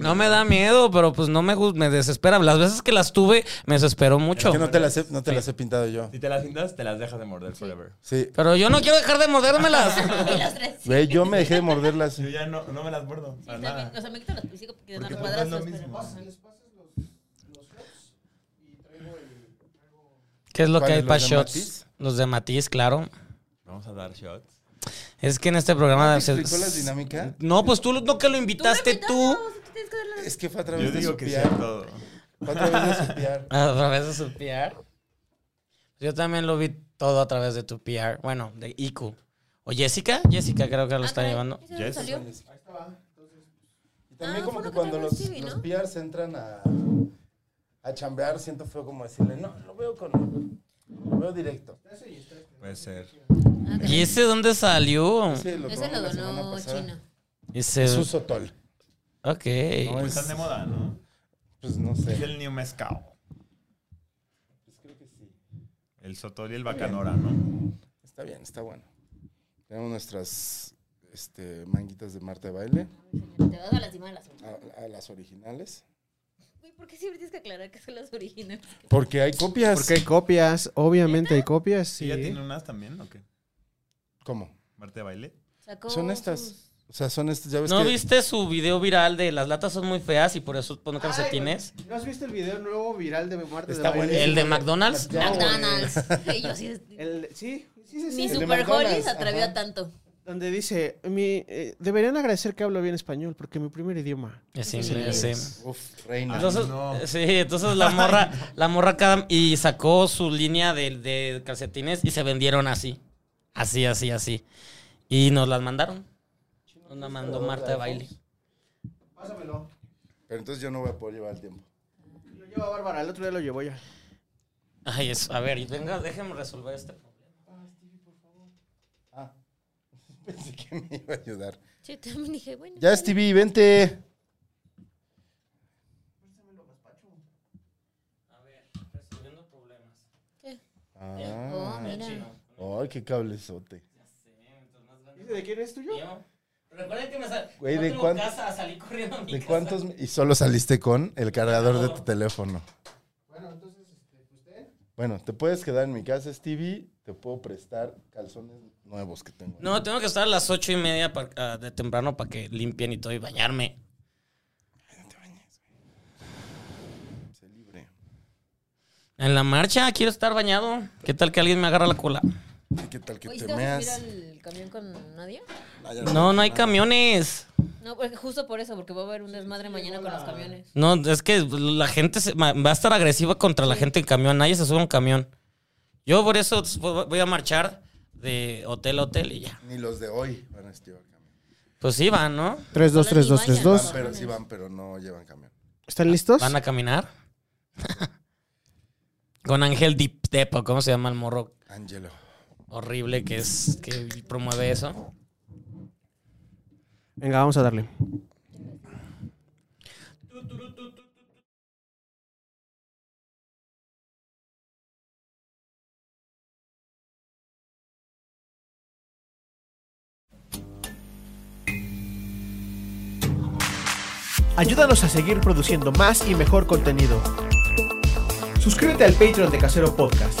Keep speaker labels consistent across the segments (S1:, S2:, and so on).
S1: No me da miedo, pero pues no me gus- me desespera. Las veces que las tuve, me desesperó mucho.
S2: Que no te las he, no te las he pintado yo.
S3: Si te las pintas, te las dejas de morder forever.
S2: Sí.
S1: Pero yo no quiero dejar de mordérmelas.
S2: Güey, yo me dejé de morderlas.
S3: Yo ya no, no me las muerdo. Para nada.
S2: Ah.
S4: O sea, me quito los principios porque dan
S3: Porque
S4: a
S3: pues es lo
S4: cuadrazos.
S3: mismo.
S1: ¿Qué es lo que
S2: ¿Cuáles,
S1: hay
S2: los de
S1: para shots?
S2: Matiz?
S1: Los de Matiz, claro.
S3: Vamos a dar shots.
S1: Es que en este programa...
S3: Ah,
S2: ¿No te
S1: se-
S2: explicó la dinámica?
S1: No, pues tú no que lo invitaste tú.
S4: tienes que darle
S2: Es que fue a
S3: Yo
S2: través de
S3: digo
S2: su
S3: que sea
S2: piar.
S3: todo.
S2: Fue a través de su piar.
S1: A través de su PR. Yo también lo vi todo a través de tu PR. Bueno, de IQ. ¿O Jessica? Jessica creo que lo está llevando.
S3: Yes.
S4: salió?
S2: pues, Y también
S4: Ah,
S2: como
S4: fue
S2: que
S4: lo que
S2: cuando
S4: traigo
S2: los,
S4: Stevie,
S2: los
S4: ¿no?
S2: piars entran a, a chambear, siento feo como decirle, no, lo veo con... Lo veo directo.
S3: Puede ser.
S1: ¿Y ese dónde salió?
S2: Sí, lo
S4: Ah, Ese
S2: tomé
S4: lo
S2: la semana
S4: donó
S2: pasada.
S4: China.
S1: Ese...
S2: Es un sotol.
S1: Ok.
S2: No,
S3: Pues
S2: es-
S3: están de moda, ¿no?
S2: pues no
S3: Es
S2: sé.
S3: el new mezcal.
S2: Pues creo que sí.
S3: El sotol y el bacanora, ¿no?
S2: Está bien, está bueno. Tenemos nuestras este, manguitas de Marta de baile,
S4: Te vas a lastimar las uñas.
S2: a, a las originales.
S4: Güey, ¿por qué siempre tienes que aclarar que son las originales?
S2: Porque hay copias.
S5: Porque hay copias, obviamente hay copias.
S3: Sí. ¿Ella tiene
S5: Sí.
S3: unas también o qué?
S2: ¿Cómo?
S3: ¿Marte de baile?
S4: Sacó
S2: Son estas.
S4: sus-
S2: O sea, son estas, ya ves
S1: ¿No
S2: que...
S1: viste su video viral de las latas son muy feas y por eso ponen calcetines?
S5: ¿No has visto el video nuevo viral de Muerte
S2: Está
S5: de Baile?
S2: buenísimo.
S1: ¿El de McDonald's?
S2: Ya, güey.
S4: McDonald's. Y yo sí.
S5: El- sí, sí, sí, sí.
S4: Ni
S2: El de
S4: Super Holly se
S2: McDonald's,
S4: atrevió
S2: ajá.
S4: a tanto.
S5: Donde dice, mi, eh, deberían agradecer que hablo bien español porque mi primer idioma.
S1: Es inglés, sí.
S2: Uf, reina.
S1: Entonces,
S3: no.
S1: eh, sí, entonces la morra, la morra cada, y sacó su línea de, de calcetines y se vendieron así. Así, así, así. Y nos las mandaron. Nos la mandó Marta de baile.
S5: Pásamelo.
S2: Pero entonces yo no voy a poder llevar el tiempo.
S5: Lo lleva Bárbara, el otro día lo llevó ya.
S1: Ay, eso. A ver, y venga, déjenme resolver este problema.
S2: Ah, pensé que me iba a ayudar.
S4: Sí, también dije, bueno.
S2: Ya, Stevie, vente.
S1: Resolviendo problemas.
S4: Oh,
S2: Ah,
S4: mira.
S2: ay, qué cablezote.
S5: ¿Dice de quién es tuyo?
S1: Recuerden que me
S2: Güey, no ¿de tengo cuán-
S1: casa, salí corriendo a mi
S2: ¿De cuántos? Y solo saliste con el cargador de tu teléfono.
S5: Bueno, entonces, este, usted.
S2: Bueno, te puedes quedar en mi casa, Stevie. Te puedo prestar calzones nuevos que tengo.
S1: No, tengo que estar a las ocho y media pa- ah, de temprano para que limpien y todo y bañarme.
S2: Se libre.
S1: En la marcha quiero estar bañado. ¿Qué tal que alguien me agarra la cola?
S2: ¿Y ¿Qué tal que
S4: Oye,
S2: te
S4: ¿sí ¿te vas a subir
S2: meas?
S4: al camión con nadie?
S1: No, no hay
S2: Ah,
S1: camiones.
S4: No, porque justo por eso, porque va a haber un desmadre mañana con los camiones.
S1: No, es que la gente se- ma- va a estar agresiva contra la gente en camión. Nadie se sube a un camión. Yo por eso pues, vo- voy a marchar de hotel a hotel y ya.
S2: Ni los de hoy van a llevar camión.
S1: Pues sí, van, ¿no?
S5: 3, 2, 3, 2, 3,
S4: Vayan.
S2: Van,
S5: 2.
S2: pero sí van, pero no llevan camión.
S5: ¿Están listos?
S1: Van a caminar. Con Ángel Dip Depo, ¿cómo se llama el morro
S2: Angelo.
S1: horrible que es que promueve eso?
S5: Venga, vamos a darle. Ayúdanos a seguir produciendo más y mejor contenido. Suscríbete al Patreon de Casero Podcast.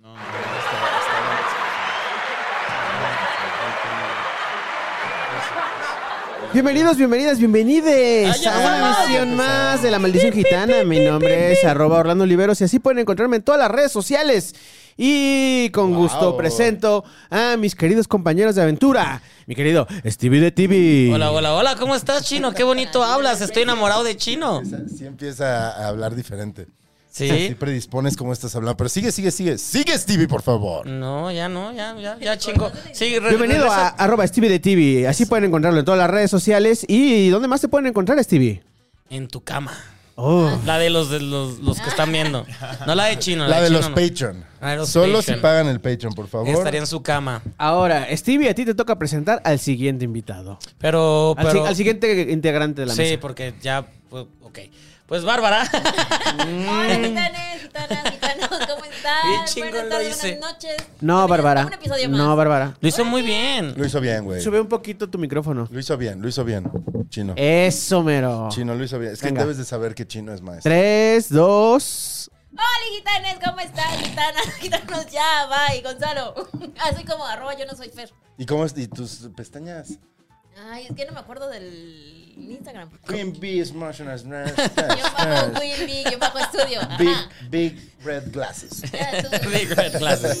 S3: No, no, estaba- estaba-
S6: Bienvenidos, bienvenidas, bienvenides
S1: Ah, ya
S6: a una
S1: empezamos.
S6: emisión más de La Maldición Gitana. Mi nombre es arroba Orlando Oliveros y así pueden encontrarme en todas las redes sociales. Y con gusto
S2: Wow.
S6: presento a mis queridos compañeros de aventura. Mi querido Stevie de TV.
S1: Hola, hola, hola, ¿cómo estás, Chino? Qué bonito hablas, estoy enamorado de Chino.
S2: Sí empieza a hablar diferente. Sí
S1: ¿Sí?
S2: predispones cómo estás hablando. Pero sigue, sigue, sigue. Sigue, Stevie, por favor.
S1: No, ya no, ya, ya, ya chingo. Sí, re-
S6: Bienvenido a
S1: regresa-
S6: arroba Stevie de TV. Así pueden encontrarlo en todas las redes sociales. ¿Y dónde más se pueden encontrar, Stevie?
S1: En tu cama.
S6: Oh.
S1: La de los, de los, los que están viendo. No la de Chino.
S2: La de
S1: Chino
S2: los
S1: no.
S2: Patreon.
S1: La de los
S2: Solo
S1: Patreon.
S2: si pagan el Patreon, por favor.
S1: Estaría en su cama.
S6: Ahora, Stevie, a ti te toca presentar al siguiente invitado.
S1: Pero,
S6: Al, si-
S1: pero
S6: al siguiente integrante de la
S1: Sí,
S6: mesa.
S1: porque ya, pues, ok. Pues Bárbara.
S2: Mm.
S4: Hola, gitanes, gitanas, gitanos, ¿cómo están?
S1: Bien chingón
S4: Buenas
S1: lo
S4: tardes,
S1: hice.
S4: buenas noches.
S6: No,
S4: Bienvenidos
S6: Bárbara.
S4: a Un episodio más.
S6: No, Bárbara.
S1: Lo hizo muy bien.
S2: Lo hizo bien, güey.
S6: Sube un poquito tu micrófono.
S2: Lo hizo bien, lo hizo bien. Chino.
S1: Eh.
S6: Eso, mero.
S2: Chino, lo hizo bien. Es que
S6: Venga.
S2: debes de saber que Chino es maestro.
S6: Tres, dos.
S4: Hola, gitanes, ¿cómo están? Gitanas, gitanos, ya, bye, Gonzalo. Así como arroba, yo no soy Fer.
S2: ¿Y cómo es? ¿Y tus pestañas?
S4: Ay, es que no me acuerdo del Instagram.
S2: Queen Bee is motion as nurse.
S4: Yo bajo Wilby, yo bajo estudio.
S2: Big,
S4: Ajá.
S2: big red glasses.
S4: Ya, eso-
S1: Big Red Glasses.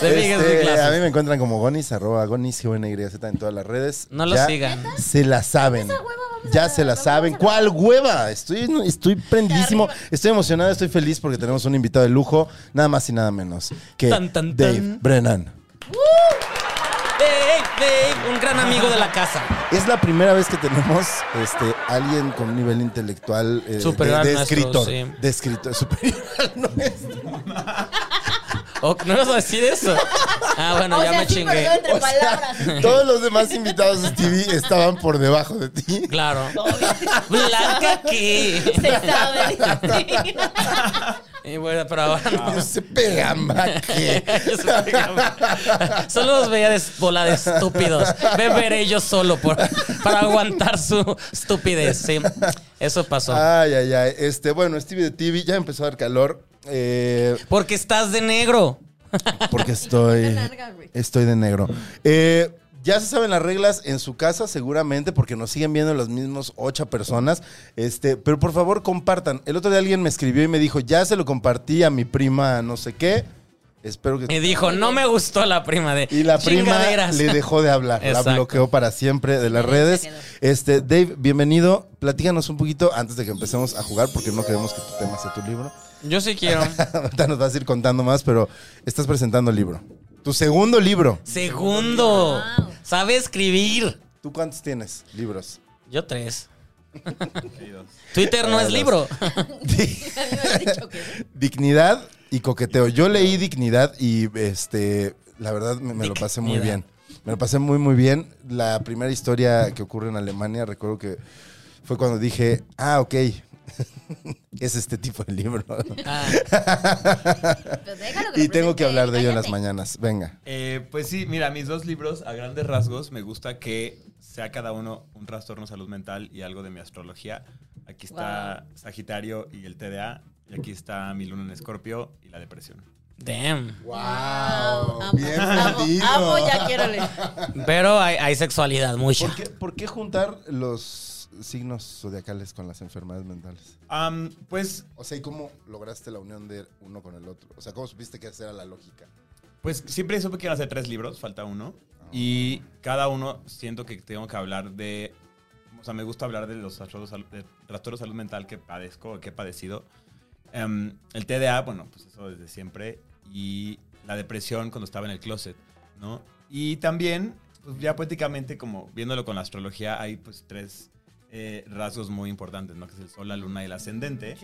S1: The biggest
S2: Este,
S1: Red Glasses.
S2: a mí me encuentran como Gonis, arroba Gonis, g o n y z en todas las redes.
S1: No lo
S2: Ya
S1: sigan. ¿Neta?
S2: Se la saben.
S4: Vamos a hueva, vamos a
S2: Ya
S4: hueva,
S2: se la
S4: vamos
S2: saben.
S4: a hueva.
S2: ¿Cuál hueva? Estoy, estoy prendidísimo.
S4: Arriba.
S2: Estoy emocionado, estoy feliz porque tenemos un invitado de lujo, nada más y nada menos que
S1: Tan, tan, tan.
S2: Dave Brennan.
S1: Dave, Dave, un gran amigo de la casa.
S2: Es la primera vez que tenemos este, alguien con un nivel intelectual eh, de,
S1: Superior al
S2: de
S1: nuestro,
S2: escritor.
S1: sí.
S2: De escritor, superior al nuestro.
S1: Oh, ¿No vas a decir eso? Ah, bueno,
S4: O
S1: ya
S4: sea,
S1: me
S4: sí,
S1: chingué.
S4: pero no entre
S2: O sea,
S4: palabras.
S2: todos los demás invitados de TV estaban por debajo de ti.
S1: Claro. Blanca qué.
S4: Se sabe.
S1: Y bueno, pero ahora no.
S2: Yo se pega, maque.
S1: Solo los veía de bola de estúpidos. Me veré yo solo por, para aguantar su estupidez. Sí, eso pasó.
S2: Ay, ay, ay. Este, bueno, Stevie de TV ya empezó a dar calor. eh,
S1: Porque estás de negro.
S2: porque estoy.
S4: larga, güey.
S2: Estoy de negro. Eh, ya se saben las reglas en su casa, seguramente, porque nos siguen viendo las mismas ocho personas. Este, pero por favor, compartan. El otro día alguien me escribió y me dijo: Ya se lo compartí a mi prima, no sé qué. Espero que.
S1: Y dijo, no me gustó la prima de.
S2: Y la prima
S1: chingaderas".
S2: le dejó de hablar, la
S1: Exacto.
S2: bloqueó para siempre de las
S4: Sí,
S2: redes.
S4: se quedó.
S2: Este, Dave, bienvenido. Platícanos un poquito antes de que empecemos a jugar, porque no queremos que tu tema sea tu libro.
S1: Yo sí quiero.
S2: Ahorita nos vas a ir contando más, pero estás presentando el libro. Tu segundo libro.
S1: Segundo.
S4: Wow.
S1: Sabe escribir.
S2: ¿Tú cuántos tienes libros?
S1: Yo tres. Twitter no es libro.
S4: A mí me habían dicho que no.
S2: Dignidad y coqueteo. Yo leí Dignidad y este, la verdad me, me lo pasé muy bien.
S1: Dignidad.
S2: Me lo pasé muy, muy bien. La primera historia que ocurre en Alemania, recuerdo que fue cuando dije, ah, ok, es este tipo de libro.
S1: Ah,
S4: Pues déjalo que
S2: y
S4: lo
S2: tengo que
S4: presente,
S2: hablar de ello en las
S4: cállate.
S2: mañanas. Venga.
S3: Eh, pues sí, mira, mis dos libros, a grandes rasgos, me gusta que sea cada uno un trastorno de salud mental y algo de mi astrología. Aquí está Sagitario y el TDA, y aquí está mi luna en Escorpio y la depresión.
S1: damn.
S4: Wow, amo,
S2: Bien
S4: amo,
S2: vendido.
S4: amo, ya quiero leer.
S1: Pero hay, hay sexualidad mucha.
S2: ¿Por qué, por qué juntar los signos zodiacales con las enfermedades mentales?
S3: Am, pues,
S2: O sea, ¿y cómo lograste la unión de uno con el otro? O sea, ¿cómo supiste que esa era la lógica?
S3: pues siempre supe que iban a ser tres libros, falta uno. Y cada uno siento que tengo que hablar de... O sea, me gusta hablar de los trastornos de sal- de trastornos de salud mental que padezco o que he padecido. Em, el TDA, bueno, pues eso desde siempre. Y la depresión cuando estaba en el closet, ¿no? Y también, pues ya poéticamente, como viéndolo con la astrología, hay pues tres eh, rasgos muy importantes, ¿no? Que es el sol, la luna y el ascendente.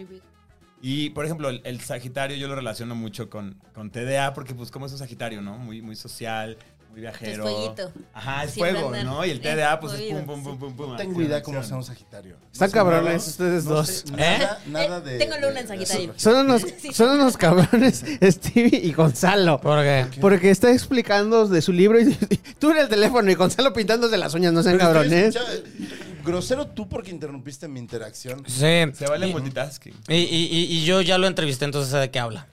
S3: Y, por ejemplo, el, el Sagitario yo lo relaciono mucho con, con TDA porque, pues, como es un Sagitario, ¿no? Muy, muy social, muy viajero.
S4: Es fueguito.
S3: Ajá, es
S4: Siempre
S3: fuego,
S4: andar
S3: ¿no? Y el
S4: bien
S3: TDA, pues, es
S4: movido,
S3: pum, pum, pum,
S4: sí.
S3: pum, pum.
S2: No tengo
S3: acción,
S2: idea cómo sea
S3: acción.
S2: un Sagitario. No
S6: Están
S2: sé
S6: cabrones
S2: nada.
S6: ustedes
S2: No
S6: dos.
S2: sé
S1: ¿Eh?
S2: Nada, nada de.
S4: Tengo luna en
S2: de- de
S4: Sagitario.
S2: astrología.
S6: Son unos,
S4: Sí.
S6: son unos cabrones Stevie y Gonzalo.
S1: ¿Por qué?
S6: Porque está explicando de su libro y y tú en el teléfono y Gonzalo pintándose las uñas, no sean
S2: Pero
S6: cabrones.
S2: estoy- ya, Grosero tú porque interrumpiste mi interacción.
S1: Sí.
S3: Se vale
S1: y,
S3: multitasking.
S1: y- y- y yo ya lo entrevisté, entonces sé de qué habla.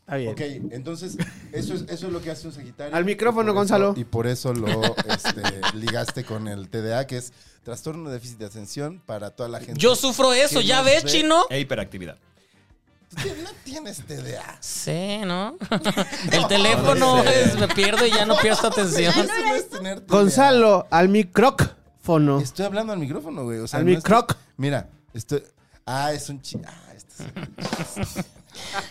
S6: Está bien.
S2: Ok, entonces eso es, eso es lo que hace un Sagitario.
S6: Al micrófono,
S2: Y por
S6: Gonzalo.
S2: eso- y por eso lo este, ligaste con el TDA, que es trastorno de déficit de atención para toda la gente.
S1: Yo sufro eso,
S2: ¿Qué
S1: ¿ya
S2: más
S1: ves,
S2: ve?
S1: chino?
S3: E hiperactividad.
S2: Tú No tienes TDA.
S1: Sí, ¿no? El teléfono
S2: puede
S1: es- me pierdo y ya no pierdo atención.
S2: Eso no es tener TDA.
S6: Gonzalo, al micrófono.
S2: Estoy hablando al micrófono, güey. O sea,
S6: Al
S2: no estoy-
S6: microc.
S2: Mira, estoy. Ah, es un chiste. Ah, este es un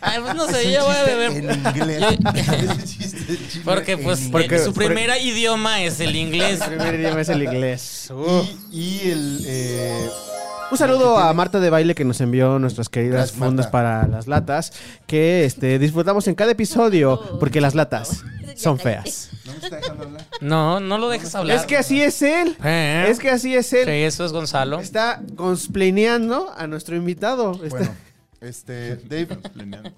S1: Ay, pues no
S2: es
S1: sé,
S2: un
S1: yo voy a
S2: chiste
S1: beber.
S2: En inglés.
S1: Yo-
S2: es un chiste en chino
S1: Porque,
S2: en
S1: pues,
S2: inglés.
S1: su
S6: porque-
S1: primer idioma es el inglés.
S6: El primer idioma es el inglés.
S1: oh.
S2: Y, y el. eh,
S6: Un saludo a Marta de Baile que nos envió nuestras queridas
S2: Gracias,
S6: fundas
S2: Marta.
S6: para las latas, que este, disfrutamos en cada episodio porque las latas son feas.
S2: no me está dejando hablar.
S1: No, no lo dejes hablar.
S6: Es que así es él.
S1: Eh.
S6: Es que así es él.
S1: Sí, eso es Gonzalo.
S6: Está consplaneando a nuestro invitado. Este, Está-
S2: Bueno, este. Dave,
S3: Planeando.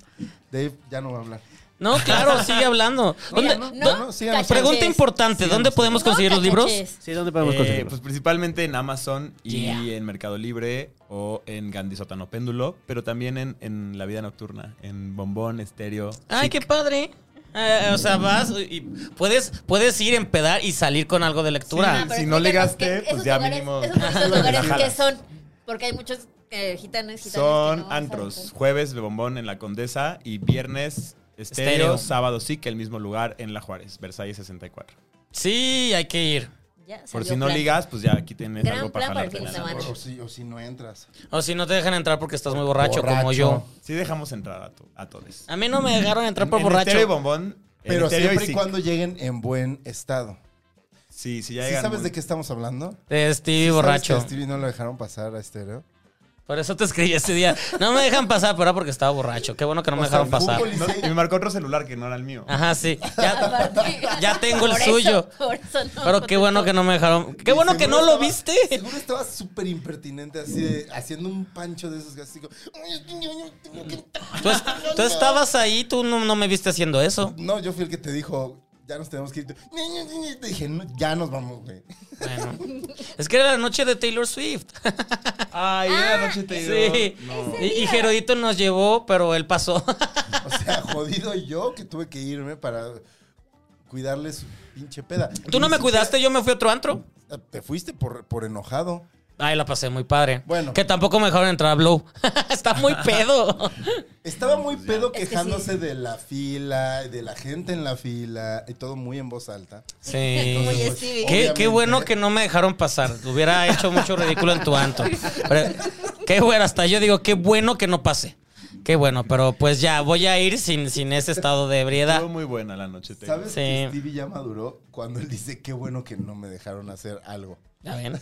S2: Dave ya no va a hablar.
S1: No, claro, sigue hablando. ¿Dónde-
S2: no,
S1: dó-
S2: no, síganos.
S4: Pregun-
S1: Pregunta importante, ¿dónde podemos conseguir los libros?
S6: Sí, ¿dónde podemos
S3: Eh,
S6: conseguirlo?
S3: pues principalmente en Amazon y
S1: Yeah.
S3: en Mercado Libre o en Gandhi Sótano Péndulo, pero también en, en La Vida Nocturna, en Bombón, Estéreo.
S1: Ay, qué padre. Eh, o sea, vas y puedes, puedes ir, empedar y salir con algo de lectura.
S3: Sí. si no le gasté, pues ya mínimo-
S4: Esos bonitos lugares
S3: Relajada.
S4: que son. Porque hay muchos eh, gitanos, gitanos. que
S3: Son
S4: no,
S3: antros,
S4: ¿sabes?
S3: jueves de Bombón en La Condesa y viernes Estéreo,
S1: Estéreo.
S3: sábado sí que el mismo lugar en La Juárez, Versalles 64.
S1: Sí, hay que ir.
S4: Ya,
S3: Por
S4: salió
S3: si no
S4: plan.
S3: ligas, pues ya aquí tienes
S4: Gran
S3: algo para
S4: plan para el
S3: jalarte.
S4: fin de
S3: la
S4: semana.
S3: nalga.
S2: O si, o si no entras.
S1: O si no te dejan entrar porque estás muy borracho, como
S2: Borracho.
S1: yo.
S3: Sí dejamos entrar a, to- a todos.
S1: A mí no me dejaron entrar Ah, por
S3: En- en Estéreo y
S1: borracho.
S3: Bombón. en
S2: Pero
S3: Estéreo
S2: siempre y
S3: sí.
S2: cuando lleguen en buen estado.
S3: Sí, sí, ya
S2: ¿Sí
S3: llegan
S2: sabes
S3: muy-
S2: de qué estamos hablando? ¿Sí
S1: De Stevie
S2: sabes que
S1: borracho.
S2: a Stevie no lo dejaron pasar a este, estéreo.
S1: Por eso te escribí ese día. No me dejan pasar, pero era porque estaba borracho. Qué bueno que no me dejaron pasar.
S3: No, y me marcó otro celular que no era el mío.
S1: Ajá, sí. Ya,
S4: Aparte-
S1: ya tengo el
S4: Por eso-
S1: suyo.
S4: por eso no
S1: pero qué bueno que no me dejaron. Qué bueno que no lo viste.
S2: Seguro estaba súper impertinente, así de, haciendo un pancho de esos gasticos.
S1: Tú, es- tú estabas ahí, tú no, no me viste haciendo eso.
S2: No, yo fui el que te dijo, ya nos tenemos que ir. Te dije, "No, ya nos vamos, güey.
S1: Bueno. Es que era la noche de Taylor Swift.
S3: Ay,
S4: ah,
S3: era noche te
S1: Sí. Y, y Gerodito nos llevó, pero él pasó.
S2: O sea, jodido yo que tuve que irme para cuidarle su pinche peda.
S1: Tú no
S2: Ni siquiera-
S1: me
S2: Ah,
S1: cuidaste, yo me fui a otro antro.
S2: Te fuiste por, por enojado.
S1: Ay, la pasé muy padre.
S2: Bueno.
S1: Que tampoco me dejaron entrar a Blow. Está muy pedo.
S2: Estaba muy pedo
S4: que sí.
S2: quejándose de la fila, de la gente en la fila, y todo muy en voz alta.
S1: Sí.
S4: Oye, Stevie.
S1: Pues, Qué, qué
S2: Obviamente.
S1: bueno que no me dejaron pasar. Hubiera hecho mucho ridículo en tu anto. Pero, qué bueno, hasta yo digo, qué bueno que no pase. Qué bueno, pero pues ya voy a ir sin, sin ese estado de ebriedad.
S3: Estuvo muy buena la noche te
S2: ¿Sabes
S1: Sí.
S2: que Stevie ya maduró cuando él dice qué bueno que no me dejaron hacer algo?
S1: Ya ven,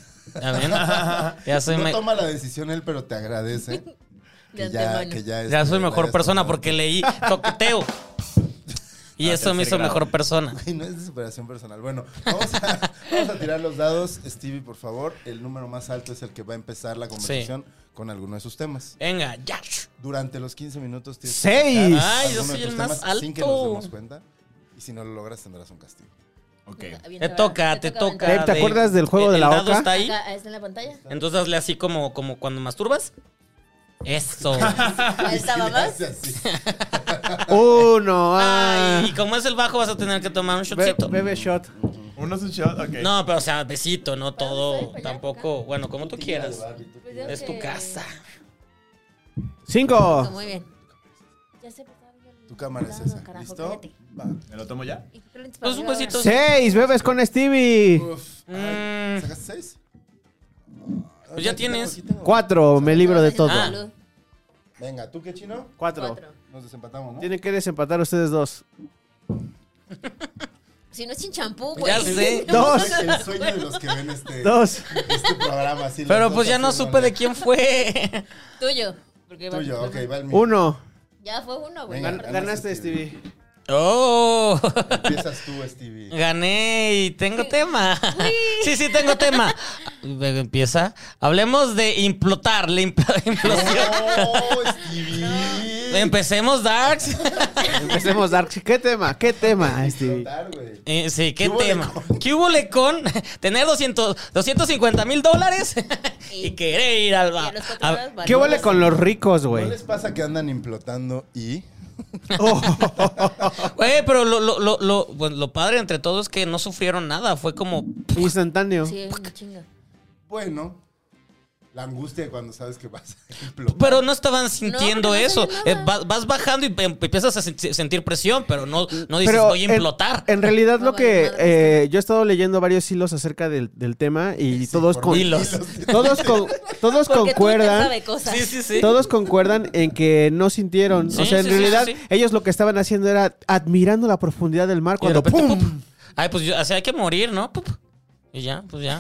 S1: ya ven. Ya soy,
S2: no
S1: me-
S2: toma la decisión él, pero te agradece.
S4: De
S2: Que ya,
S4: antemano.
S2: que ya,
S1: ya
S2: este,
S1: soy mejor
S2: hayas
S1: persona
S2: tomado.
S1: porque leí toqueteo. Y
S3: Ah,
S1: eso me
S3: tercer
S1: hizo
S3: grado.
S1: mejor persona.
S2: Güey, no es de superación personal. Bueno, vamos a, vamos a tirar los dados. Stevie, por favor. El número más alto es el que va a empezar la conversación con alguno de sus temas.
S1: Venga, ya.
S2: Durante los 15 minutos tienes
S6: Seis.
S2: platicar
S1: Ay,
S2: alguno
S1: yo
S2: de
S1: soy el
S2: tus
S1: más
S2: temas Sin que
S1: alto.
S2: nos demos cuenta. Y si no lo logras, tendrás un castigo.
S3: Ok.
S4: Bien,
S1: Te
S4: va,
S1: toca, te toca.
S4: va,
S6: Dave, ¿te
S1: de-
S6: acuerdas del juego
S1: el-
S6: de la
S1: El dado
S6: oca?
S1: está
S4: va.
S1: ahí.
S4: Acá, está en la pantalla.
S1: Entonces hazle así como, como cuando masturbas. Eso.
S4: Ahí estaba más.
S2: Gracias, sí.
S6: Uno. ah.
S1: Ay, y como es el bajo, vas a tener que tomar un
S6: Be-
S1: shotcito.
S6: bebe shot.
S3: Uno es un shot, ok.
S1: No, pero o sea, besito, no
S4: estoy,
S1: todo,
S4: para allá,
S1: tampoco, bueno, como tú quieras.
S4: Pues yo
S1: Es tu
S4: que-
S1: casa.
S4: Ah,
S6: Cinco.
S4: Muy bien. Ya se pasaba yo el
S2: Tu cámara es
S4: dado,
S2: esa.
S4: carajo,
S2: ¿Listo?
S4: cállate.
S2: Va.
S3: ¿Me lo tomo ya?
S4: ¿Y por qué lo echas para
S1: Pues un
S4: arriba
S1: besito.
S6: Seis. Bebes con Stevie.
S2: Uf. Ay,
S1: Mm.
S2: ¿Sacaste seis?
S1: Pues ya
S2: Aquí tengo,
S1: tienes.
S2: aquí tengo.
S6: Cuatro. Me libro de todo.
S1: Ah.
S4: Salud.
S2: Venga, ¿tú qué chino?
S6: Cuatro.
S4: Cuatro.
S2: Nos desempatamos, ¿no?
S6: Tienen que desempatar ustedes dos.
S4: Si no es sin champú, güey.
S1: Ya sé.
S6: Dos.
S2: El sueño de los que ven este,
S6: Dos.
S2: este programa. sí, los
S1: Pero
S2: dos
S1: pues ya no
S2: haciendo
S1: supe de
S2: la-
S1: quién fue.
S4: Tuyo. Porque va-
S2: Tuyo, ok, va el mío.
S6: Uno.
S4: Ya fue uno, güey.
S2: Venga.
S6: Ganaste, Stevie.
S1: Oh,
S2: Empiezas tú, Stevie.
S1: gané y tengo tema. Sí, sí, tengo tema. Empieza. Hablemos de implotar, la impl- implosión.
S2: ¡Oh, Stevie!
S1: Empecemos, Darks.
S6: Empecemos, Dark. ¿Qué tema? ¿Qué tema, Ah, Stevie?
S2: Explotar, güey.
S1: Eh, sí,
S2: ¿Qué
S1: ¿qué
S2: hubo le
S1: tema? ¿Qué hubo le con tener 200, 250 mil dólares y
S4: Y-
S1: querer ir al
S4: Y a
S1: bar?
S4: los cuatro
S1: A-
S4: lados,
S6: ¿Qué
S4: valió.
S6: huele con los ricos,
S2: ¿No
S6: güey?
S2: les pasa que andan implotando y
S1: Güey, pero lo, lo, lo, lo, bueno, lo padre entre todo es que no sufrieron nada. Fue como.
S6: Instantáneo.
S4: Sí,
S1: Pues,
S4: es una chinga.
S2: Bueno, la angustia de cuando sabes que vas a explotar.
S1: Pero no estaban
S4: No,
S1: sintiendo
S4: porque no
S1: eso.
S4: salió
S1: Eh,
S4: nada.
S1: vas, vas bajando y em- empiezas a sen- sentir presión, pero no, no dices
S6: Pero
S1: voy a
S6: en-
S1: implotar.
S6: En, realidad
S4: No,
S6: lo
S4: vale,
S6: que
S4: madre,
S6: eh, yo he estado leyendo varios hilos acerca del, del tema y todos
S2: por
S6: con-
S1: hilos.
S6: todos con-
S4: Porque
S6: todos
S4: Twitter
S6: concuerdan
S4: sabe cosas.
S1: sí, sí, sí.
S6: Todos concuerdan en que no sintieron.
S1: Sí,
S6: o sea, en
S1: sí, sí,
S6: realidad,
S1: sí, sí.
S6: ellos lo que estaban haciendo era admirando la profundidad del mar
S1: Y de
S6: cuando
S1: repente,
S6: ¡pum!
S1: pup. Ay, pues yo- así hay que morir, ¿no? Pup. Y ya, pues ya.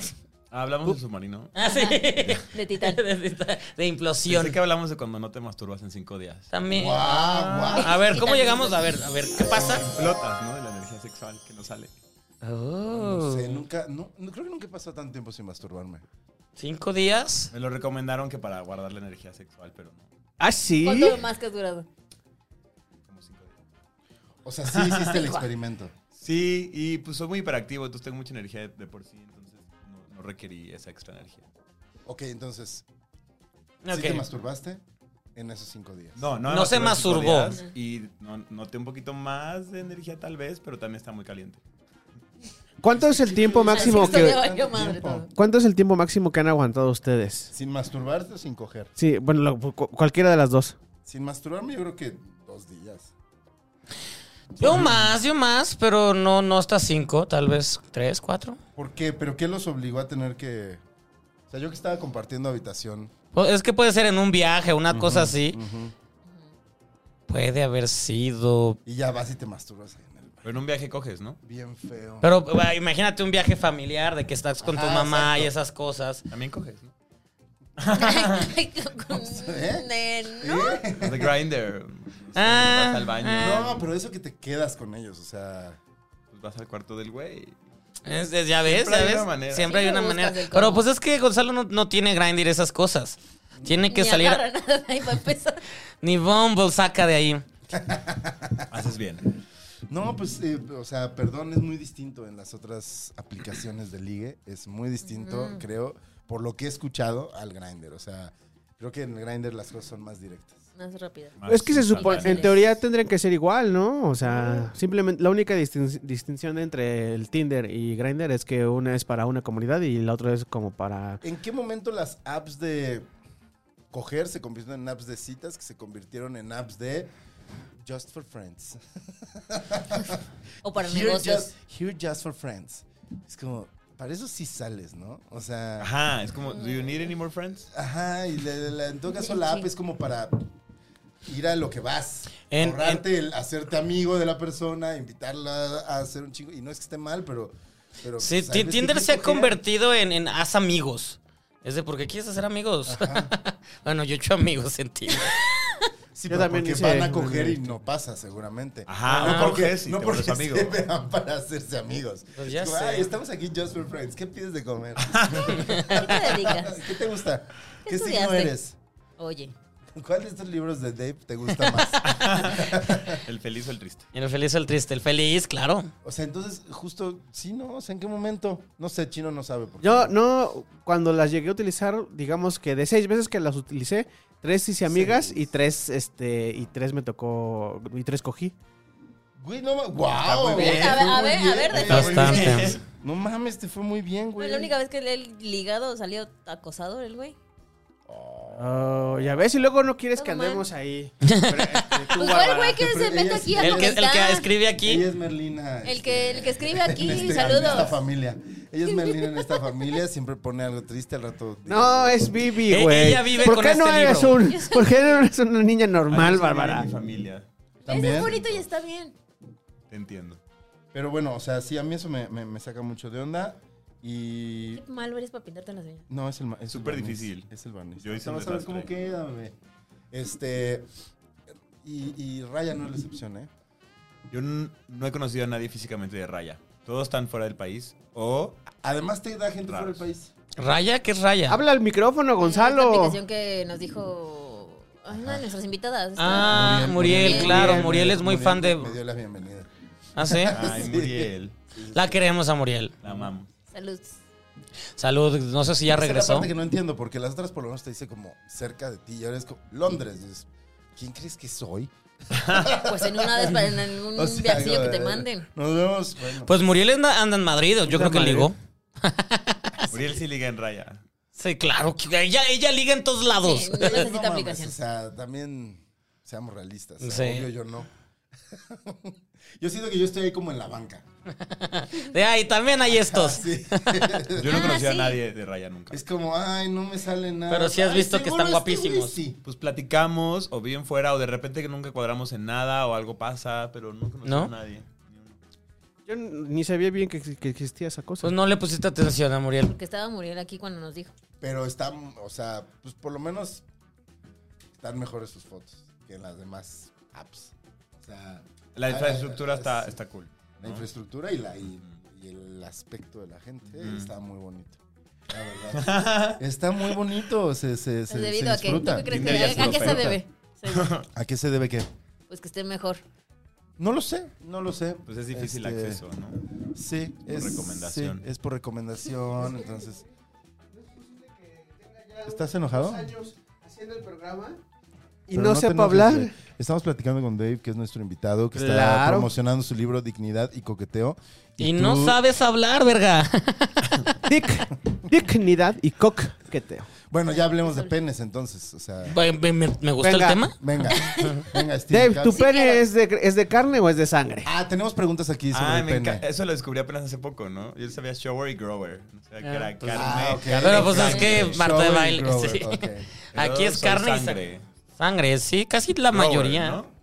S3: Hablamos de submarino.
S1: Ah, sí.
S4: De titán.
S1: de, de implosión.
S3: Pensé que hablamos de cuando no te masturbas en cinco días.
S1: También.
S2: Guau, guau.
S1: A ver, ¿cómo llegamos? A ver, a ver, ¿qué pasa?
S3: Flotas, ¿no? De la energía sexual que no sale.
S2: No sé, nunca, no, no- creo que nunca he pasado tanto tiempo sin masturbarme.
S1: Cinco días.
S3: Me lo recomendaron que para guardar la energía sexual, pero no.
S6: ¡Ah, sí!
S4: ¿Cuánto más que has durado?
S3: Como cinco días.
S2: O sea, sí hiciste el experimento.
S3: Sí, y pues soy muy hiperactivo, entonces tengo mucha energía de, de por sí, entonces no, no requerí esa extra energía.
S2: Ok, entonces, ¿sí
S1: Ok.
S2: te masturbaste en esos cinco días?
S3: No,
S1: No
S3: no.
S1: se masturbó.
S3: Y no, noté un poquito más de energía tal vez, pero también está muy caliente.
S6: ¿Cuánto es el tiempo máximo
S4: Así estoy de
S6: que
S4: baño,
S2: Tanto
S4: madre,
S2: tiempo.
S4: todo.
S6: cuánto es el tiempo máximo que han aguantado ustedes?
S2: ¿Sin masturbarte o sin coger?
S6: Sí, bueno, lo- cu- cualquiera de las dos.
S2: Sin masturbarme yo creo que dos días.
S1: Yo más, yo más, pero no, no hasta cinco, tal vez tres, cuatro.
S2: ¿Por qué? ¿Pero qué los obligó a tener que...? O sea, yo que estaba compartiendo habitación.
S1: O- Es que puede ser en un viaje, una cosa así. Puede haber sido.
S2: Y ya vas y te masturbas ahí en el
S3: Pero en un viaje coges, ¿no?
S2: Bien feo.
S1: Pero bah, imagínate un viaje familiar de que estás con tu
S2: Ajá,
S1: mamá y esas cosas.
S3: También coges, ¿no?
S4: ¿Eh? No.
S2: ¿Eh?
S3: The grinder. este,
S1: Ah,
S3: vas al baño.
S2: No, pero eso que te quedas con ellos, o sea...
S3: Pues vas al cuarto del güey.
S1: Es- es- ya ves,
S3: Siempre
S1: ya
S3: hay
S1: ves.
S3: una manera.
S1: Siempre hay una
S4: Siempre
S1: manera.
S4: buscas el cómo.
S1: Pero pues es que Gonzalo no, no tiene grinder esas cosas. Tiene que
S4: Ni
S1: salir.
S4: agarra nada de ahí para empezar.
S1: Ni Bumble saca de ahí.
S3: Haces bien.
S2: No, pues, eh, o sea, perdón, es muy distinto en las otras aplicaciones de ligue. Es muy distinto, creo, por lo que he escuchado, al Grindr. O sea, creo que en el Grindr las cosas son más directas.
S4: Más rápido.
S1: Ah,
S3: Más
S6: Es que se supone,
S3: salvaje.
S6: en teoría tendrían que ser igual, ¿no? O
S1: Ah.
S6: sea, simplemente la única distin- distinción entre el Tinder y Grindr es que una es para una comunidad y la otra es como para
S2: ¿En qué momento las apps de coger se convirtieron en apps de citas que se convirtieron en apps de Just for Friends?
S4: O para
S2: Here
S4: negocios.
S2: just, here just for Friends. Es como, para eso sí sales, ¿no? O sea...
S3: Ajá, es como, ¿do you need any more friends?
S2: Ajá, y la- la- la- en todo caso la app es como para ir a lo que vas.
S1: En-
S2: ahorrarte el hacerte amigo de la persona, invitarla a hacer un chingo. Y no es que esté mal, pero. pero
S1: Sí,
S2: pues, hay
S1: Ti-
S2: veces
S1: Tinder
S2: que
S1: se ha
S2: coger.
S1: convertido en, en haz amigos. Es de porque quieres hacer amigos. bueno, yo he hecho amigos en Tinder.
S2: Sí,
S6: Yo
S2: pero
S6: también
S2: porque
S6: hice
S2: van
S6: un
S2: a coger y
S6: directo.
S2: no pasa, seguramente.
S3: Ajá,
S2: no
S1: Ah,
S3: no
S2: porque,
S3: coges y
S2: no
S3: te
S2: porque
S3: vuelves
S2: se
S3: amigo.
S2: vean para hacerse amigos.
S1: Pues ya
S2: Es como,
S1: sé.
S2: "Ay, estamos aquí just for friends. ¿Qué pides de comer?
S4: ¿Qué te dedicas?
S2: ¿Qué te gusta?
S4: ¿Qué
S2: ¿Qué signo
S4: estudiaste?
S2: eres?
S4: Oye.
S2: ¿Cuál de estos libros de Dave te gusta más?
S3: ¿El feliz o el triste?
S1: El feliz o el triste. El feliz, claro.
S2: O sea, entonces, justo, sí, ¿no? O sea, ¿en qué momento? No sé, Chino no sabe. Por qué.
S6: Yo no, cuando las llegué a utilizar, digamos que de seis veces que las utilicé, tres hice amigas y tres, este, y tres me tocó, y tres cogí.
S2: Güey, no mames. ¡Wow!
S4: bien. A ver, a ver, a ver,
S1: defiende. Bastante.
S2: No mames, te fue muy bien,
S4: Fue
S2: güey.
S4: la única vez que el ligado salió acosado el güey.
S6: Oh, ya ves, y luego no quieres
S4: No,
S6: que
S4: man.
S6: andemos ahí. Pero, este, tú,
S4: Pues fue el
S6: Bárbara.
S4: güey que
S2: Pero
S4: se mete
S2: ella
S4: aquí
S2: sí-
S4: a
S1: El que, el que
S4: comentar.
S1: escribe
S2: Ella
S1: aquí.
S2: es Merlina. este,
S4: El que, el que escribe
S2: en
S4: aquí,
S2: este- En esta
S4: saludos.
S2: familia. Ella es Merlina en esta familia. Siempre pone algo triste al rato.
S6: No, es Bibi,
S1: E-
S6: güey.
S1: ella vive
S6: ¿Por
S1: con
S6: qué
S1: este
S6: no eres
S1: libro.
S6: un, ¿Por qué no eres una niña normal,
S3: Adiós,
S6: Bárbara?
S3: Mi familia,
S4: Ese
S2: También.
S4: es bonito y está bien.
S3: te entiendo.
S2: Pero bueno, o sea, sí, a mí eso me, me- me saca mucho de onda. Y.
S4: Qué malo eres para pintarte en las uñas.
S2: No, es el. ma- Es el
S3: Súper
S2: barniz,
S3: difícil.
S2: Es el barniz.
S3: Yo hice
S2: No
S3: un
S2: sabes cómo
S3: desastre.
S2: queda, bebé. Este. Y, y Raya no es la excepción, ¿eh?
S3: Yo n- no he conocido a nadie físicamente de raya. Todos están fuera del país o
S2: Además, te da gente fuera del
S3: Raros.
S2: país.
S1: Raya, ¿qué es raya?
S6: Habla al micrófono,
S4: Es la
S6: Gonzalo.
S4: aplicación que nos dijo ay, una de nuestras invitadas.
S1: Ah, Muriel,
S4: Muriel,
S1: claro.
S2: Muriel,
S1: Muriel, es muy
S2: Muriel
S1: fan de.
S2: Me dio la bienvenida.
S1: ¿Ah, sí?
S3: Ay, Muriel.
S1: La queremos a Muriel.
S3: La amamos.
S4: Saludos.
S1: Salud. No sé si ya
S2: Esa es la
S1: regresó.
S2: parte que no entiendo, porque las otras por lo menos te dice como cerca de ti. Y ahora es como Londres. dices, ¿Quién crees que soy?
S4: Pues en, una des- en, en un
S2: O sea,
S4: viajillo Mm, que
S2: güey,
S4: te manden.
S2: Nos vemos. Bueno.
S1: Pues Muriel anda, anda en Madrid, yo creo que
S6: Madrid.
S1: ligó.
S3: Muriel sí liga en raya.
S1: Sí, claro, que ella, ella liga en todos lados.
S4: Sí, no necesita
S2: No mames,
S4: aplicación.
S2: O sea, también seamos realistas. O sea,
S1: Sí.
S2: Obvio yo no. yo siento que yo estoy ahí como en la banca.
S1: De ahí también hay estos.
S2: Sí.
S3: Yo no
S4: Ah,
S3: conocía
S4: sí.
S3: a nadie de raya nunca.
S2: es como, ay, no me sale nada.
S1: Pero sí has
S2: Ay,
S1: visto que
S2: seguro
S1: están
S2: este güey
S1: guapísimos.
S2: sí.
S3: Pues platicamos, o bien fuera, o de repente que nunca cuadramos en nada, o algo pasa, pero no conocía
S1: ¿No?
S3: a nadie.
S6: Yo n- ni sabía bien que, ex- que existía esa cosa.
S1: Pues no le pusiste atención a Muriel.
S4: Porque estaba Muriel aquí cuando nos dijo.
S2: Pero están, o sea, pues por lo menos están mejores sus fotos que las demás apps. O sea,
S3: La
S2: ah,
S3: infraestructura
S2: ah,
S3: está,
S2: sí.
S3: está cool.
S2: La
S3: ¿no?
S2: infraestructura y, la, y, y el aspecto de la gente
S3: Ujú.
S2: está muy bonito. La verdad. está muy bonito. Se, se, se,
S4: Es
S2: se
S4: debido a que. ¿Tú
S2: disfruta.
S4: qué crees que
S3: Tinder ya
S4: le-
S3: se
S4: ¿A
S3: lo
S4: qué se
S3: pega.
S4: debe? Se debe.
S2: ¿A qué se debe qué?
S4: Pues que esté mejor.
S2: No lo sé, no lo sé.
S3: Pues es difícil
S2: Este,
S3: acceso, ¿no?
S2: Sí, es
S3: recomendación.
S2: sí, es por recomendación, entonces. ¿Estás enojado?
S5: haciendo el programa y
S2: Pero
S5: no,
S2: te
S5: sepa
S2: enojes,
S5: hablar.
S2: güey. Estamos platicando con Dave, que es nuestro invitado, que está
S5: Claro.
S2: promocionando su libro Dignidad y Coqueteo.
S1: Y no
S2: tú-
S1: sabes hablar, verga.
S5: Dick.
S6: Dignidad y coqueteo.
S2: Bueno, ya hablemos de penes entonces. O sea,
S1: Me, me- me gusta
S6: Venga.
S1: el tema.
S2: venga, venga, Steve.
S6: Dave,
S2: Cat-
S6: ¿tu pene
S4: quiero.
S6: es, de, es de carne o es de sangre?
S2: Ah, tenemos preguntas aquí sobre
S3: Ah,
S2: el
S3: me
S2: pene.
S3: encanta. Eso lo descubrí apenas hace poco, ¿no? Yo sabía shower y grower. O sea, que era
S1: pues-
S3: carne.
S2: Ah, ok.
S3: carne,
S1: Pero pues es
S3: sangre.
S1: que Marta de
S2: Show y
S1: baile.
S2: grower,
S1: sí.
S2: ok.
S1: Aquí
S3: Yo
S1: es
S3: soy
S1: carne y sa- sangre. Sí, casi la
S3: Grower,
S1: mayoría.
S3: ¿no?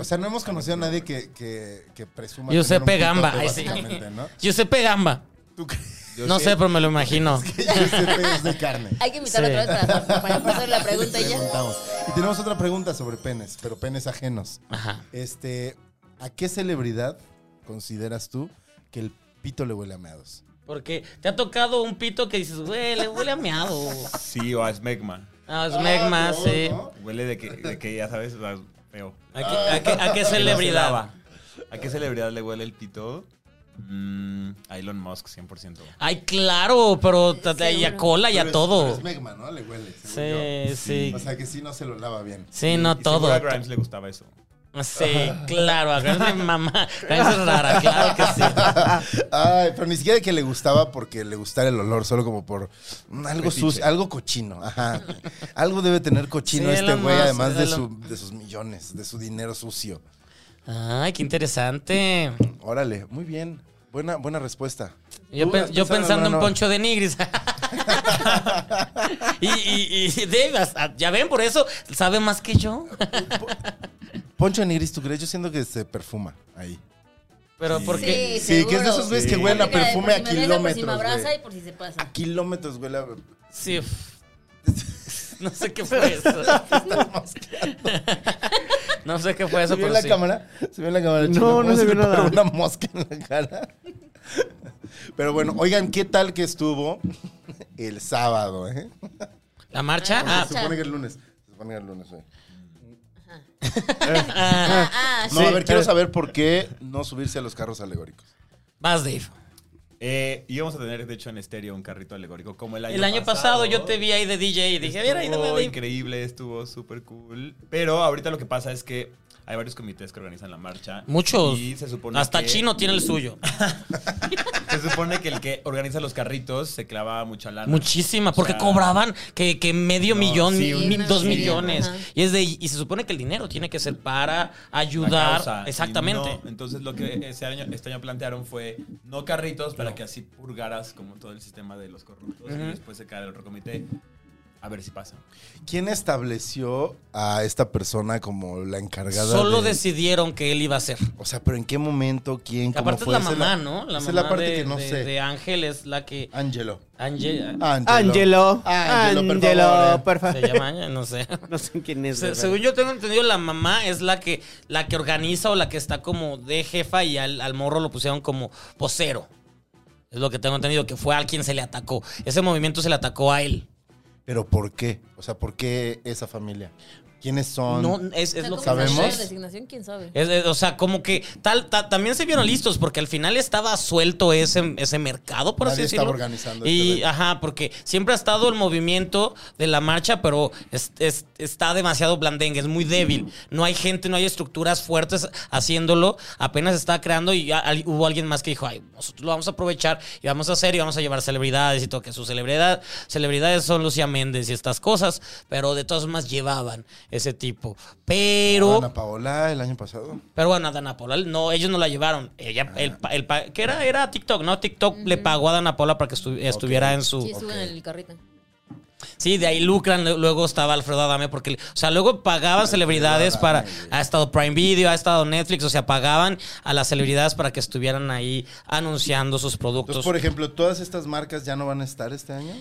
S2: O sea, no hemos conocido a nadie que, que, que presuma.
S1: Giuseppe
S2: tener un
S1: Gamba,
S2: pitote,
S1: ay, sí.
S2: básicamente, ¿no?
S1: Giuseppe Gamba.
S2: ¿Tú crees?
S3: Yo
S1: no
S3: sí.
S1: sé, pero me lo imagino.
S2: Giuseppe es de carne.
S4: Hay que invitarla
S1: Sí.
S4: otra vez para, para hacer la pregunta y ya.
S2: Preguntamos. Y tenemos otra pregunta sobre penes, pero penes ajenos.
S1: Ajá.
S2: Este, ¿a qué celebridad consideras tú que el pito le huele a meados?
S1: Porque te ha tocado un pito que dices, güey, le huele a meado.
S3: Sí, o a smegma.
S1: Ah, es Megma,
S2: Ah, no,
S1: sí.
S2: ¿no?
S3: Huele de que, de que ya sabes, o sea, feo.
S1: ¿A qué, a qué- a qué
S3: Que no se
S1: celebridad?
S3: lava. ¿A qué celebridad le huele el pito? Mm, a Elon Musk, 100%.
S1: Ay, claro, pero t- t- y a
S4: Seguro.
S1: cola y
S2: Pero
S1: a
S2: es- pero
S1: Ah, todo.
S2: Es megma, ¿no? Le huele. según
S1: Sí, sí.
S2: yo. O sea que sí no se lo lava bien.
S1: Sí, no
S3: Y seguro
S1: todo.
S3: A Grimes le gustaba eso.
S1: Sí, claro, a Grimes mi mamá. Grimes es rara, claro que sí.
S2: Ay, pero ni siquiera que le gustaba porque le gustara el olor, solo como por mm, algo
S3: Fetiche.
S2: sucio, algo cochino. Ajá. algo debe tener cochino
S1: Sí,
S2: este
S1: Elon
S2: güey,
S1: Musk,
S2: además de, su-
S1: Elon-
S2: de sus millones, de su dinero sucio.
S1: Ay, qué interesante.
S2: Órale, muy bien. Buena, buena respuesta.
S1: Yo,
S2: ¿Tú
S1: pe-
S2: has pensado
S1: yo
S2: en
S1: pensando en
S2: alguna
S1: Poncho de Nigris. y, y, y Dave, hasta- ya ven, por eso sabe más que yo.
S2: nueva? Poncho de Nigris, ¿tú crees? Yo siento que se perfuma ahí.
S1: Pero porque.
S4: Sí,
S2: Sí, que es de
S4: seguro.
S2: esos güeyes que
S4: Sí.
S2: huelen a
S4: Porque de
S2: perfume a
S4: por si me
S1: pues,
S4: besa, Por si
S2: kilómetros,
S4: me abraza
S2: güey.
S4: y por si se pasa.
S2: A kilómetros huele a...
S1: Sí. f- No sé qué fue eso. no sé qué fue
S2: ¿Se
S1: eso,
S2: vio
S1: pero
S2: en la
S1: sí.
S2: cámara? ¿Se vio en la cámara?
S6: No,
S2: Chino?
S6: no
S2: ¿Cómo
S6: se vio
S2: le paró
S6: nada.
S2: una mosca en la cara? Pero bueno, oigan, ¿qué tal que estuvo el sábado, eh?
S1: ¿La marcha? Ah,
S2: Se supone que el lunes. Se supone que el lunes, güey.
S4: Ah, ah,
S2: No, a ver, quiero saber por qué no subirse a los carros alegóricos.
S1: vas, Dave.
S3: Eh, íbamos a tener, de hecho, en estéreo un carrito alegórico como el año
S1: El año pasado yo te vi ahí de DJ y dije, mira, ahí no
S3: Estuvo
S1: me Dave.
S3: increíble, estuvo súper cool. Pero ahorita lo que pasa es que hay varios comités que organizan la marcha.
S1: Muchos.
S3: Y se supone
S1: Hasta
S3: que-
S1: Chino tiene el suyo.
S3: Se supone que el que organiza los carritos se clava mucha lana.
S1: Muchísima,
S3: O
S1: porque
S3: sea,
S1: cobraban que, que medio
S3: no,
S1: millón,
S3: sí,
S1: mi-
S4: una
S1: dos
S4: feria,
S1: millones.
S4: ajá.
S1: Y es de y se supone que el dinero tiene que ser para
S3: la
S1: ayudar.
S3: causa. Y
S1: Exactamente.
S3: no, entonces lo que ese año, este año plantearon fue no carritos para que así purgaras como todo el sistema de los corruptos y después se cae el otro comité. A ver si pasa.
S2: Pues ¿Quién estableció a esta persona como la encargada
S1: Solo
S2: de...
S1: decidieron que él iba a ser.
S2: O sea, pero ¿en qué momento? ¿Quién? ¿Cómo
S1: Aparte es
S2: fue?
S1: la
S2: Esa
S1: mamá,
S2: es
S1: ¿no?
S2: esa
S1: La mamá
S2: es la parte
S1: de,
S2: que no
S1: de-
S2: sé.
S1: de Ángel es la que.
S2: Ángelo.
S1: Ángel.
S6: Ángelo.
S2: Ángelo, por
S6: Ángelo,
S2: favor,
S6: por
S1: Se llama Ángel, no sé.
S6: No sé quién es.
S1: Se-
S6: de
S1: según
S6: verdad.
S1: yo tengo entendido, la mamá es la que, la que organiza o la que está como de jefa y al, al morro lo pusieron como vocero. Es lo que tengo entendido, que fue a quien se le atacó. Ese movimiento se le atacó a él.
S2: Pero ¿por qué? O sea, ¿por qué esa familia? ¿Quiénes son?
S1: No, es, es
S4: sea,
S1: lo
S4: ¿cómo
S1: que
S4: funciona
S2: ¿Sabemos?
S4: la designación? ¿Quién sabe?
S1: Es- es- o sea, como que tal, ta- también se vieron listos porque al final estaba suelto ese, ese mercado, por así
S2: Nadie
S1: decirlo.
S2: estaba organizando este
S1: Y
S2: evento.
S1: ajá, porque siempre ha estado el movimiento de la marcha, pero es- es- está demasiado blandengue, es muy débil. No hay gente, no hay estructuras fuertes haciéndolo. Apenas está creando y ya al- hubo alguien más que dijo, ay, nosotros lo vamos a aprovechar y vamos a hacer y vamos a llevar celebridades y todo, que sus celebridad, celebridades son Lucía Méndez y estas cosas, pero de todas formas llevaban ese tipo. Pero...
S2: Ana Paola el año pasado.
S1: Pero bueno, a Dana Paola, no, ellos no la llevaron. Ella,
S2: Ah.
S1: el, pa- el pa- que era, era TikTok, ¿no? TikTok le pagó a Dana Paola para que estu- estuviera en su...
S4: Sí, suben el carrito.
S1: Sí, de ahí lucran. lu- Luego estaba Alfredo Adame, porque, o sea, luego
S2: Ah,
S1: pagaban celebridades para. Ha estado Prime Video, ha estado Netflix, o sea, pagaban a las celebridades para que estuvieran ahí anunciando sus
S2: Entonces,
S1: productos.
S2: por ejemplo, ¿todas estas marcas ya no van a estar este año?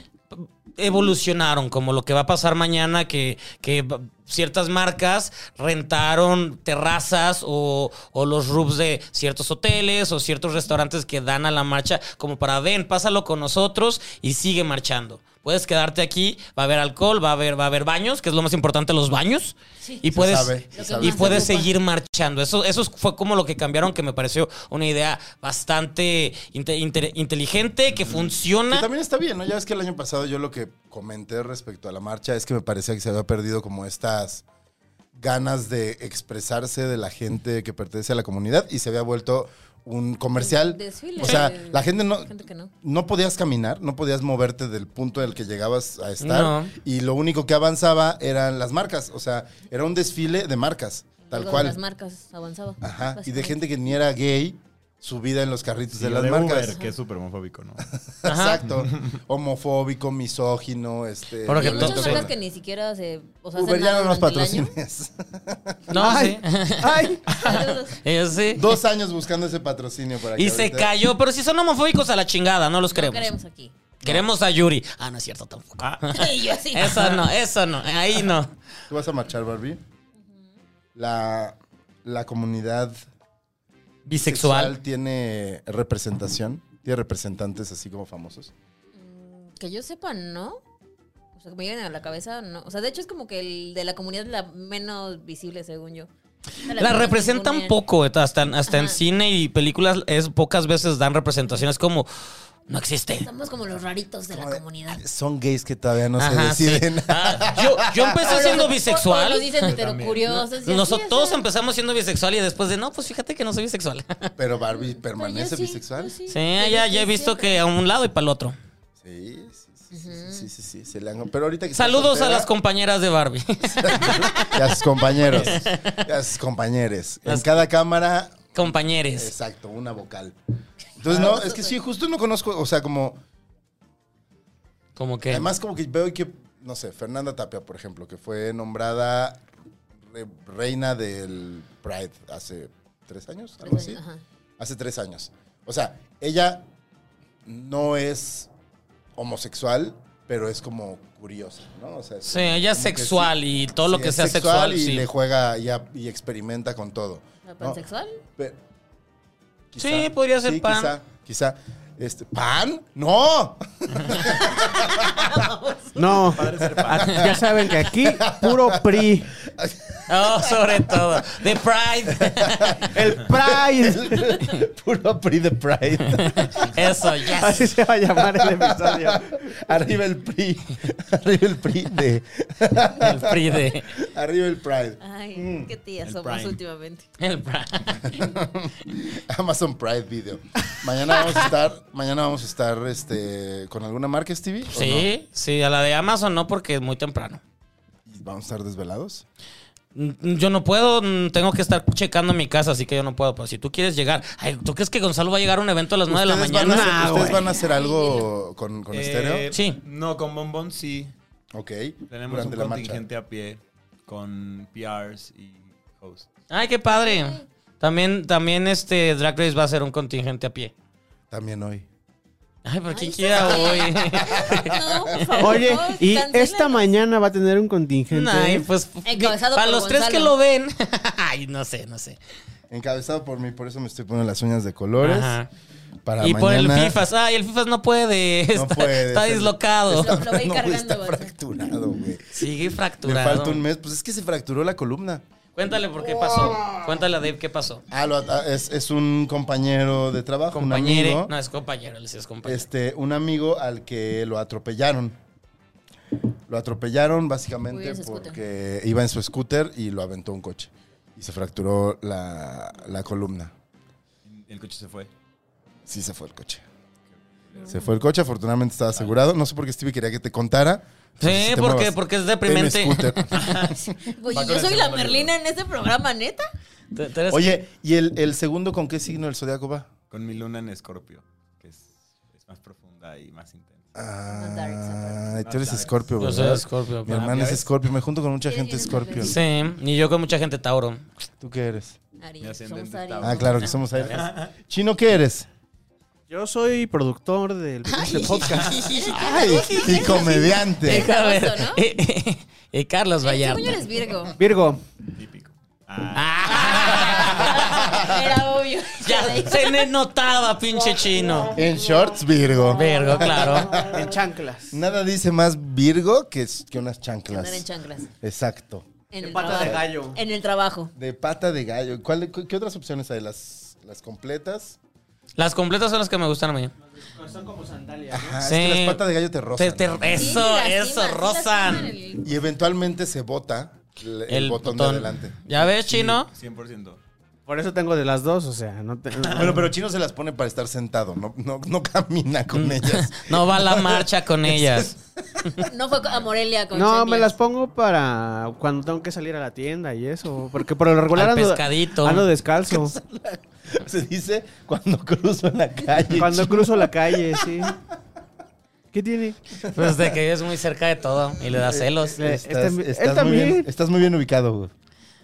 S1: Evolucionaron, como lo que va a pasar mañana, que, que b- ciertas marcas rentaron terrazas o, o los roofs de ciertos hoteles o ciertos restaurantes que dan a la marcha, como para ven, pásalo con nosotros y sigue marchando. Puedes quedarte aquí, va a haber alcohol, va a haber, va a haber baños, que es lo más importante, los baños.
S4: Sí.
S1: Y puedes,
S2: sabe, se
S4: Lo que
S2: sabe.
S1: y
S4: más
S1: puedes
S4: ocupa.
S1: seguir marchando. Eso, eso fue como lo que cambiaron, que me pareció una idea bastante inte- inte- inteligente, que
S2: Que
S1: funciona.
S2: también está bien, ¿no? Ya ves que el año pasado yo lo que comenté respecto a la marcha es que me parecía que se había perdido como estas ganas de expresarse de la gente que pertenece a la comunidad y se había vuelto un comercial.
S4: Desfile
S2: O sea,
S4: de-
S2: la gente no,
S4: gente que no.
S2: no podías caminar, no podías moverte del punto en el que llegabas a estar
S1: No.
S2: y lo único que avanzaba eran las marcas, o sea, era un desfile de marcas, tal
S4: Algo de
S2: cual.
S4: Las marcas avanzaba.
S2: Ajá, y de
S4: básicamente.
S2: gente que ni era gay, subida en los carritos
S3: Sí,
S2: de
S3: lo
S2: las
S3: de
S2: marcas.
S3: Uber, que es súper homofóbico, ¿no?
S1: Ajá.
S2: Exacto. Homofóbico, misógino, este.
S1: Por
S4: Y hay
S1: ejemplo,
S2: violento
S4: muchas marcas que
S2: con-
S4: ni siquiera se. O sea,
S2: Uber
S4: hacen
S2: ya
S4: nada
S2: no nos
S4: durante el año.
S2: patrocines.
S1: No,
S6: ¡Ay!
S1: sí.
S6: ¡Ay!
S4: Saludos.
S1: Yo sí.
S2: Dos años buscando ese patrocinio para que
S1: Y se
S2: ahorita-
S1: cayó, pero si son homofóbicos a la chingada, no los
S4: No
S1: queremos.
S4: queremos aquí.
S1: Queremos a Yuri. Ah, no es cierto tampoco.
S4: Y yo así.
S1: Eso no, eso no, ahí no.
S2: ¿Tú vas a marchar, Barbie? La, la comunidad
S1: Bisexual.
S2: sexual tiene representación. Tiene representantes así como famosos.
S4: Que yo sepa, no. O sea, que me lleguen a la cabeza, no. O sea, de hecho es como que el de la comunidad es la menos visible, según yo. O sea,
S1: La
S4: que más
S1: representan
S4: exponen.
S1: poco, eh, hasta, hasta en
S4: Ajá.
S1: cine y películas es pocas veces dan representaciones como no existe.
S4: Somos como los raritos de la comunidad.
S2: Son gays que todavía no
S1: Ajá,
S2: se
S1: sí.
S2: deciden.
S1: Ah, yo, yo empecé siendo
S4: Todos
S1: bisexual.
S4: Nos dicen heterocuriosos. y así,
S1: Nosotros
S4: o
S1: todos
S4: sea,
S1: empezamos siendo bisexual y después de no, pues fíjate que no soy bisexual.
S2: Pero Barbie
S4: pero yo
S2: permanece
S4: sí,
S2: bisexual.
S4: yo
S2: Sí,
S4: sí.
S1: Sí,
S4: Yo
S1: ya,
S4: sí
S1: ya he visto
S4: siempre.
S1: que a un lado y para el otro.
S2: sí, sí. Sí, sí, sí, sí, sí, se le han- Pero ahorita que está
S1: Saludos a
S2: soltera-
S1: las compañeras de Barbie.
S2: y a sus compañeros. y a sus compañeros. En
S1: Las-
S2: cada cámara,
S1: Compañeres.
S2: exacto, una vocal. Entonces, no, es que sí, justo no conozco, o sea, como.
S1: Como
S4: Eh,
S1: que.
S2: Además, como que veo que, no sé, Fernanda Tapia, por ejemplo, que fue nombrada re- reina del Pride hace tres años, algo así.
S4: Ajá.
S2: Hace tres años. O sea, ella no es homosexual, pero es como curiosa, ¿no? O sea, es
S1: sí, ella es
S2: como que
S1: sexual
S2: sí-
S1: y todo lo
S2: sí,
S1: que
S2: es
S1: sea sexual.
S2: y
S1: sí.
S2: le juega y, a- y experimenta con todo.
S4: ¿La
S2: ¿no?
S4: pansexual?
S2: Pe-
S1: Sí, podría ser pan.
S2: Quizá, quizá. Este, ¿Pan? ¡No!
S6: No.
S3: Padre ser
S6: Ah,
S3: padre.
S6: Ya saben que aquí, puro PRI.
S1: Oh, sobre todo. The Pride.
S6: El PRI.
S2: Puro PRI de Pride.
S1: Eso, yes.
S6: Así se va a llamar el episodio.
S2: Arriba el PRI. Arriba el PRI
S3: Eh,
S2: de.
S1: El PRI de.
S2: Arriba el Pride.
S4: Ay, qué tías
S3: El
S4: somos
S3: Prime.
S4: últimamente.
S1: El Pride.
S2: Amazon Pride Video. Mañana vamos a estar, mañana vamos a estar este, con alguna marca, Stevie. ¿o
S1: Sí, sí, a la de Amazon no, porque es muy temprano.
S2: no? ¿Y ¿Vamos a estar desvelados?
S1: Mm, Yo no puedo, mm, tengo que estar checando mi casa, así que yo no puedo. Pero si tú quieres llegar, ay, ¿tú crees que Gonzalo va a llegar a un evento a las 9 de la
S2: ¿Ustedes van a
S1: mañana?
S2: hacer-
S1: Ah,
S2: ¿Ustedes
S1: güey.
S2: van a hacer algo con, con
S3: Eh,
S2: estéreo?
S1: Sí.
S3: No, con Bombón sí.
S2: Ok.
S3: Tenemos
S2: durante
S3: un
S2: la marcha.
S3: contingente a pie con PRs y hosts.
S1: Ay, qué padre. También, también este Drag Race va a ser un contingente a pie.
S2: También hoy.
S1: Ay, pero quién
S4: Ay,
S1: quiera
S4: sí.
S1: hoy.
S4: No, por favor,
S6: Oye, y
S4: cancelen.
S6: esta mañana va a tener un contingente.
S1: Ay, pues.
S4: Eh, Encabezado
S1: Para
S4: por
S1: los tres
S4: Gonzalo.
S1: que lo ven. Ay, no sé, no sé.
S2: Encabezado por mí, por eso me estoy poniendo las uñas de colores.
S1: Ajá.
S2: Para
S1: y por el
S2: mañana-
S1: FIFAS. Ay, el FIFAS no puede.
S2: No
S1: está,
S2: puede,
S1: está
S2: está-
S1: dislocado.
S4: Lo- lo voy
S2: No, güey, está
S4: cargando, güey.
S2: fracturado, güey.
S1: Sigue
S2: Le
S1: fracturado.
S2: falta un mes. Pues es que se fracturó la columna.
S1: Cuéntale por qué pasó. Cuéntale a Dave qué pasó.
S2: Ah, lo- ah, es, es un compañero de trabajo, un
S1: Compañero.
S2: amigo.
S1: No, es compañero, él sí es compañero.
S2: Este, un amigo al que lo atropellaron. Lo atropellaron
S4: Uy,
S2: básicamente
S4: en su scooter.
S2: porque iba en su scooter y lo aventó un coche. Y se fracturó la, la columna.
S3: El coche se fue.
S2: Sí, se fue el coche. Se fue el coche, afortunadamente estaba asegurado. No sé por qué Stevie quería que te contara. Entonces,
S1: Sí,
S2: pues, te
S1: porque,
S2: muevas.
S1: porque es
S2: Ten
S1: deprimente.
S2: scooter.
S4: Oye,
S3: Va con
S4: Pues, yo
S3: el
S4: soy la
S3: segundo libro.
S4: Merlina en este programa, neta.
S1: Tú- tú eres-
S2: Oye, ¿y el, el segundo con qué signo del zodiaco va?
S3: Con mi luna en escorpio, que es, es más profunda y más intensa.
S2: Ah,
S3: dark.
S2: tú eres Scorpio,
S1: Yo
S2: ¿verdad?
S1: soy Scorpio.
S2: Mi
S1: pero-
S2: hermana
S3: ¿Ya
S2: es
S3: ves?
S2: Scorpio, me junto con mucha
S4: Sí,
S2: gente
S4: eres
S2: Scorpio.
S4: Scorpio.
S1: Sí, y yo con mucha gente Tauro.
S2: ¿Tú qué eres?
S4: Ari,
S3: Mi ascendente
S4: somos
S3: está-
S4: Ari.
S2: Ah, claro que somos aires. Chino, ¿qué eres? Este
S6: Yo soy productor del pinche podcast.
S2: Ay, y comediante.
S4: Virgo,
S1: A ver,
S4: ¿no?
S1: eh, eh, eh, Carlos
S4: Según yo
S1: Vallarta.
S4: eres Virgo.
S6: Virgo,
S3: Típico. Ah,
S1: Ah.
S4: Era obvio.
S1: Ya se me notaba, pinche chino.
S2: En shorts, Virgo.
S1: Vergo, claro.
S6: en chanclas.
S2: Nada dice más Virgo que, que unas chanclas.
S4: Andar en chanclas.
S2: Exacto.
S4: En el
S6: pata de
S4: trabajo.
S6: gallo.
S4: En el trabajo.
S2: De pata de gallo. ¿Cuál, ¿Qué otras opciones hay? ¿Las, las completas?
S1: Las completas son las que me gustan a mí.
S6: Son como sandalias.
S2: Ajá,
S1: Sí.
S2: es que las patas de gallo te
S1: Te-
S2: rozan.
S1: te-
S4: Sí,
S1: eso,
S4: te
S1: eso,
S4: lastiman, sí lastiman
S1: rozan.
S4: el-
S2: Y eventualmente se bota el, el botón, de adelante.
S1: ¿Ya ves, chino?
S3: 100%.
S6: Por eso tengo de las dos, o sea, no te-
S2: Bueno, pero Chino se las pone para estar sentado, no, no, no camina con ellas.
S1: No va a la marcha con ellas.
S4: No fue a Morelia con
S6: No, me
S4: chanclas.
S6: las pongo para cuando tengo que salir a la tienda y eso. Porque por lo regular
S1: Al
S6: ando,
S1: pescadito.
S6: ando descalzo.
S2: Se dice cuando cruzo en la calle.
S6: Cuando cruzo la calle, sí. ¿Qué tiene?
S1: Pues de que vives muy cerca de todo y le da celos.
S6: Eh,
S2: Estás,
S6: este- él
S2: estás muy
S6: también.
S2: bien, estás muy bien ubicado, güey.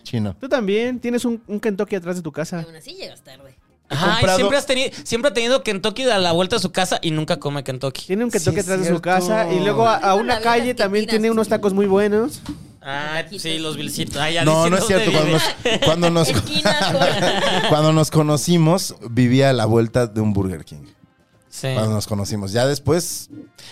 S2: Chino.
S6: Tú también. Tienes un, un Kentucky atrás de tu
S4: Y
S6: casa.
S4: aún así llegas tarde.
S1: Ajá, y
S2: comprado-
S1: siempre has tenido, siempre ha tenido Kentucky a la vuelta de su casa y nunca come Kentucky.
S6: Tiene un Kentucky
S2: Sí, es
S6: atrás de su
S2: cierto.
S6: casa. Y luego a, a
S4: Con la
S6: una
S4: vida
S6: calle
S4: que
S6: también
S4: tiras.
S6: tiene unos tacos muy buenos.
S1: Ah, sí, los vilcitos. Ay, ya
S2: No,
S1: dicen
S2: no es
S1: dónde
S2: cierto. Cuando
S1: vive.
S2: nos, cuando, nos,
S4: Esquina con...
S2: cuando nos conocimos, vivía a la vuelta de un Burger King.
S1: Sí.
S2: Cuando nos conocimos. Ya después,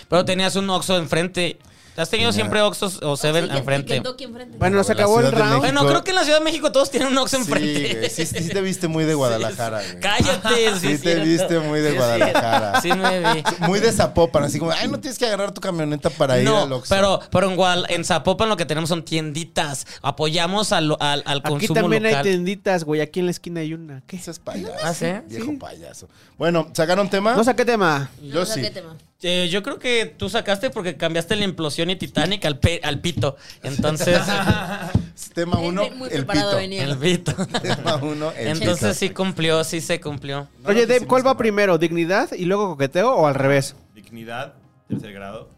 S1: Pero tenías un Oxxo enfrente. ¿Has tenido siempre Oxxos o Seven
S4: Sí,
S1: enfrente?
S4: Kentucky enfrente.
S6: Bueno, se
S2: la
S6: acabó el
S2: Ciudad de
S6: round.
S1: Bueno,
S2: México.
S1: creo que en la Ciudad de México todos tienen un Oxxo
S2: sí, güey,
S1: enfrente.
S2: sí, sí te viste muy de Guadalajara, güey.
S1: Cállate, sí,
S2: Sí
S1: es
S2: te
S1: cierto.
S2: viste muy de
S1: Sí, es cierto.
S2: Guadalajara.
S1: Sí me vi.
S2: Muy de Zapopan, así como, ay, no tienes que agarrar tu camioneta para ir al
S1: No,
S2: Oxxo.
S1: pero, pero en, Guadal- en Zapopan lo que tenemos son tienditas. Apoyamos al, lo- al, al
S6: Aquí
S1: consumo
S6: también hay
S1: local.
S6: tienditas, güey. Aquí en la esquina hay una. ¿Qué?
S2: Ese es payaso.
S1: ¿Ah, sí?
S2: Viejo payaso. Bueno, ¿sacaron tema?
S6: No saqué tema.
S4: No,
S2: Yo
S4: no,
S2: sí.
S4: ¿qué tema?
S1: Eh, yo creo que tú sacaste porque cambiaste la implosión y Titanic al, pe- al pito. Entonces,
S2: Tema uno,
S4: Él muy
S2: el
S4: preparado
S2: pito.
S4: venía.
S1: el pito.
S2: Tema uno, el
S1: Entonces
S2: pito.
S1: sí cumplió, sí se cumplió.
S2: No
S6: Oye,
S2: lo
S6: Dave, ¿cuál
S2: quisimos
S6: va
S2: tomar.
S6: primero? ¿Dignidad y luego coqueteo o al revés?
S3: Dignidad, tercer grado,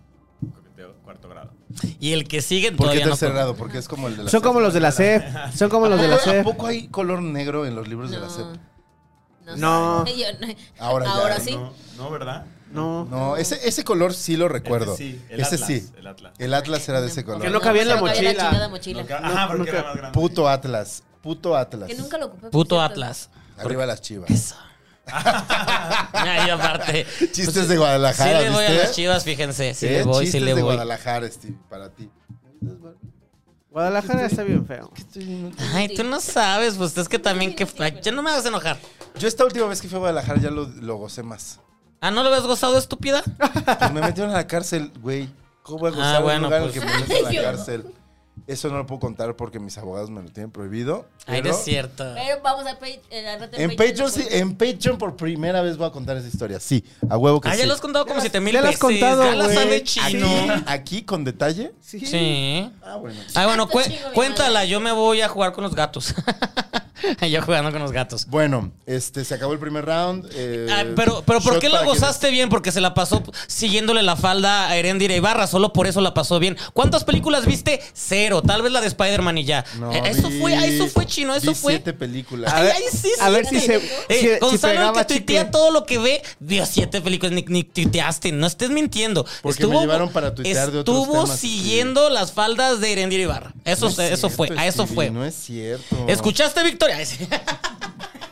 S3: coqueteo, cuarto grado.
S1: Y el que sigue
S2: ¿Por qué
S1: todavía no
S2: tercer
S1: cumplió.
S2: grado? Porque es como el de la
S6: Son como los de la SEP. Son como los de la
S2: ¿A
S6: SEP.
S2: poco hay color negro en los libros de la
S4: No.
S2: SEP?
S6: No.
S4: sé. Yo no-
S2: Ahora ya,
S4: Ahora
S2: ¿no?
S4: sí.
S3: No, no, ¿verdad?
S6: No.
S2: No, ese, ese color sí lo recuerdo.
S3: Ese sí, el
S2: ese
S3: Atlas,
S2: sí.
S3: el Atlas.
S2: El Atlas era de ese color.
S6: Que no cabía en la
S4: no cabía
S6: mochila.
S4: chingada mochila.
S3: No, ca- ajá, porque
S6: nunca-
S3: era más grande.
S2: Puto Atlas. Puto Atlas.
S4: Que nunca lo ocupé. por
S1: Puto
S4: cierto.
S1: Atlas.
S2: Arriba las chivas.
S1: Eso. Ay, aparte.
S2: Chistes
S1: Pues,
S2: de Guadalajara,
S1: Sí le voy
S2: ¿viste?
S1: a las chivas, fíjense. Sí
S2: ¿Eh?
S1: le voy, sí
S2: Chistes
S1: le
S2: de
S1: voy.
S2: Guadalajara, Steve, para ti.
S6: Guadalajara está bien feo.
S1: Ay, tú no sabes, pues es que también que... Ay, Ya no me hagas enojar.
S2: Yo esta última vez que fui a Guadalajara ya lo, lo gocé más.
S1: ¿Ah, no lo habías gozado, estúpida?
S2: Pues me metieron a la cárcel, güey. ¿Cómo voy a gozar
S1: Ah,
S2: de un
S1: bueno,
S2: lugar
S1: pues.
S2: en el que me metieron a
S4: Ay,
S2: la
S4: yo no.
S2: cárcel? Eso no lo puedo contar porque mis abogados me lo tienen prohibido.
S1: Ay, no
S2: pero-
S1: es cierto.
S4: Pero vamos a Patreon.
S2: En
S4: En
S2: Patreon,
S1: pues.
S2: sí, en Patreon por primera vez voy a contar esa historia. Sí, a huevo que
S1: Ah,
S2: sí. Eh,
S1: ya lo has contado como siete mil
S6: ya lo has
S1: veces.
S6: contado,
S1: ya la
S6: güey.
S1: sabe
S2: aquí,
S1: chino.
S2: aquí con detalle.
S1: Sí.
S2: Ah, bueno.
S1: Ay, bueno,
S4: Está
S1: cué-
S4: chido, mi
S1: cuéntala,
S4: madre.
S1: yo me voy a jugar con los gatos. yo jugando con los gatos.
S2: Bueno, este, se acabó el primer round. eh,
S1: Ah, pero, pero ¿por
S2: shot
S1: qué la
S2: para quienes-
S1: gozaste bien? Porque se la pasó siguiéndole la falda a Erendira Ibarra, solo por eso la pasó bien. ¿Cuántas películas viste? Cero, tal vez la de Spider-Man y ya.
S2: No,
S1: Eh, eso
S2: vi-
S1: fue, ah, eso fue chino, eso
S2: vi
S1: fue.
S2: siete películas.
S6: A ver,
S1: Ay, sí,
S6: a
S1: sí,
S6: ver si
S1: sí.
S6: se.
S1: Eh,
S6: si- si
S1: Gonzalo, el
S6: pegaba
S1: que tuitea
S6: chicle.
S1: todo lo que ve, vio siete películas, ni, ni tuiteaste, no estés mintiendo.
S2: Porque me llevaron para tuitear de otros
S1: Estuvo
S2: temas,
S1: siguiendo las faldas de Erendira Ibarra. Eso,
S2: No es
S1: eso fue,
S2: cierto,
S1: a eso
S2: Stevie,
S1: fue.
S2: No es cierto.
S1: ¿Escuchaste, Victoria?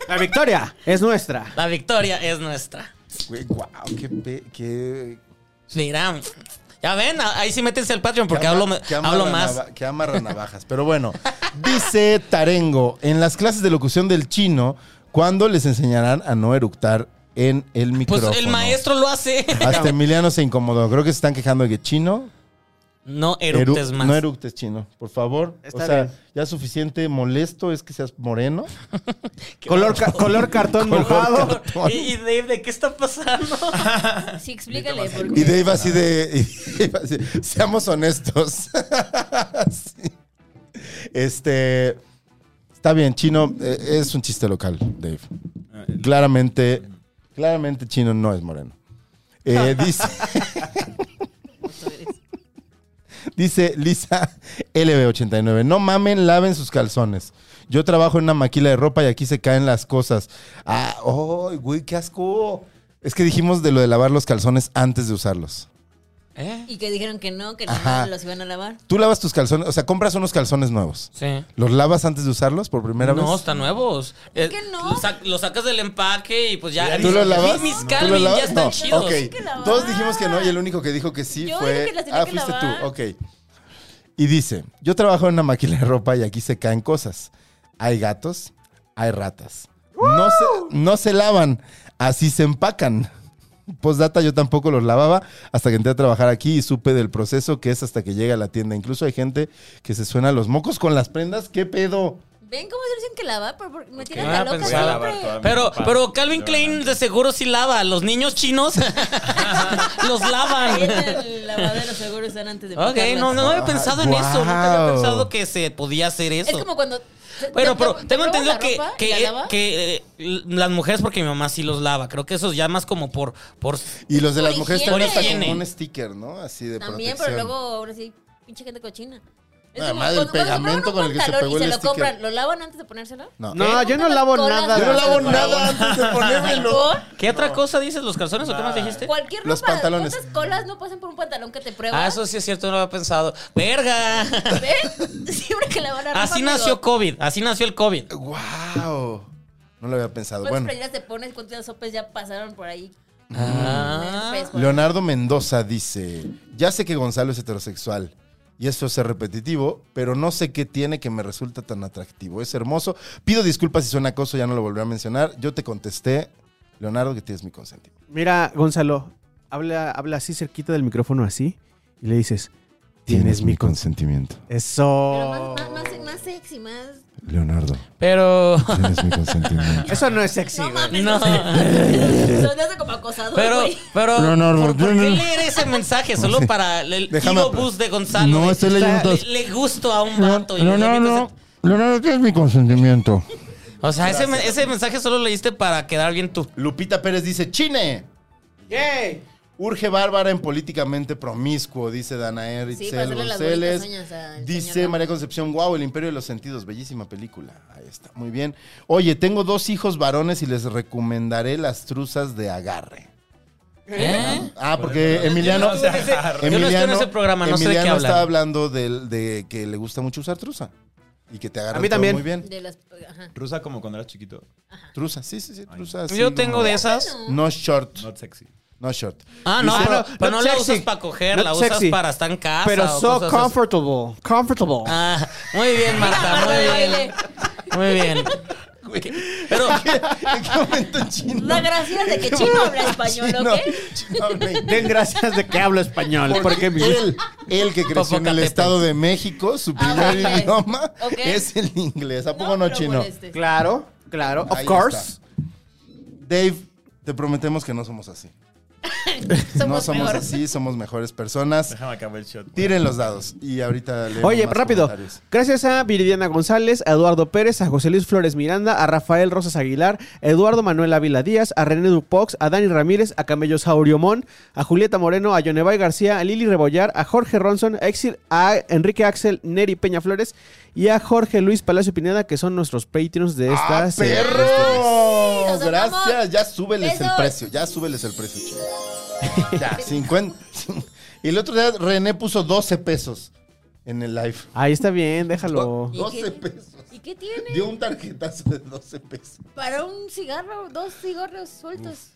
S6: La victoria es nuestra.
S1: La victoria es nuestra.
S2: Güey, wow, qué, pe- qué-
S1: Mira, ya ven, a- ahí sí métense al Patreon porque
S2: que ama-
S1: hablo,
S2: que ama
S1: hablo
S2: la
S1: más.
S2: nava- que amarra navajas. Pero bueno, dice Tarengo, en las clases de locución del chino, ¿cuándo les enseñarán a no eructar en el
S1: Pues
S2: micrófono?
S1: el maestro lo hace.
S2: Hasta Emiliano se incomodó. Creo que se están quejando de que chino.
S1: No
S2: eru-
S1: eructes más.
S2: No eructes, chino, por favor.
S6: Está
S2: o sea,
S6: bien.
S2: ya suficiente molesto es que seas moreno.
S6: Color, ca- color cartón
S2: Color
S6: mojado.
S2: cartón.
S1: y, y Dave, ¿de qué está pasando?
S4: Sí, explícale. por
S2: Y
S4: qué.
S2: Dave así de. y Dave así, seamos honestos. Sí. Este. Está bien, Chino eh, es un chiste local, Dave. Claramente, claramente Chino no es moreno. Eh, dice, dice Lisa LB89, no mamen, laven sus calzones. Yo trabajo en una maquila de ropa y aquí se caen las cosas. Ah, ¡ay, güey, qué asco! Es que dijimos de lo de lavar los calzones antes de usarlos.
S1: ¿Eh?
S4: Y que dijeron que no, que
S2: Ajá.
S4: no los iban a lavar.
S2: Tú lavas tus calzones, o sea, compras unos calzones nuevos.
S1: Sí.
S2: ¿Los lavas antes de usarlos por primera vez?
S1: No, están nuevos. Eh,
S4: qué no?
S1: Lo, sac- lo sacas del empaque y pues ya.
S2: ¿Tú los
S1: Mi-
S2: lavas?
S1: Mis
S2: ¿Tú
S1: Calvin
S2: los lavas?
S1: ya están
S2: No,
S1: chidos.
S2: ok.
S4: que lavar.
S2: Todos dijimos que no y el único que dijo que sí
S4: Yo
S2: fue...
S4: dije que las tenía
S2: ah,
S4: que
S2: fuiste
S4: lavar.
S2: tú, ok. Y dice, yo trabajo en una máquina de ropa y aquí se caen cosas. Hay gatos, hay ratas. No se, no se lavan, así se empacan. Postdata yo tampoco los lavaba hasta que entré a trabajar aquí y supe del proceso que es hasta que llega a la tienda. Incluso hay gente que se suena los mocos con las prendas. ¿Qué pedo?
S4: ¿Ven cómo se dicen que lavar? Por, por- me tiran
S1: Ah,
S4: la loca
S1: pensé- Voy a
S3: lavar toda
S4: siempre.
S3: mi-
S1: Pero,
S3: Papá,
S1: pero Calvin
S3: de
S1: Klein
S3: verdad.
S1: de seguro sí lava. Los niños chinos los
S4: Ahí en
S1: lavan.
S4: el lavadero seguro están antes de
S1: Ok,
S4: picarlas.
S1: no, no había
S2: Ah,
S1: pensado en eso. Nunca había
S2: guau.
S1: pensado que se podía hacer eso.
S4: Es como cuando... te-
S1: Bueno,
S4: te-
S1: pero
S4: te
S1: tengo
S4: robas
S1: entendido
S4: la
S1: que,
S4: ropa y
S1: que,
S4: la lavas.
S1: que, eh, las mujeres, porque mi mamá sí los lava. Creo que eso es ya más como por. por
S2: Y los de las
S4: Por
S2: mujeres
S4: higiene.
S2: también hasta
S1: Por
S2: como
S1: higiene.
S2: un sticker, ¿no? Así de
S4: También,
S2: protección.
S4: pero luego ahora sí, pinche gente cochina. Es
S2: Nada
S4: como
S2: más del
S4: cuando- cuando compran
S2: pegamento
S4: un
S2: con el que se
S4: pantalón
S2: pegó
S4: y
S2: el
S4: se
S2: sticker.
S4: lo compran, ¿lo lavan antes de ponérselo?
S2: No.
S6: No, Ah,
S4: Eh,
S6: yo no lavo
S4: Colas,
S6: nada.
S2: Yo no lavo
S4: Por
S2: nada
S4: favor.
S2: antes de ponérmelo.
S4: ¿Alcohol?
S1: ¿Qué otra cosa dices? ¿Los calzones o qué más dijiste?
S4: Cualquier ropa,
S2: Los pantalones.
S4: ¿cuántas colas no pasan por un pantalón que te pruebas?
S1: Ah, eso sí es cierto, no lo había pensado. ¡Verga!
S4: ¿Ven? Siempre que lavar la ropa.
S1: Así
S4: amigo.
S1: nació COVID, así nació el COVID.
S2: ¡Wow! No lo había pensado.
S1: Pues
S4: ¿Cuántas
S2: Bueno,
S4: playeras te pones? ¿Cuántas sopes ya pasaron por ahí?
S1: Ah.
S4: Pues, por-
S2: Leonardo Mendoza dice: Ya sé que Gonzalo es heterosexual. Y eso es repetitivo, pero no sé qué tiene que me resulta tan atractivo. Es hermoso. Pido disculpas si suena acoso, ya no lo volveré a mencionar. Yo te contesté, Leonardo, que tienes mi consentimiento.
S6: Mira, Gonzalo, habla, habla así cerquita del micrófono, así, y le dices, tienes mi consentimiento.
S2: consentimiento.
S4: Pero
S6: Eso.
S4: más, más, más, más sexy, más.
S2: Leonardo,
S1: Pero.
S2: tienes mi consentimiento.
S6: Eso no es sexy,
S4: No
S6: güey.
S4: mames.
S1: No.
S4: Sonaste como acosador.
S1: Pero,
S4: güey.
S1: pero.
S2: No, no,
S1: ¿por, por
S2: no,
S1: qué
S2: no.
S1: leer ese mensaje? Solo
S2: sé.
S1: para el
S2: Déjame-
S1: ego boost de Gonzalo.
S2: No,
S1: de-
S2: estoy leyendo todos.
S1: Le, le gusto a un vato. y le-
S2: Leonardo, tienes mi consentimiento.
S1: O sea, ese, men- ese mensaje solo leíste para quedar bien tú.
S2: Lupita Pérez dice, ¡Chine!
S6: Yay.
S2: Urge Bárbara en políticamente promiscuo, dice Danaer
S4: Sí,
S2: Itzel
S4: pasarle las
S2: González.
S4: bonitas uñas al
S2: Dice
S4: señor.
S2: María Concepción, wow, el imperio de los sentidos, bellísima película. Ahí está, muy bien. Oye, tengo dos hijos varones y les recomendaré las truzas de agarre.
S1: ¿Eh?
S2: Ah, porque Emiliano...
S3: no sé agarre.
S1: Yo no estoy en ese programa, no sé de qué
S2: Emiliano
S1: hablan.
S2: estaba hablando del- de, que le gusta mucho usar truza y que te agarra
S6: A mí también.
S2: muy bien.
S4: De las. Ajá.
S3: Rusa como cuando eras chiquito.
S2: Truza, sí, sí, sí, truza.
S1: Yo tengo de esas.
S4: No.
S2: No short,
S3: Not sexy.
S2: no short.
S1: Ah, no,
S6: Ah,
S1: pero,
S6: no,
S1: pero no,
S6: not
S1: la
S6: sexy.
S1: usas para coger,
S6: Not
S1: la usas
S6: sexy.
S1: para estar en casa.
S6: Pero
S1: o
S6: so
S1: cosas así.
S6: comfortable. Comfortable.
S1: Ah, muy bien, Marta, muy bien. Muy bien. Pero,
S2: ¿En qué momento chino?
S4: La gracia de que Chino habla español, ¿ok?
S2: Chino habla inglés.
S6: Den gracias de que hablo español. Porque mi-
S2: Él, él que creció en el
S1: Popocatépetl.
S2: Estado de México, su primer
S4: Ah, ok.
S2: idioma
S4: Ok.
S2: es el inglés. ¿A poco no,
S4: lo
S2: chino?
S4: molestes.
S6: Claro, claro. Of
S2: Ahí
S6: course.
S2: Dave, te prometemos que no somos así. no
S4: Somos
S2: somos
S4: peor.
S2: así, somos mejores personas.
S3: Déjame acabar el shot.
S2: Tiren los dados y ahorita leemos
S6: Oye,
S2: más
S6: rápido.
S2: comentarios.
S6: Gracias a Viridiana González, a Eduardo Pérez, a José Luis Flores Miranda, a Rafael Rosas Aguilar, a Eduardo Manuel Ávila Díaz, a René Dupox, a Dani Ramírez, a Camellos Sauriomón, a Julieta Moreno, a Yonevay García, a Lili Rebollar, a Jorge Ronson, a, Exil- a Enrique Axel Neri Peña Flores y a Jorge Luis Palacio Pineda, que son nuestros patreons de esta
S2: ¡Ah,
S6: serie.
S2: perro!
S4: Nos
S2: Gracias,
S4: amamos.
S2: ya súbeles el
S4: Besos.
S2: precio, ya súbeles el precio, chino. Ya, 50. Y el otro día René puso 12 pesos en el live.
S6: Ahí está bien, déjalo.
S4: ¿Y
S2: 12
S4: qué-
S2: pesos.
S4: ¿Y qué tiene?
S2: Dio un tarjetazo de 12 pesos.
S4: Para un cigarro, dos cigarros sueltos.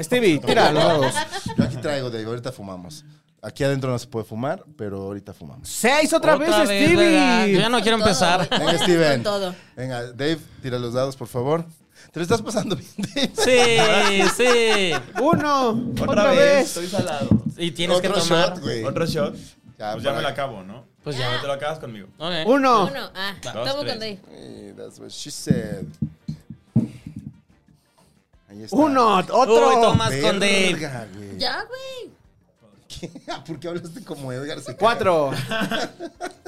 S6: Stevie, tira los dados.
S2: Yo aquí traigo, Dave, ahorita fumamos. Aquí adentro no se puede fumar, pero ahorita fumamos.
S6: ¡Seis otra, vez,
S1: ¿verdad? Yo ya
S6: Stevie!
S1: no quiero
S4: Todo,
S1: empezar.
S4: güey.
S2: Venga, Steven.
S4: Todo.
S2: Venga, Dave, tira los dados, por favor. Te lo estás pasando bien, Dave.
S1: Sí, sí.
S6: Uno, otra, vez.
S3: Estoy salado.
S1: Y tienes
S2: Otro
S1: que tomar.
S2: shot, güey.
S3: Otro shot.
S2: Ya,
S3: pues ya
S2: para-
S3: me la acabo, ¿no?
S1: Pues
S4: ya.
S3: Te lo acabas conmigo.
S1: Ok.
S6: Uno.
S4: Uno. Ah,
S3: Dos,
S4: tomo
S3: tres.
S4: con Dave.
S2: Eh, That's what she said. Ahí está.
S6: Uno, otro.
S1: Uy, tomas con Dave.
S2: Verga, güey.
S4: Ya, güey.
S2: ¿Qué? ¿Por qué hablaste como Edgar? Se
S6: Cuatro.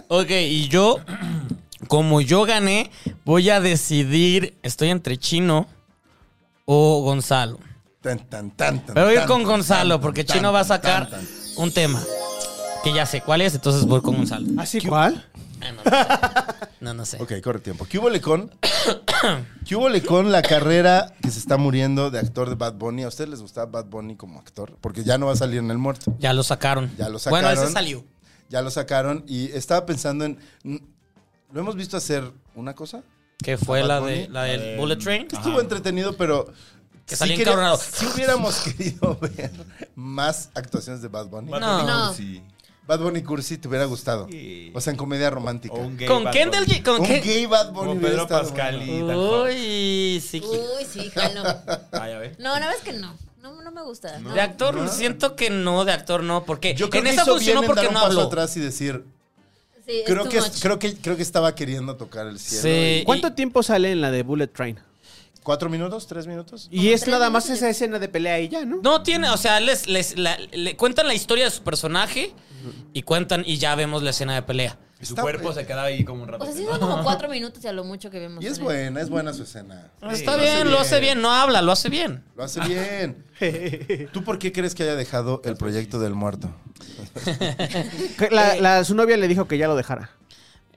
S1: Ok, y yo, como yo gané, voy a decidir. Estoy entre Chino o Gonzalo.
S2: Tan, tan, tan, tan,
S1: Pero voy a ir
S2: tan,
S1: con
S2: tan,
S1: Gonzalo,
S2: tan,
S1: porque
S2: tan,
S1: Chino va a
S2: tan,
S1: sacar
S2: tan, tan.
S1: un tema. Que ya sé cuál es, entonces voy con Gonzalo.
S6: ¿Así cuál?
S1: Ah, no, no sé. No, no sé.
S2: Ok, corre tiempo. ¿Qué hubo con? ¿Qué hubo con la carrera que se está muriendo de actor de Bad Bunny? ¿A ustedes les gustaba Bad Bunny como actor? Porque ya no va a salir en el muerto.
S1: Ya lo sacaron.
S2: Ya lo
S1: Bueno, ese
S2: sacaron.
S1: salió.
S2: Ya lo sacaron y estaba pensando en. ¿Lo hemos visto hacer una cosa?
S1: Que fue
S2: ¿A
S1: la,
S2: Bad
S1: de,
S2: Bunny?
S1: la del Bullet Train.
S2: Que estuvo entretenido, pero. sí
S1: Que salía
S2: quería-
S1: encabronado.
S2: sí hubiéramos querido ver más actuaciones de Bad Bunny.
S3: Bad
S1: No.
S3: Bunny
S4: No.
S3: Cursi.
S2: Bad Bunny Cursi te hubiera gustado.
S3: Sí.
S2: O sea, en comedia romántica.
S3: O un
S2: Un,
S3: gay
S1: Con
S3: Bad
S1: Kendall.
S3: Bunny.
S1: Ye- Con Ken-
S2: gay Bad Bunny.
S3: Con
S2: hubiera
S3: Pedro
S2: estado
S3: Pascal
S2: bueno.
S3: y Dan Fox.
S1: Uy, sí.
S4: Uy, sí, jalo.
S3: Ah, ya ve.
S4: No, la verdad es que no. No, no me gusta. No.
S1: De actor, siento que no, de actor no, porque
S2: Yo creo
S1: en
S2: que
S1: esa
S2: hizo bien
S1: funcionó
S2: en
S1: porque
S2: dar un
S1: no
S2: paso
S1: habló.
S2: atrás y decir,
S4: Sí, es
S2: creo
S4: too
S2: que,
S4: much.
S2: creo, que, creo que estaba queriendo tocar el cielo.
S1: Sí.
S6: ¿Cuánto
S1: Y-
S6: tiempo sale en la de Bullet Train?
S2: ¿Cuatro minutos? ¿Tres minutos?
S6: Y es
S4: tres
S6: nada más
S4: minutos.
S6: esa escena de pelea y ya, ¿no?
S1: No tiene, o sea, les, les- la- le cuentan la historia de su personaje y cuentan y ya vemos la escena de pelea.
S3: Y su
S2: Está-
S3: cuerpo se queda ahí como un rato.
S4: O sea, sí son como cuatro minutos y a lo mucho que vemos.
S2: Y es
S4: con él.
S2: buena, es buena su escena.
S1: Está bien, lo hace bien, no habla, lo hace bien.
S2: Lo hace bien. ¿Tú por qué crees que haya dejado el proyecto del muerto?
S6: Que La,
S1: Eh.
S6: la- su novia le dijo que ya lo dejara.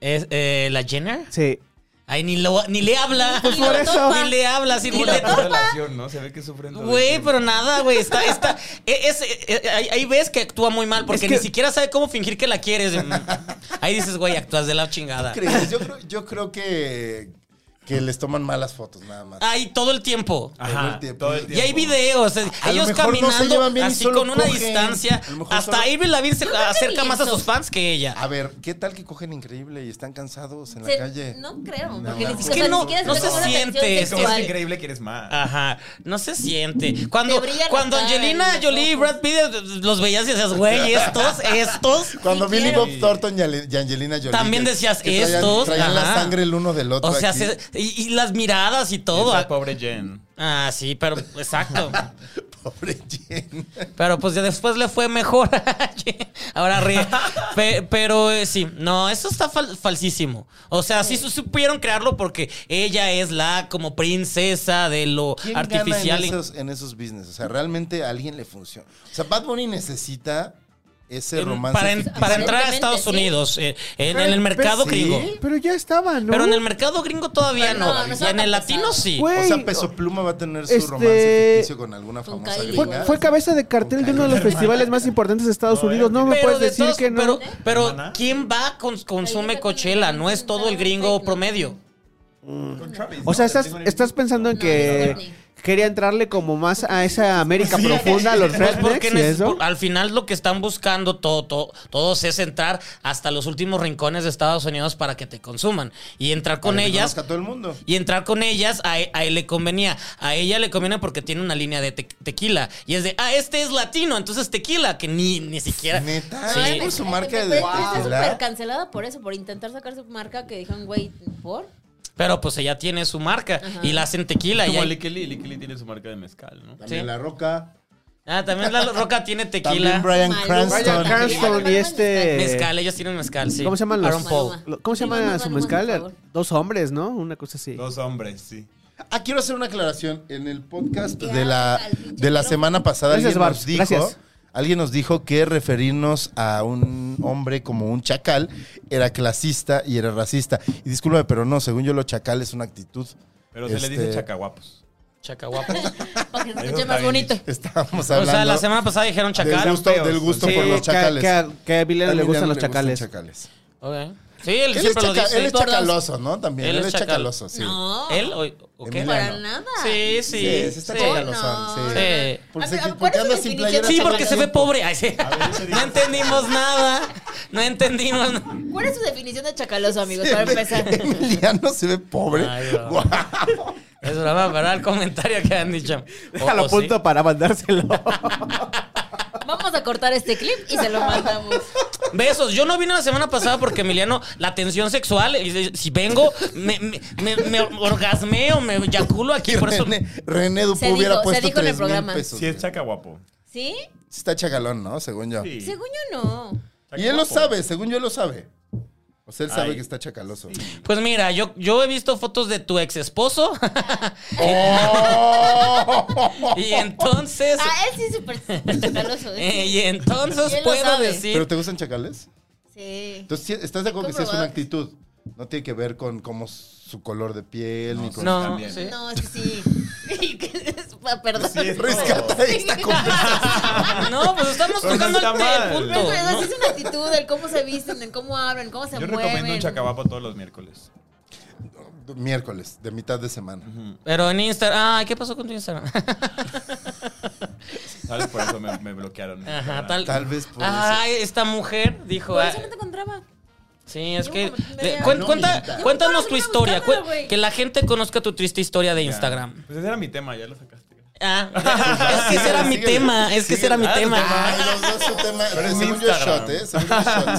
S1: Es, eh, la Jenner,
S6: Sí.
S1: ay, ni, lo- ni le habla.
S6: Pues por eso.
S1: Ni le habla, así ni
S3: Una
S1: le-
S3: relación, ¿no? Se ve que sufren. todo el
S1: Güey,
S3: tiempo.
S1: pero nada, güey, está, está, es- es- eh, ahí, ahí ves que actúa muy mal porque
S6: Es que-
S1: ni siquiera sabe cómo fingir que la quieres. mm". Ahí dices, güey, actúas de la
S3: Ah.
S1: chingada.
S2: ¿Crees? Yo creo, yo creo que, que les toman malas fotos, nada más.
S1: Ahí todo el tiempo.
S3: Ajá,
S2: Todo el
S3: todo el
S2: tiempo.
S1: Y hay videos, eh,
S2: A lo
S1: ellos
S2: mejor no se
S1: caminando
S2: llevan bien y
S1: así
S2: solo
S1: con una
S2: cogen.
S1: distancia.
S2: A lo mejor
S1: Hasta
S2: solo-
S1: Irving Lavigne se
S4: creo que
S1: acerca
S4: ni
S1: más a
S4: eso.
S1: sus fans que ella.
S2: A ver, ¿qué tal que cogen increíble y están cansados en la
S4: Se-
S2: calle?
S4: No creo.
S2: No,
S4: porque
S2: no.
S4: ni
S2: Es
S4: siquiera-
S1: que
S4: o sea, ni
S1: no-
S4: siquiera
S1: no
S4: se
S1: se
S4: una atención
S1: siente, es
S3: Es como es
S4: sexual.
S3: increíble, quieres más.
S1: Ajá, no se siente. Cuando,
S4: Te brilla la
S1: cuando
S4: cara,
S1: Angelina
S4: los
S1: Jolie y
S4: ojos.
S1: Brad Pitt eh, los veías y decías, güey, estos, estos.
S2: Cuando
S4: Sí
S2: Billy
S4: quiero.
S2: Bob Thornton y Ale- y Angelina Jolie.
S1: También
S2: que-
S1: decías,
S2: que traían-
S1: estos,
S2: Traían la
S1: ajá.
S2: sangre el uno del otro.
S1: O sea,
S2: aquí.
S1: se- y, y las miradas y todo.
S3: Esa pobre Jen.
S1: Ah, sí, pero exacto.
S2: Pobre Jen.
S1: Pero pues ya después le fue mejor. Ahora ríe. Pe- pero eh, sí, no, eso está fal- falsísimo. O sea, sí su- supieron crearlo porque ella es la como princesa de lo
S2: ¿Quién
S1: artificial.
S2: gana en esos, en esos business? O sea, ¿realmente a alguien le funciona? O sea, Bad Bunny necesita ese
S1: En-
S2: romance.
S1: para, en-
S2: ficticio.
S1: para entrar a
S4: Aparentemente,
S1: Estados
S4: sí.
S1: Unidos, eh, en, en el mercado
S2: sí.
S1: gringo.
S6: Pero ya estaba, ¿no?
S1: Pero en el mercado gringo todavía
S4: Pero
S1: no.
S4: no,
S1: Y
S4: no
S1: en el
S4: estaba
S1: latino
S4: pesado.
S1: sí.
S6: Güey,
S2: o sea, Peso Pluma va a tener su
S6: este-
S2: romance ficticio con alguna
S4: Con
S2: famosa
S4: Kylie.
S6: Fue,
S2: gringa.
S6: fue cabeza de cartel de uno de los festivales más importantes de Estados Unidos. No me puedes
S1: de
S6: decir
S1: todos-
S6: que no.
S1: Pero, pero
S3: ¿Hermana?
S1: ¿quién va con, consume
S4: Ahí está
S1: Coachella?
S4: con-
S1: No es todo el gringo
S4: No.
S1: promedio.
S3: Con Travis,
S6: O sea,
S3: ¿no?
S6: estás,
S3: Tengo un-
S6: estás pensando en
S4: No,
S6: que
S4: no, no,
S6: quería entrarle como más a esa América profunda, a los
S1: Pues porque
S6: rednecks y
S1: neces-
S6: eso.
S1: por- al final lo que están buscando todo, todo- todos es entrar hasta los últimos rincones de Estados Unidos para que te consuman. Y entrar con
S2: Para que
S1: ellas.
S2: conozca a todo el mundo.
S1: Y entrar con ellas a, e- a él le convenía. A ella le conviene porque tiene una línea de te- tequila. Y es de, ah, este es latino, entonces tequila, que ni, ni siquiera.
S2: Neta,
S1: Sí.
S2: ¿Es por
S4: pues.
S2: su marca de
S4: Pero Está súper
S2: tequila.
S4: cancelada por eso, por intentar sacar su marca que dijeron, güey, ¿por?
S1: Pero pues ella tiene su marca
S4: Ajá.
S1: y la hacen tequila. y
S3: Como
S1: hay-
S3: Licky Lee. Licky Lee tiene su marca de mezcal, ¿no?
S2: También
S1: Sí.
S2: La Roca.
S1: Ah, también la roca tiene tequila.
S2: También Brian
S4: Maluma.
S2: Cranston.
S6: Brian Cranston y este.
S1: Mezcal, ellos tienen mezcal, sí.
S6: ¿Cómo se llaman los-
S1: Aaron Paul.
S4: Maluma.
S6: lo- ¿Cómo se
S4: Maluma,
S6: llama su
S4: Maluma, por
S6: mezcal?
S4: favor.
S6: Dos hombres, ¿no? Una cosa así.
S3: Dos hombres, sí.
S2: Ah, quiero hacer una aclaración. En el podcast
S4: Ya,
S2: de la,
S4: al pinche
S2: de la
S4: micrófono.
S2: semana pasada
S6: Gracias,
S2: alguien
S6: Barbs,
S2: nos, dijo,
S6: gracias.
S2: alguien nos dijo que referirnos a un hombre como un chacal era clasista y era racista. Y discúlpame, pero no, según yo lo chacal es una actitud.
S3: Pero se
S2: Este-
S3: le dice chacaguapos.
S1: Chacaguapo.
S4: Para que se
S3: Eso
S4: escuche
S3: está
S4: más
S3: bien.
S4: bonito.
S2: Estábamos
S1: O
S2: hablando
S1: sea, la semana pasada dijeron
S2: del
S1: chacal.
S2: gusto, del gusto
S6: Sí,
S2: por los
S6: que,
S2: chacales.
S6: que a, que a Emiliano
S2: A
S6: le
S2: Emiliano
S6: gustan los
S2: Ah, le
S6: chacales.
S2: chacales.
S1: Ok. Sí, él,
S2: Él es,
S1: siempre lo
S2: chaca-
S1: dice.
S2: él es chacaloso, ¿no? También. Él,
S1: Él es
S2: es
S1: chacal-
S2: chacaloso, sí.
S4: No.
S1: ¿Él o, o qué?
S2: Emiliano.
S4: Para nada.
S1: Sí, sí.
S2: Sí, sí, está
S1: sí.
S2: chacalosón, sí.
S1: Sí.
S2: Porque,
S4: A ver,
S2: se-
S4: ¿cuál
S2: porque
S4: es
S2: anda
S4: la
S2: sin
S4: definición
S2: playera.
S4: de
S1: Sí, porque se ve
S2: chacaloso.
S1: pobre. Ay, sí. No entendimos nada. No entendimos nada.
S4: ¿Cuál es su definición de chacaloso, amigos? Para empezar.
S2: Em- Emiliano se ve pobre.
S1: Ay, no.
S2: Guau.
S1: Eso nada más para el comentario que han dicho.
S6: A la
S1: O- o Oh, sí.
S6: punta para mandárselo.
S4: Vamos a cortar este clip y se lo mandamos.
S1: Besos. Yo no vine la semana pasada porque Emiliano, la tensión sexual, eh, si vengo, me, me, me, me orgasmeo, me eyaculo aquí.
S2: Y
S1: Por eso.
S2: René, René Dupo
S4: Se dijo-
S2: hubiera
S4: se
S2: puesto
S4: dijo en el
S2: 3 mil
S4: programa.
S2: pesos.
S3: Si es chaca guapo.
S4: ¿Sí?
S2: Sí está chacalón, ¿no? Según yo.
S3: Sí.
S4: Según yo no.
S2: Y él lo sabe, según yo lo sabe. O sea, él sabe
S3: Ay.
S2: que está chacaloso.
S1: Pues mira, yo, yo he visto fotos de tu ex esposo.
S2: ¡Oh!
S1: y entonces.
S4: Ah, él sí es súper chacaloso.
S1: eh,
S4: ¿eh?
S1: y entonces
S4: Y él lo
S1: puedo
S4: sabe.
S2: ¿Pero
S1: decir.
S2: te gustan chacales?
S4: Sí.
S2: Entonces, ¿sí- ¿estás de acuerdo que sí es una
S4: Comprobado.
S2: actitud? No tiene que ver con cómo s- su color de piel ni con...
S1: No,
S3: También.
S1: sí.
S4: No, es que sí. Y que es- pa- Perdón.
S3: ¿Eh? Sí, es-
S2: Rescata esta conversación.
S1: No, pues estamos
S3: Pero no
S1: tocando
S3: está
S1: el,
S3: mal.
S1: el punto.
S4: Pero es verdad,
S1: ¿no?
S4: sí es una actitud del cómo se visten, del cómo hablan, cómo se
S3: Yo
S4: mueven.
S3: recomiendo un chacaguapo todos los miércoles.
S2: Miércoles, de mitad de semana.
S1: Pero en Instagram. Ay, ¿qué pasó con tu Instagram?
S3: ¿Sabes? Por eso me, me bloquearon.
S1: Ajá, tal,
S2: Tal vez por
S1: Ay, esta mujer dijo.
S4: Por
S1: ah,
S4: eso no te encontraba.
S1: Sí, es
S4: Yo
S1: que.
S4: como
S1: le-
S4: media-
S1: cuen-
S2: No,
S1: cuenta-
S2: mijita.
S4: Yo
S1: cuéntanos
S4: estaba
S1: tu
S4: buscando,
S1: historia. cuen-
S4: güey.
S1: que la gente conozca tu triste historia de
S3: Ya.
S1: Instagram.
S3: Pues ese era mi tema, ya lo sacaste.
S1: Ah, es que ese era mi
S2: Ah, Síguele, Ah,
S1: tema. Es que ese era mi
S3: síguele.
S1: tema.
S2: Ay, los dos su tema.
S3: Pero es mi
S2: según yo es
S3: Instagram.
S2: shot, ¿eh? Según yo es shot,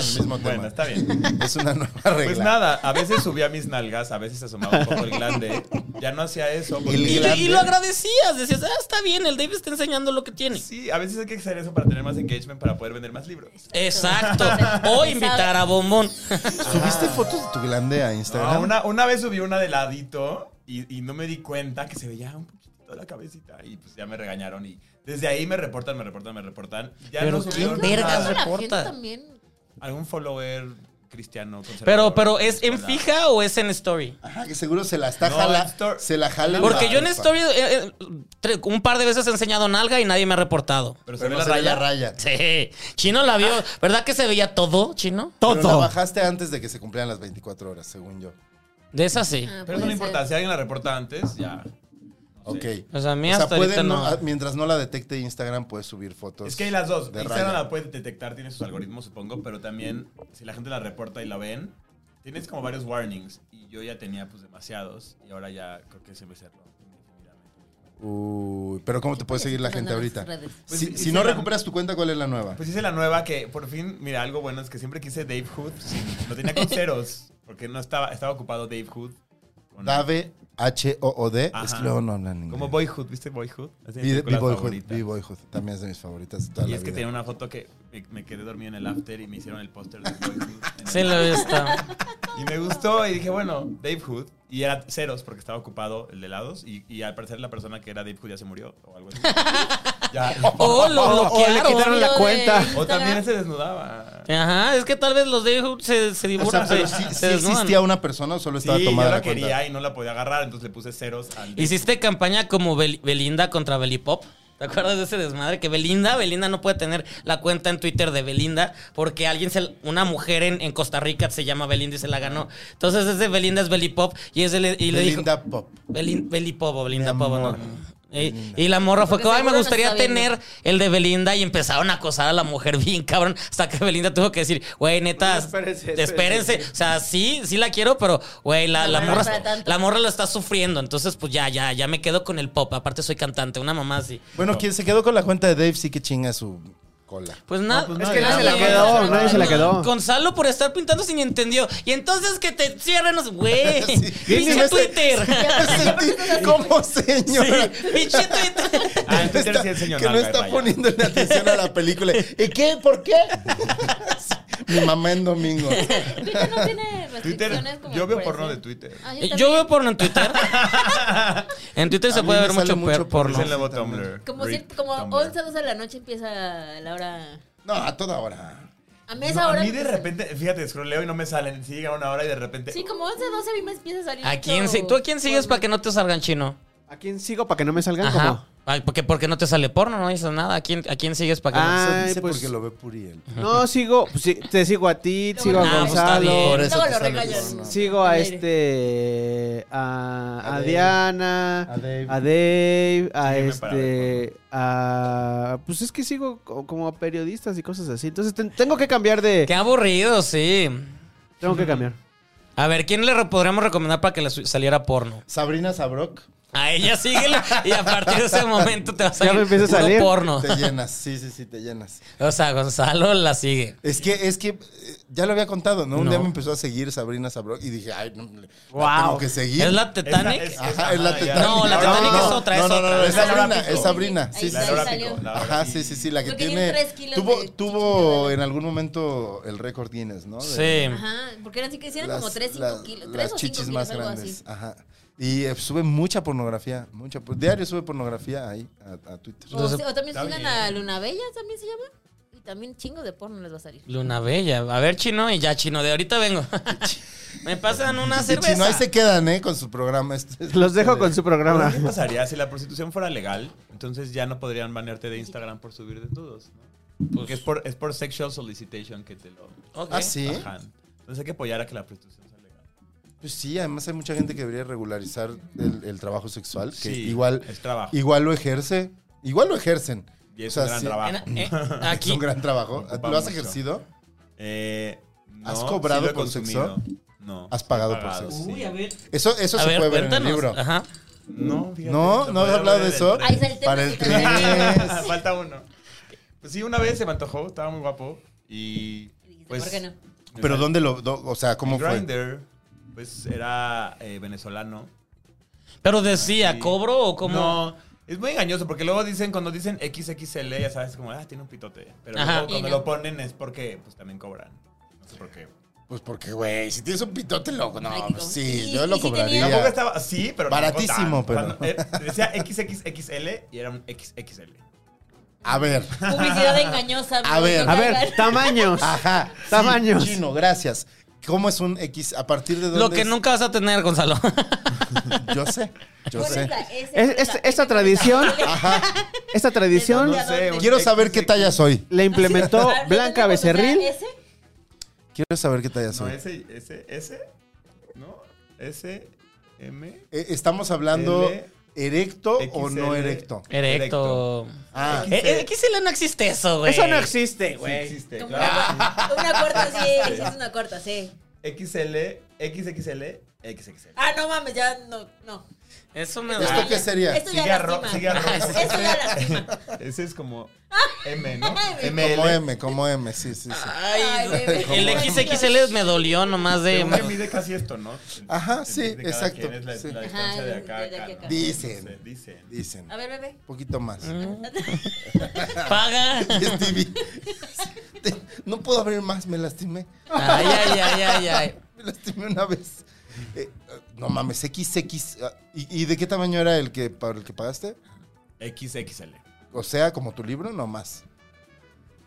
S2: sí. sí, sacan
S1: Bueno, es-
S2: el mismo
S3: Bueno,
S2: tema.
S3: está bien.
S2: Es una nueva regla.
S3: Pues nada, a veces subía mis nalgas, a veces asomaba un poco el glande. Ya no hacía eso. porque-
S2: El
S1: Y,
S2: glande.
S1: y lo agradecías. Decías, ah, está bien, el Dave está enseñando lo que tiene.
S3: Sí, a veces hay que hacer eso para tener más engagement, para poder vender más libros.
S1: Exacto. O invitar a Bombón.
S2: ¿Subiste fotos de tu glande a Instagram?
S3: No, Ah, una, una vez subí una de ladito y, y no me di cuenta que se veía un poquito la cabecita y pues ya me regañaron y desde ahí me reportan, me reportan, me reportan. Ya
S1: Pero
S3: no subieron
S1: ¿quién
S3: nada.
S1: vergas
S4: Luego la gente
S1: reporta?
S4: también.
S3: Algún follower cristiano conservador.
S1: Pero, pero, ¿es en
S3: Hola.
S1: fija o es en story?
S2: Ajá, que seguro se la está
S3: No,
S2: jala,
S3: en Store-
S2: se la jala.
S1: Porque
S2: la-
S1: yo en story eh, eh, tre- un par de veces he enseñado nalga y nadie me ha reportado.
S3: Pero, se ve
S2: Pero no
S3: la
S2: se ve
S3: raya.
S2: la raya.
S1: Sí. Chino la vio. ¿Verdad que se veía todo, Chino?
S2: Pero la
S6: Todo.
S2: bajaste antes de que se cumplieran las 24 horas, según yo.
S1: De esa sí.
S4: Ah,
S3: Pero
S4: puede
S3: eso no
S4: ser.
S3: importa, si alguien la reporta antes, ya.
S2: Ok.
S1: O sea, a mí
S2: O sea,
S1: hasta ahorita
S2: pueden, no-
S1: no.
S2: ah, mientras no la detecte Instagram, puedes subir fotos.
S3: Es que hay las dos.
S2: De
S3: Instagram
S2: raya.
S3: la puede detectar, tiene sus algoritmos, supongo, pero también si la gente la reporta y la ven, tienes como varios warnings. Y yo ya tenía pues demasiados y ahora ya creo que se me cerró.
S2: Uy, pero ¿cómo te puede seguir la
S4: Pues
S2: gente
S4: en
S2: ahorita?
S4: las redes.
S3: Pues
S2: si
S3: sí,
S2: si
S3: sí,
S2: no
S3: la-
S2: recuperas tu cuenta, ¿cuál es la nueva?
S3: Pues hice la nueva que por fin, mira, algo bueno es que siempre quise Dave Hood, no tenía con ceros, porque no estaba, estaba ocupado Dave Hood. con-
S2: Dave H-O-O-D.
S3: Ajá.
S2: Es que luego no hablan inglés.
S3: Como Boyhood, ¿viste Boyhood? Es de mis
S2: Vi- Vi
S3: películas
S2: Boyhood,
S3: favoritas.
S2: Vi Boyhood. También es de mis favoritas. de Toda
S3: Y
S2: la
S3: es que
S2: vida.
S3: tenía una foto que me, me quedé dormido en el after y me hicieron el póster de Boyhood. en
S1: Sí
S3: el-
S1: lo he visto.
S3: Y me gustó y dije, bueno, Dave Hood. Y era ceros porque estaba ocupado el de helados. Y, y al parecer la persona que era Dave Hood ya se murió o algo así. ya.
S1: O lo
S6: O le
S1: bloquearon.
S6: quitaron la
S4: Lo de
S6: cuenta.
S3: O también
S4: Instagram.
S3: se desnudaba.
S1: Ajá, es que tal vez los de Hood se, se
S2: O sea,
S1: divorcian.
S2: pero
S1: se-
S2: sí,
S1: se
S2: sí
S1: desnudan.
S2: existía una persona o solo
S3: Sí,
S2: estaba
S3: yo
S2: tomada
S3: la
S2: la cuenta?
S3: quería y no la podía agarrar, entonces le puse ceros al Dave
S1: Hiciste campaña como Bel- Belinda contra Belipop. ¿Te acuerdas de ese desmadre? Que Belinda, Belinda no puede tener la cuenta en Twitter de Belinda porque alguien, se, una mujer en, en Costa Rica se llama Belinda y se la ganó. Entonces ese Belinda es Belipop y, es el- y le dijo...
S2: Belinda Pop.
S1: Belin, Belipop o Belinda
S2: Mi
S1: Pop, ¿no?
S2: amor.
S1: Y, y la morra fue
S4: Porque
S1: como, ay, me
S4: seguro no
S1: gustaría
S4: está
S1: tener
S4: viendo".
S1: el de Belinda y empezaron a acosar a la mujer bien cabrón hasta que Belinda tuvo que decir, güey, neta,
S6: Oye, espérense,
S1: espérense, o sea, sí, sí la quiero, pero, güey, la,
S4: No,
S1: la
S4: no
S1: morra,
S4: es para tanto.
S1: la morra lo está sufriendo, entonces pues ya, ya, ya me quedo con el pop, aparte soy cantante, una mamá así.
S2: Bueno, quien se quedó con la cuenta de Dave sí que chinga su cola.
S1: Pues nada,
S3: pues
S6: Es
S3: no,
S6: que nadie se la
S3: nadie.
S6: quedó, nadie se la quedó.
S1: Gonzalo por estar pintando sin entendió. Y entonces que te cierren, los- güey.
S2: Sí. Sí,
S1: Pinche
S2: me-
S1: Twitter.
S2: Me sentí como señora.
S1: Sí, pinche Twitter.
S3: Ah, en
S2: que
S3: Twitter sí
S2: está-
S3: enseñó
S2: que no
S3: nalga de
S2: está
S3: raya.
S2: poniéndole atención a la película. ¿Y qué? ¿Por qué? Mi mamá en domingo.
S4: Twitter no tiene restricciones
S3: Twitter,
S4: como
S3: yo veo
S4: por
S3: porno de
S4: eso.
S3: Twitter.
S4: Ah,
S1: Eh, Yo
S4: también.
S1: veo porno en Twitter. en Twitter se
S2: mí
S1: puede
S2: me
S1: ver
S2: sale
S1: mucho,
S2: mucho
S1: per-
S2: porno.
S3: Es
S1: porno.
S3: el nuevo
S2: sí, también.
S3: Tumblr.
S4: Como,
S3: Rip
S4: cierto, como
S3: Tumblr.
S4: 11, 12 de la noche empieza la hora.
S2: No, a toda hora.
S4: A mí esa
S3: No,
S4: hora.
S3: a mí
S4: me
S3: de
S4: empieza-
S3: repente, fíjate, scrolleo y no me salen. Si llega una hora y de repente.
S4: Sí, como 11, 12 a mí me empieza a salir.
S1: ¿A quién
S4: mucho
S1: se- ¿Tú a quién sigues
S4: porno.
S1: para que no te salgan chino?
S5: ¿A quién sigo para que no me salgan
S1: Ajá.
S5: como?
S1: Ay, porque, porque no te sale porno, no dices nada. ¿A quién, a quién sigues para que no-
S5: Ah,
S2: Eso
S5: Ay,
S2: dice
S5: pues-
S2: porque lo ve Puriel.
S5: No, sigo, pues, sí, te sigo a ti,
S4: No,
S5: sigo a
S4: no,
S1: pues, está bien.
S5: Gonzalo,
S1: Por
S2: eso
S4: Luego
S2: te
S4: lo
S2: sale
S4: regañas.
S2: porno.
S5: sigo a
S4: Al aire.
S5: este, a, a
S2: A Dave.
S5: Diana,
S2: A Dave.
S5: a Dave, a
S3: Sígueme para ver
S5: este, a, pues es que sigo co- como a periodistas y cosas así. Entonces ten- tengo que cambiar de,
S1: Qué aburrido, sí.
S5: tengo que cambiar.
S1: A ver, ¿quién le re- podríamos recomendar para que le su- saliera porno?
S2: Sabrina Sabrok
S1: A ella síguele y a partir de ese momento te va a
S5: Ya
S1: salir,
S5: me empieza a
S1: puro
S5: salir.
S1: porno.
S2: te llenas. Sí, sí, sí, te llenas.
S1: O sea, Gonzalo la sigue.
S2: Es que, es que, eh, ya lo había contado, ¿no? Un
S1: No.
S2: día me empezó a seguir Sabrina Sabrok y dije, ay, no, la
S5: Wow.
S2: tengo que seguir.
S1: ¿Es la Titanic?
S3: Es la-
S2: Ajá, es la
S3: Ajá, ya.
S2: Titanic.
S1: No, la Titanic es otra, es
S2: no, no,
S1: otra.
S2: No, no, es
S3: Es la Laura
S2: Sabrina,
S3: Pico.
S2: es Sabrina. Sí,
S4: Ahí
S2: sí,
S3: La
S2: sí.
S4: está,
S3: Laura
S4: salió.
S3: Pico. la Laura
S2: Ajá,
S3: Pico.
S2: sí, sí, sí, la que
S4: Lo que
S2: tiene...
S4: tiene tres kilos
S2: tuvo
S4: de
S2: tuvo en algún momento el récord Guinness, ¿no? De
S1: Sí.
S4: Ajá, porque eran, así que eran como 3, 5
S2: las-
S4: kilos. 3
S2: las
S4: o 5
S2: chichis
S4: kilos,
S2: más
S4: algo
S2: grandes.
S4: así.
S2: Ajá. Y eh, sube mucha pornografía, mucha. por- Diario sube pornografía ahí a, a Twitter.
S4: O,
S1: Entonces-
S4: se- o también
S3: Está
S4: sigan
S3: bien.
S4: a Luna Bella, también se llama. Y también chingo de porno les va a salir.
S1: Luna Bella. A ver, chino, y ya chino, de ahorita vengo. Me pasan una
S2: Y
S1: cerveza.
S2: si no, ahí se quedan, ¿eh? Con su programa. este.
S5: Los dejo con su programa.
S3: ¿Qué pasaría si la prostitución fuera legal? Entonces ya no podrían banearte de Instagram por subir desnudos, ¿no? Porque es por, es por sexual solicitation que te lo
S2: Ah,
S1: Ok.
S2: Pues, sí.
S3: bajan. Entonces hay que apoyar a que la prostitución sea legal.
S2: Pues sí, además hay mucha gente que debería regularizar el, el trabajo sexual, que
S3: Sí,
S2: igual,
S3: es trabajo.
S2: igual lo ejerce, igual lo ejercen.
S3: Y es
S2: O sea,
S3: un gran
S2: sí,
S3: trabajo.
S1: En- eh,
S2: Es
S1: aquí,
S2: un gran trabajo.
S3: Ocupa
S2: ¿Lo has
S3: mucho.
S2: ejercido?
S3: Eh, no,
S2: ¿Has cobrado
S3: sí lo he
S2: por
S3: consumido.
S2: sexo?
S3: No.
S2: ¿Has
S3: sí he
S2: pagado por sexo?
S3: sí.
S2: Eso, eso
S1: a
S2: se
S1: ver,
S2: puede ver en el
S1: cuéntanos.
S2: libro.
S1: Ajá.
S3: No, fíjate,
S2: No,
S3: lo
S2: no has
S3: podría
S2: hablado de
S3: poner
S2: eso.
S3: dentro.
S4: Ahí sale el
S2: Para
S4: tema
S2: el
S4: que te-
S2: tres.
S3: Falta uno. Pues sí, una vez se me antojó, estaba muy guapo. Y.
S4: Y dijiste,
S3: Pues,
S4: ¿Por qué no?
S2: Pero ¿dónde lo.? do- o sea, ¿cómo fue?
S3: Grinder, pues era eh, venezolano.
S1: Pero decía,
S3: Sí.
S1: ¿cobro o cómo?
S3: No, es muy engañoso porque luego dicen, cuando dicen XXL, ya sabes, como, ah, tiene un pitote. Pero
S1: Ajá.
S3: luego
S4: Y
S3: cuando
S4: no.
S3: lo ponen es porque, pues también cobran. No sé por qué.
S2: Pues porque, güey, si tienes un pitote loco, no,
S4: Ay,
S2: pues
S4: ¿cómo?
S2: sí,
S4: Y-
S2: yo
S4: y
S2: lo
S4: si tenía-
S3: Tampoco
S2: cobraría.
S3: estaba así, pero.
S2: Baratísimo,
S3: tampoco tan-
S2: pero-
S3: cuando- eh, decía XXXL y era un XXL.
S2: A ver,
S4: Publicidad engañosa.
S2: A ver,
S5: A ver, tamaños.
S2: ajá.
S5: Tamaños.
S2: Sí, chino, gracias. ¿Cómo es un X? ¿A partir de dónde?
S1: Lo que
S2: es?
S1: nunca vas a tener, Gonzalo.
S2: Yo sé, yo
S4: Pues
S2: sé.
S5: Es- es- esta tradición, esta tradición
S3: No sé, un
S2: Quiero saber qué
S3: XXL.
S2: talla soy.
S5: la implementó Blanca Becerril.
S2: Quiero saber qué talla
S3: No,
S2: soy.
S3: ese, ese, ese. ¿No? S, M.
S2: Eh, Estamos hablando
S3: L,
S2: erecto o
S3: XL.
S2: no erecto.
S1: Erecto.
S2: Ah,
S3: X.
S1: Eh, eh, XL no existe eso, güey.
S5: Eso no existe,
S3: Sí
S5: güey.
S3: existe, claro.
S4: Una corta, sí. sí, Es una corta, sí.
S3: XL, XXL, XXL.
S4: Ah, no mames, ya no. no.
S1: Eso
S3: Ah.
S1: me
S2: ¿esto
S1: da.
S2: qué sería?
S4: Esto ya
S3: Sigue arro-
S4: lastima.
S3: sigue arro-
S4: Esto ya lastima.
S3: Ese es como M, ¿no?
S2: Como M, como M, sí, sí, sí.
S4: Ay,
S1: Ay,
S4: bebé.
S1: el XXL me dolió nomás de.
S3: Creo que mide casi esto, ¿no?
S2: Ajá, sí,
S3: De cada
S2: exacto,
S3: quien es la,
S2: sí.
S3: la distancia
S4: Ajá,
S3: de acá a
S4: de
S3: acá,
S4: aquí a acá.
S3: ¿no?
S2: Dicen.
S3: Sí, Dicen.
S2: Dicen.
S4: A ver, Mm. bebé.
S2: Un poquito más.
S1: Paga.
S2: Stevie. Te- No puedo abrir más, me lastimé.
S1: Ay, ay, ay, ay, ay.
S2: Me lastimé una vez. Eh, no mames, XX. ah, ¿Y, y de qué tamaño era el que, para el que pagaste?
S3: XXL.
S2: O sea, como tu libro, no más.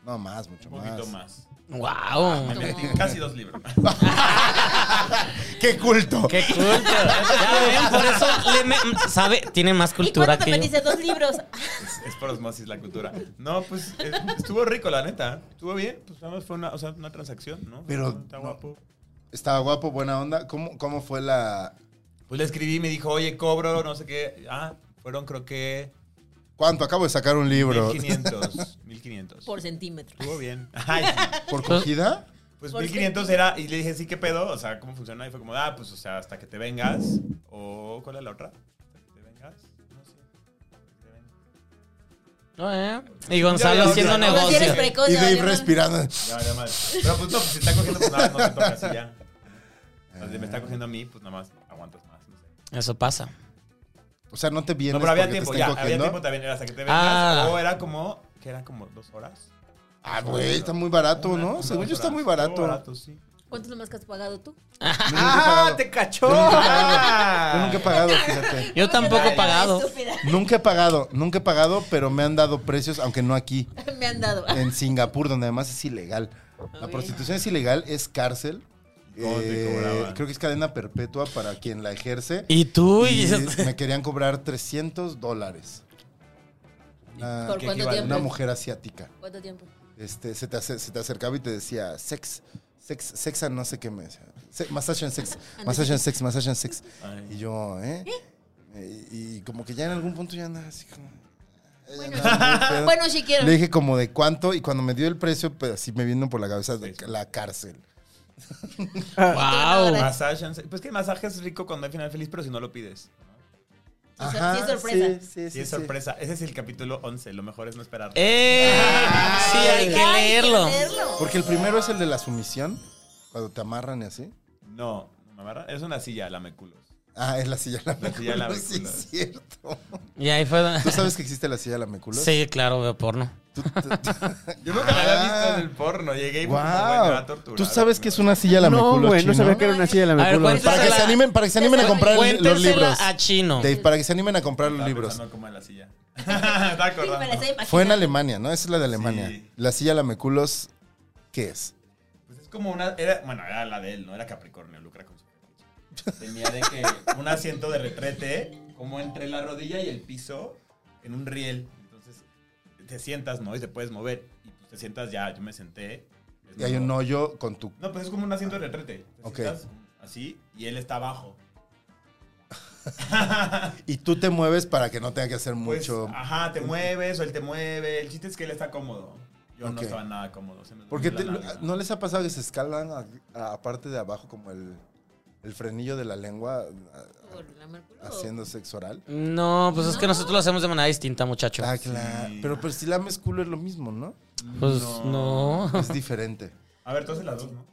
S2: No más, mucho
S3: Un poquito
S2: más.
S3: más.
S1: Wow.
S3: Le metí Casi dos libros.
S2: ¡Ah! ¡Qué culto!
S1: Qué culto. Ya ven, por eso le me- sabe, tiene más
S4: ¿Y
S1: cultura
S4: cuándo
S1: que
S4: te
S1: yo.
S4: vendiste dos libros?
S3: Es, es por osmosis la cultura. No, pues es- estuvo rico, la neta. Estuvo bien. Pues nada más fue una, o sea, una transacción, ¿no?
S2: Pero,
S3: Está
S2: no.
S3: guapo.
S2: Estaba guapo, buena onda. ¿Cómo, cómo fue la.
S3: Pues le escribí y me dijo, oye, cobro, no sé qué. Ah, fueron creo que
S2: ¿Cuánto? Acabo de sacar un libro.
S3: 1500. 1500.
S4: Por centímetro.
S3: Estuvo bien. Ay, sí.
S2: ¿Por cogida?
S3: Pues
S4: ¿Por qué?
S3: 1500 era, y le dije, sí, ¿qué pedo? O sea, ¿cómo funciona? Y fue como, ah, pues, o sea, hasta que te vengas. O, ¿cuál es la otra? Hasta que te vengas. No sé. Te ven-
S1: No, ¿eh? Y Gonzalo
S3: Ya, ya,
S1: haciendo
S3: ya, ya.
S4: Ahora sí eres
S1: negocio.
S4: precoz.
S2: y
S4: ya
S2: Dave
S4: valió madre.
S2: respirando.
S3: Ya, ya más. Pero pues no, pues si está cogiendo, pues nada, no te toca así ya. O sea, si me está cogiendo a mí, pues nada más aguantas más. No, sé.
S1: Eso pasa.
S2: O sea, no te vienes
S3: no pero había
S2: porque
S3: tiempo,
S2: te
S3: ya.
S2: estén
S3: Había
S2: cogiendo.
S3: tiempo también, era hasta que te vengas.
S1: Ah.
S3: O era como, que era como dos horas.
S2: Ah, güey, está muy barato,
S3: Una-
S2: ¿no?
S3: unas
S2: Según yo
S3: dos
S2: está
S3: horas.
S2: muy
S3: Estuvo
S2: barato.
S3: barato, sí.
S4: ¿Cuánto es lo más que has pagado tú?
S5: ¡Ah, te cachó!
S2: Yo nunca he pagado, fíjate.
S1: Yo tampoco he pagado.
S4: Estúpida.
S2: Nunca he pagado, nunca he pagado, pero me han dado precios, aunque no aquí.
S4: Me han dado.
S2: En Singapur, donde además es ilegal. La prostitución es ilegal, es cárcel.
S3: ¿Cómo Oh, te
S2: eh,
S3: cobraba?
S2: creo que es cadena perpetua para quien la ejerce.
S1: Y tú, y-
S2: Y me querían cobrar 300 dólares. Una,
S4: ¿Por
S3: ¿Qué
S4: cuánto
S3: equivale?
S4: tiempo?
S2: una mujer asiática.
S4: ¿Cuánto tiempo?
S2: Este, se, te ace- se te acercaba y te decía sex, sex, sexa, no sé qué me decía. Se- massage and sex, massage and sex, massage and sex.
S3: Ay.
S2: Y yo, ¿eh? Eh, Y, como que ya en algún punto ya andaba así como. "Eh, ya
S4: Bueno,
S2: andaba muy pedo.
S4: Bueno, si quiero.
S2: Le dije como de cuánto y cuando me dio el precio, pues así me vino por la cabeza de
S3: Sí, sí.
S2: la cárcel.
S1: wow.
S3: Masaje. and sex. Pues que el masaje es rico cuando hay final feliz, pero si no lo pides.
S4: sí, es sorpresa.
S2: Sí, sí,
S3: Sí, es
S2: sí.
S3: sorpresa. Ese es el capítulo 11. Lo mejor es no esperar.
S1: ¡Eh! Sí, hay que
S4: Ay,
S1: leerlo.
S4: hay que leerlo.
S2: Porque el primero es el de la sumisión, cuando te amarran y así.
S3: No, ¿me amarra? Es una silla, lameculos.
S2: Ah, es la silla la
S3: La silla
S2: meculo,
S3: lameculo.
S2: Sí, es cierto.
S1: Y ahí fue.
S2: ¿Tú sabes que existe la silla la meculo?
S1: Sí, claro, veo porno.
S3: Yo nunca la había visto en el porno. Llegué y fue como, güey, me va a torturar.
S2: Wow. ¿Tú sabes que es una silla la
S6: pues, no,
S2: meculo
S6: güey, no
S2: chino?
S6: sabía que era una silla de la
S1: A ver,
S6: meculo.
S1: ¿cuál
S2: Para que se animen, para que se animen a comprar el- los
S1: Cuéntensela
S2: libros.
S1: a Chino.
S2: Dave, para que se animen a comprar los
S3: Estaba
S2: libros.
S3: pensando como en la silla. Estaba
S4: Sí, me la
S3: acordando.
S4: estoy imaginando.
S2: Fue en Alemania, ¿no? Esa es la de Alemania.
S3: Sí.
S2: La silla la meculos, ¿qué es?
S3: Pues es como una. Era, bueno, era la de él, ¿no? Era Capricornio, lucra con su fetiche. Tenía de que un asiento de retrete, como entre la rodilla y el piso, en un riel. Entonces, te sientas, ¿no? Y te puedes mover. Y pues, te sientas ya, yo me senté. Es
S2: Y hay un
S3: como-
S2: hoyo con tu...
S3: No, pues es como un asiento de retrete. Te
S2: Ok.
S3: sientas así y él está abajo.
S2: Y tú te mueves para que no tenga que hacer
S3: Pues,
S2: mucho...
S3: Ajá, te mueves o él te mueve. El chiste es que él está cómodo. Yo
S2: Ok.
S3: no estaba nada cómodo. se me durmió
S2: Porque
S3: la
S2: te-
S3: nalga.
S2: no les ha pasado que se escalan a- a, a parte de abajo como el, el frenillo de la lengua a-
S4: Por la mercurio.
S2: a- haciendo sexo oral.
S1: No, pues es que nosotros lo hacemos de manera distinta, muchacho.
S2: Ah, claro.
S3: Sí.
S2: Pero, pero si lames culo es lo mismo, ¿no?
S1: Pues no.
S2: Es diferente.
S3: A ver, tú haces las dos, ¿no?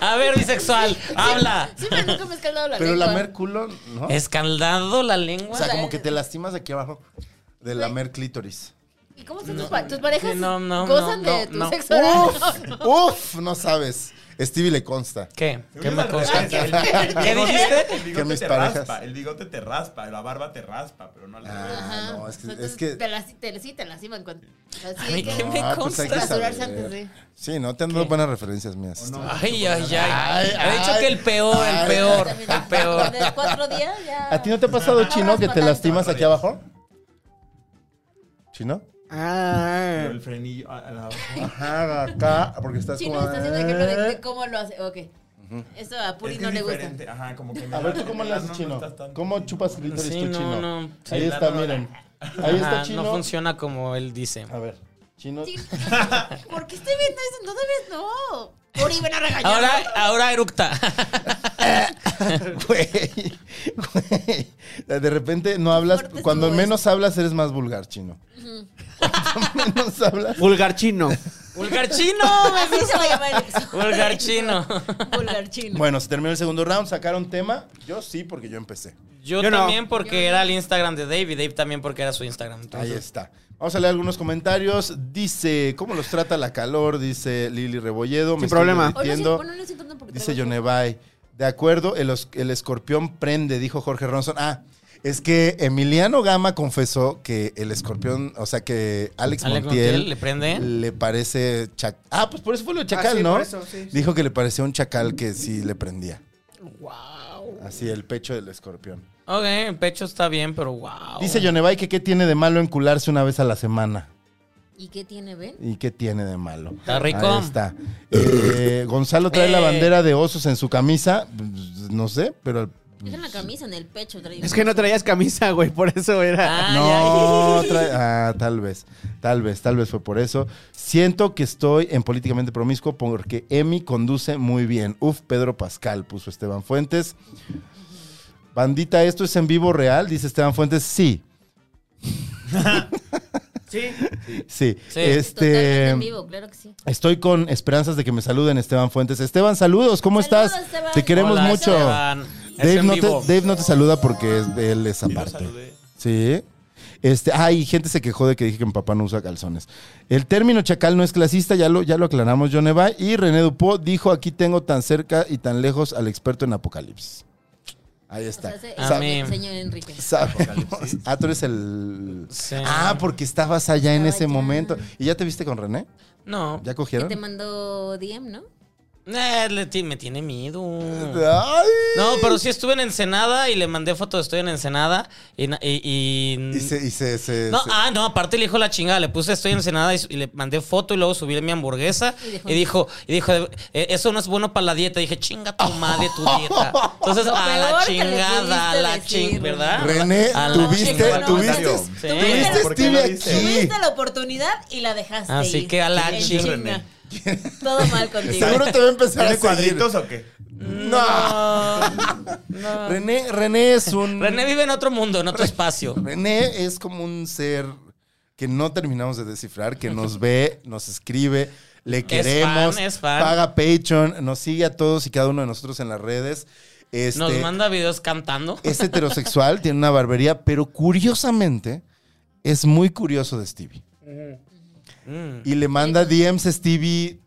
S1: A ver, bisexual, habla.
S4: Sí, pero nunca me he escaldado la
S2: Pero
S4: lengua.
S2: lamer culo, ¿no?
S1: Escaldado la
S2: O
S1: lengua.
S2: sea, como que te lastimas aquí abajo de lamer clítoris.
S4: ¿Y cómo son tus, pa- tus parejas?
S1: No, no,
S4: gozan
S1: no,
S4: de
S1: no,
S4: tu
S1: no.
S4: sexo oral?
S2: Uf, uf, no sabes. Stevie le consta.
S1: ¿Qué? ¿Qué
S3: Según yo,
S1: me
S3: al
S1: consta?
S3: revés, el-
S1: ¿Qué dijiste?
S3: El bigote
S2: Que mis
S3: te
S2: parejas.
S3: raspa, el bigote te raspa, la barba te raspa, pero no al revés.
S2: Ah,
S4: Ajá.
S2: no, es que...
S4: Entonces,
S2: Es que
S4: Te la, te la- sí, te lastiman cuando. Así
S1: Ay,
S4: es
S1: ¿qué
S4: que.
S1: me
S2: Ah, pues hay que
S1: consta?
S4: Rasurarse
S2: saber.
S4: antes de-
S2: Sí, ¿no? Te han dado
S1: ¿Qué?
S2: buenas referencias mías.
S3: O no.
S1: Ay, ay, ay.
S2: Ay,
S1: Ha dicho que el peor, el
S2: ay.
S1: peor, el
S4: También,
S1: peor.
S4: de cuatro días ya.
S2: ¿A ti no te ha pasado,
S4: No,
S2: Chino, que te
S4: no,
S2: lastimas
S3: no.
S2: aquí abajo? ¿Chino?
S3: Pero
S6: Ah,
S3: el frenillo a- a la-
S2: Ajá, acá, porque estás
S4: Chino
S2: como...
S4: está haciendo ejemplo de,
S2: ¿Eh?
S4: de cómo lo hace. Ok. Eso a Puri
S3: Es que
S4: no
S3: es
S4: le gusta.
S3: diferente, Ajá, como que me
S2: A ver,
S3: da-
S2: ¿tú cómo le
S3: no,
S2: haces,
S3: no
S2: Chino?
S3: estás tan-
S2: ¿Cómo chupas clítoris
S1: Sí,
S2: tú,
S1: no,
S2: Chino?
S1: no. Sí,
S2: Ahí
S3: la
S2: está,
S3: no,
S2: miren. Ahí está,
S1: Ajá,
S2: Chino.
S1: No funciona como él dice.
S2: A ver, Chino...
S4: Sí, ¿Por qué estoy viendo eso? No debes, no. Puri, ven a regañar.
S1: Ahora, ahora eructa.
S2: Güey, güey. De repente no hablas.
S4: fuerte
S2: Cuando
S4: estuvo
S2: menos hablas, eres más vulgar, chino. Cuando menos hablas.
S6: vulgar chino.
S1: ¡Vulgar chino!
S4: Así se va a llamar el episodio.
S1: ah. ¡Vulgar chino!
S4: Vulgar chino.
S2: Bueno, se terminó el segundo round. ¿Sacaron tema? Yo sí, porque yo empecé.
S1: Yo,
S6: Yo no.
S1: también porque era el Instagram de Dave y Dave también porque era su Instagram.
S2: Ahí
S1: Entonces,
S2: está. Vamos a leer algunos comentarios. Dice, ¿cómo los trata la calor? Dice Lili Rebolledo.
S6: Sin
S2: estoy
S6: problema.
S4: Hoy no
S2: derritiendo.
S4: siento, bueno, no siento tanto porque
S2: Dice
S4: traigo-
S2: Yonevay. De acuerdo, el, os- el escorpión prende, dijo Jorge Ronson. Ah, es que Emiliano Gama confesó que el escorpión, o sea, que Alex,
S1: Alex
S2: Montiel,
S1: Montiel le prende.
S2: parece. chac- ah, pues por eso fue lo de chacal,
S6: Ah, sí,
S2: ¿no?
S6: por eso, sí, sí.
S2: Dijo que le parecía un chacal que sí le prendía. ¡Wow! Así, el pecho del escorpión.
S1: Ok, el pecho está bien, pero
S6: Ah,
S1: wow.
S2: Dice Yonevay que qué tiene de malo encularse una vez a la semana.
S4: ¿Y qué tiene, ven?
S2: ¿Y qué tiene de malo?
S1: Está rico.
S2: Ahí está. Eh, Gonzalo trae la
S1: Eh.
S2: bandera de osos en su camisa. No sé, pero.
S4: Es en la camisa, en el pecho. traigo.
S6: Es que no traías camisa, güey, por eso era.
S1: Ah,
S2: No,
S1: ya.
S2: trae- ah, tal vez, tal vez, tal vez fue por eso. Siento que estoy en políticamente promiscuo porque Emi conduce muy bien. Uf, Pedro Pascal, puso Esteban Fuentes. Bandita, ¿esto es en vivo real? Dice Esteban Fuentes, sí,
S6: Sí.
S2: sí.
S1: Sí.
S4: Totalmente
S2: Este,
S4: en vivo, claro que sí.
S2: estoy con esperanzas de que me saluden, Esteban Fuentes. Esteban, saludos, ¿cómo
S4: Saludos,
S2: estás?
S4: Esteban.
S2: Te queremos
S1: Hola,
S2: mucho.
S1: Esteban. Es
S2: Dave
S1: en
S2: no, te,
S1: vivo.
S2: Dave no te saluda porque es- él es
S3: Sí, lo
S2: aparte.
S3: saludé.
S2: Sí. Este, ay, gente se quejó de que dije que mi papá no usa calzones. El término chacal no es clasista, ya lo, ya lo aclaramos, John Eva. Y René Dupont dijo: aquí tengo tan cerca y tan lejos al experto en apocalipsis. Ahí está.
S4: O sea,
S1: A
S4: ese-
S1: mí-
S4: el señor Enrique.
S2: Sabemos. Ah, tú eres el.
S1: Sí.
S2: Ah, porque estabas allá en
S4: Estaba
S2: ese
S4: allá.
S2: momento. ¿Y ya te viste con René?
S1: No.
S2: ¿Ya
S4: Que
S2: cogieron?
S4: te mandó DM, ¿no?
S1: Eh, le ti- me tiene miedo.
S2: ¡Ay!
S1: No, pero sí estuve en Ensenada y le mandé foto de estoy en Ensenada. Y, na- y- y-
S2: Y se. Y se, se-
S1: no,
S2: se-
S1: ah, no, aparte le dijo la chingada, le puse estoy en Ensenada y, su- y le mandé foto y luego subí mi hamburguesa
S4: Y dejó-
S1: y dijo, y dijo, "Eh, eso no es bueno para la dieta. Y dije, chinga tu madre tu dieta. Entonces,
S4: Lo
S1: a la
S4: peor que le
S1: chingada, a la
S4: pudiste decir,
S1: chingada, ¿verdad?
S2: René,
S1: A la
S2: tuviste,
S1: chingada.
S2: tuviste,
S3: Sí.
S2: tuviste
S3: ¿Por qué
S2: Stevie
S3: lo
S2: aquí.
S3: dices?
S4: Tuviste la oportunidad y la dejaste
S1: Así
S4: ir.
S1: que a la
S4: En
S1: chin-
S4: chinga. Todo mal contigo.
S2: Seguro te va a empezar a
S3: ¿Tiene
S2: seguir.
S3: cuadritos o qué?
S2: No. René, René es un.
S1: René vive en otro mundo, en otro espacio.
S2: René es como un ser que no terminamos de descifrar, que nos ve, nos escribe, le queremos,
S1: fan, es fan.
S2: paga Patreon, nos sigue a todos y cada uno de nosotros en las redes. Este,
S1: Nos manda videos cantando.
S2: Es heterosexual, tiene una barbería, pero curiosamente es muy curioso de Stevie.
S1: Mm.
S2: Y le manda DMs a Stevie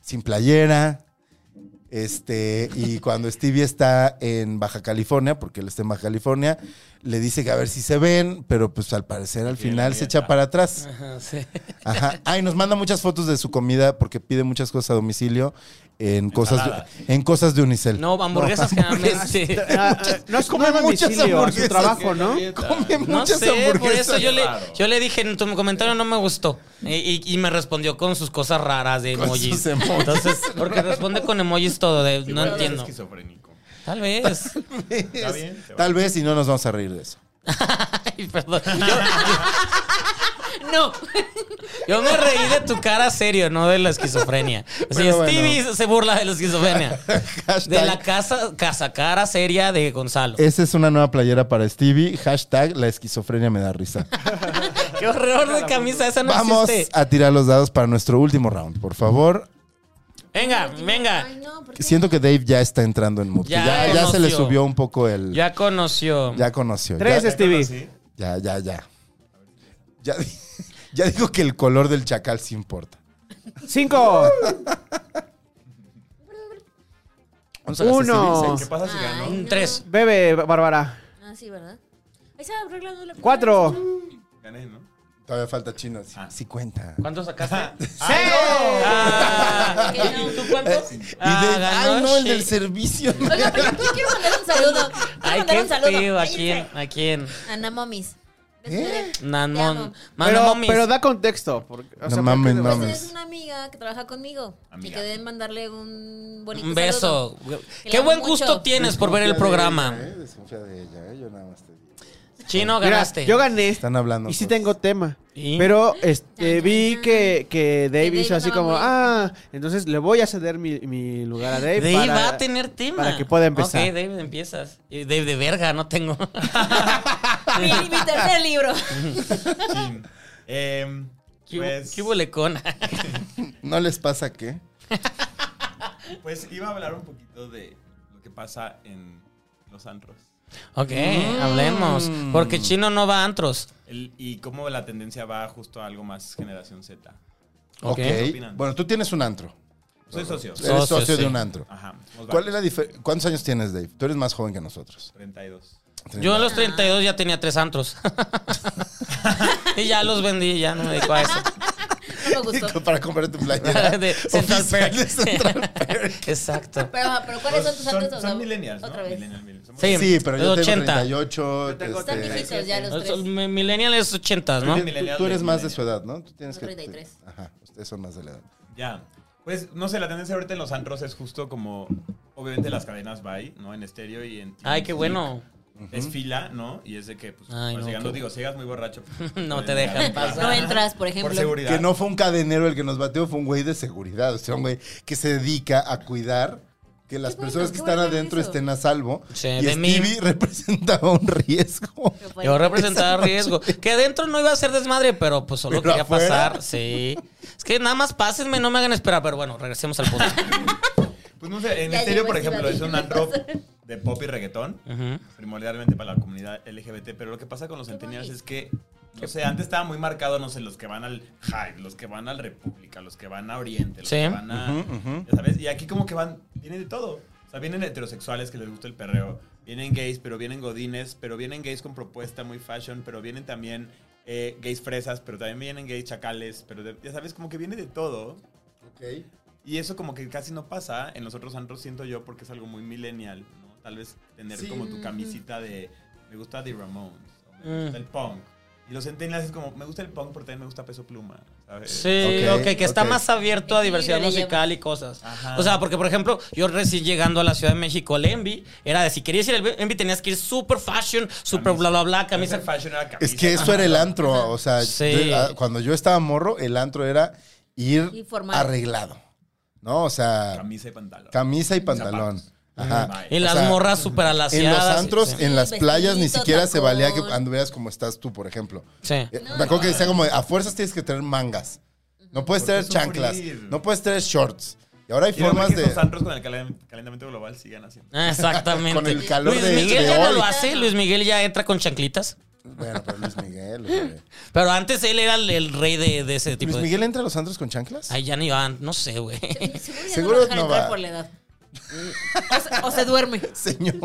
S2: sin playera. Este, y cuando Stevie está en Baja California, porque él está en Baja California, le dice que a ver si se ven, pero pues al parecer al final se echa para atrás.
S1: Ajá, sí.
S2: Ajá. Ay, nos manda muchas fotos de su comida porque pide muchas cosas a domicilio en cosas
S3: Ensaladas.
S2: en cosas de Unicel.
S1: No, hamburguesas generalmente.
S6: Ah, ah, no es como
S2: Come
S6: a
S2: muchas
S6: domicilio, a su
S2: hamburguesas.
S6: trabajo, ¿no?
S2: Come
S1: No
S2: muchas
S1: sé, por
S2: hamburguesas.
S1: eso yo le,
S3: Claro.
S1: yo le dije en tu comentario no me gustó. Y, y- y me respondió con sus cosas raras de
S2: Con
S1: emojis.
S2: sus emojis.
S1: Entonces, porque responde con emojis todo, de- no
S3: Igual es
S1: entiendo.
S3: esquizofrénico.
S1: Tal vez.
S3: Está bien. te
S2: Tal vez y no nos vamos a reír de eso.
S1: Ay, perdón. Yo, no. Yo me reí de tu cara serio, no de la esquizofrenia. Si
S2: Pero bueno.
S1: Stevie se burla de la esquizofrenia.
S2: Hashtag-
S1: De la casa, casa cara seria de Gonzalo.
S2: Esa es una nueva playera para Stevie. Hashtag la esquizofrenia me da risa.
S1: Qué horror de camisa, esa no
S2: Vamos
S1: existe.
S2: a tirar los dados para nuestro último round, por favor.
S1: Venga, venga.
S4: Ay, no, ¿por qué?
S2: Siento que Dave ya está entrando en mood. que
S1: Ya
S2: Ya, ya, se
S1: conoció.
S2: le subió un poco el. Ya,
S1: Ya conoció.
S2: conoció.
S6: Tres,
S2: ya,
S6: Stevie.
S2: ya, ya, ya. Ya di- ya dijo que el color del chacal sí importa.
S6: Cinco.
S2: Vamos a gastar
S6: Uno.
S2: Stevie,
S3: ¿Qué
S2: seis.
S3: pasa si ganó?
S4: Ay,
S1: Un
S4: no.
S1: tres.
S6: Bebe, Bárbara.
S4: Ah, sí, ¿verdad? Esa regla no la
S6: Cuatro.
S3: Gané, ¿no?
S2: Todavía falta chino. Sí,
S3: Ah.
S2: sí cuenta.
S1: ¿Cuánto sacaste? Ah,
S4: Ah, que no.
S1: ¿Tú cuántos?
S2: Eh, Y
S6: Eh,
S2: de-
S1: Ah, ganó,
S2: ay, no, el
S1: shit.
S2: del servicio.
S4: Oiga, pero yo quiero mandar un saludo. Quiero
S1: Ay,
S4: mandar
S1: qué
S4: un saludo.
S1: frío. ¿A
S4: Ay,
S1: quién? ¿A quién?
S4: Ana Momis.
S2: ¿Eh?
S1: Nanmon.
S6: Pero,
S1: Manomomis.
S6: pero da contexto. Porque, o
S2: No
S6: sea,
S2: mames,
S6: porque-
S2: mames.
S4: Pues, es una amiga que trabaja conmigo. Y
S3: Amiga.
S4: que deben mandarle un bonito
S1: Un beso.
S4: saludo. Que
S1: Qué
S4: la
S1: buen
S4: amo
S1: gusto
S4: mucho.
S1: tienes por ver el programa.
S2: Desconfía de ella, ¿eh? Desconfía de ella, ¿eh? Yo nada más te digo.
S1: Chino,
S6: Mira,
S1: ganaste.
S6: yo gané.
S2: Están hablando.
S6: Y sí
S2: pues.
S6: tengo tema.
S1: ¿Y?
S6: Pero este
S4: Chan,
S6: vi
S4: chan,
S6: que, que Dave
S4: Que Dave
S6: hizo así
S4: estaba
S6: como,
S4: muy-
S6: ah, entonces le voy a ceder mi, mi lugar a Dave.
S1: Dave
S6: para-
S1: va a tener tema.
S6: para que pueda empezar.
S1: Ok, Dave, empiezas. Y Dave, de verga, no tengo.
S4: Mi, mi tercer libro.
S3: Chin. Em,
S1: ¿Qué,
S3: pues,
S1: qué bolecona?
S2: ¿No les pasa qué?
S3: pues iba a hablar un poquito de lo que pasa en los antros.
S1: Ok,
S6: Mm.
S1: hablemos. Porque Chino no va a antros.
S3: El- y cómo la tendencia va justo a algo más generación Z.
S1: Ok.
S2: Ok.
S3: opinan?
S2: Bueno, tú tienes un antro.
S3: Soy socio.
S1: Sí.
S2: Eres
S1: Socio,
S2: socio de
S1: sí.
S2: un antro.
S3: Ajá. somos
S2: ¿Cuál es
S3: varios.
S2: la difer- ¿Cuántos años tienes, Dave? Tú eres más joven que nosotros.
S3: 32.
S1: Yo a los 32 ya tenía tres antros. y ya los vendí, ya no me dedico a eso.
S4: No me gustó.
S2: Para comprar tu playera.
S1: De Central
S2: oficial
S1: Perk.
S2: de Central Perk.
S1: Exacto.
S4: Pero, pero ¿cuáles son tus
S3: son,
S4: santos?
S3: son millennials, ¿no?
S4: Otra vez.
S3: Millennial, millennial. Somos-
S1: Sí.
S2: Sí, pero yo
S1: Es
S2: tengo
S1: 80.
S2: 38.
S4: Están
S2: este,
S4: viejitos ya los tres.
S1: Eso, mi- Millennial es 80, ¿no?
S3: Millennial.
S2: tú, tú eres más de su edad, ¿no? Tú tienes que.
S4: 33.
S2: Ajá, ustedes son más de la edad.
S3: Ya. Pues, no sé, la tendencia ahorita en los antros es justo como... Obviamente las cadenas by, ¿no? En estéreo y en...
S1: Ay, qué bueno.
S3: Es fila, ¿no? Y es de que, pues,
S1: Ay,
S3: vas
S1: no,
S3: llegando,
S1: qué-
S3: digo, si llegas muy borracho... pues,
S1: No
S3: puedes
S1: te
S3: llegar.
S1: dejan pasar.
S4: No entras, por
S3: Por
S4: ejemplo.
S3: seguridad.
S2: Que no fue un cadenero el que nos bateó, fue un güey de seguridad. O sea, un güey que se dedica a cuidar que las
S4: Qué bueno,
S2: personas que
S4: qué
S2: están
S4: bueno
S2: adentro
S4: eso.
S2: estén a salvo.
S1: Sí,
S2: y
S1: de mí.
S2: Stevie representaba un riesgo.
S4: Pero bueno.
S1: Yo representaba riesgo. Que adentro no iba a ser desmadre, pero pues solo
S2: Pero
S1: quería
S2: afuera.
S1: pasar. Sí. Es que nada más pásenme, no me hagan esperar. Pero bueno, regresemos al punto.
S3: Pues no sé, en
S4: Ya
S3: estéreo,
S4: llegó
S3: por
S4: el
S3: ejemplo, es
S4: ciudadano.
S3: un antro de pop y reggaetón,
S1: Ujú.
S3: primordialmente para la comunidad LGBT, pero lo que pasa con los centennials es que, no sé, antes estaba muy marcado, no sé, los que van al Hyde, los que van al República, los que van a Oriente, los
S1: Sí.
S3: que van a... Ya sabes, y aquí como que van, viene de todo. O sea, vienen heterosexuales que les gusta el perreo, vienen gays, pero vienen godines, pero vienen gays con propuesta muy fashion, pero vienen también eh, gays fresas, pero también vienen gays chacales, pero de- ya sabes, como que viene de todo.
S2: Ok.
S3: Y eso como que casi no pasa en los otros antros, siento yo, porque es algo muy millennial, ¿no? Tal vez tener
S2: Sí.
S3: como tu camisita de me gusta The Ramones, o me
S1: Mm.
S3: gusta el punk. Y los centennials es como, me gusta el punk, pero también me gusta Peso Pluma, ¿sabes?
S1: Sí,
S2: Ok,
S1: ok, que está
S2: ok.
S1: más abierto a
S4: Equilibrio
S1: diversidad
S4: le llaman.
S1: musical y cosas.
S3: Ajá.
S1: O sea, porque por ejemplo, yo recién llegando a la Ciudad de México, el Envy, era de si querías ir al Envy tenías que ir super fashion, super
S3: Camisa.
S1: bla bla bla, camisa.
S3: Ser fashion era camisa.
S2: Es que eso era el antro, o sea,
S1: Sí.
S2: yo- ah, cuando yo estaba morro, el antro era
S4: Y
S2: ir
S4: formal.
S2: arreglado, ¿no? O sea,
S3: Camisa y pantalón.
S2: camisa y pantalón.
S3: Zapatos.
S2: Ajá.
S1: Y
S2: O
S1: las
S2: sea,
S1: morras super
S2: En los
S1: alaciadas.
S2: antros, eh,
S1: Sí.
S2: en las
S4: Sí,
S2: playas, ni
S4: vestidito,
S2: siquiera se valía que
S4: tacón.
S2: anduvieras como estás tú, por ejemplo.
S1: Sí.
S2: Eh, Me acuerdo que decía como, a fuerzas tienes que tener mangas. No puedes tener
S3: Porque es
S2: chanclas,
S3: sufrir.
S2: no puedes tener shorts. Y ahora hay
S3: Quiero ver
S2: formas
S3: que
S2: de...
S3: esos antros con el calen- calentamiento global sigan haciendo.
S1: Ah, Exactamente.
S2: Con el calor
S1: Luis
S2: de-
S1: Miguel
S2: de
S1: ya no
S2: hoy.
S1: lo hace, Luis Miguel ya entra con chanclitas.
S2: Bueno, pero Luis Miguel... güey.
S1: Pero antes él era el, el rey de, de ese Este tipo
S2: ¿Luis
S1: de.
S2: Miguel entra a los antros con chanclas?
S1: Ay, ya ni van, no sé, güey.
S4: Seguro
S2: Seguro
S4: no lo dejan
S2: no
S4: entrar
S2: va.
S4: por la edad. O se, o se duerme.
S2: Señor,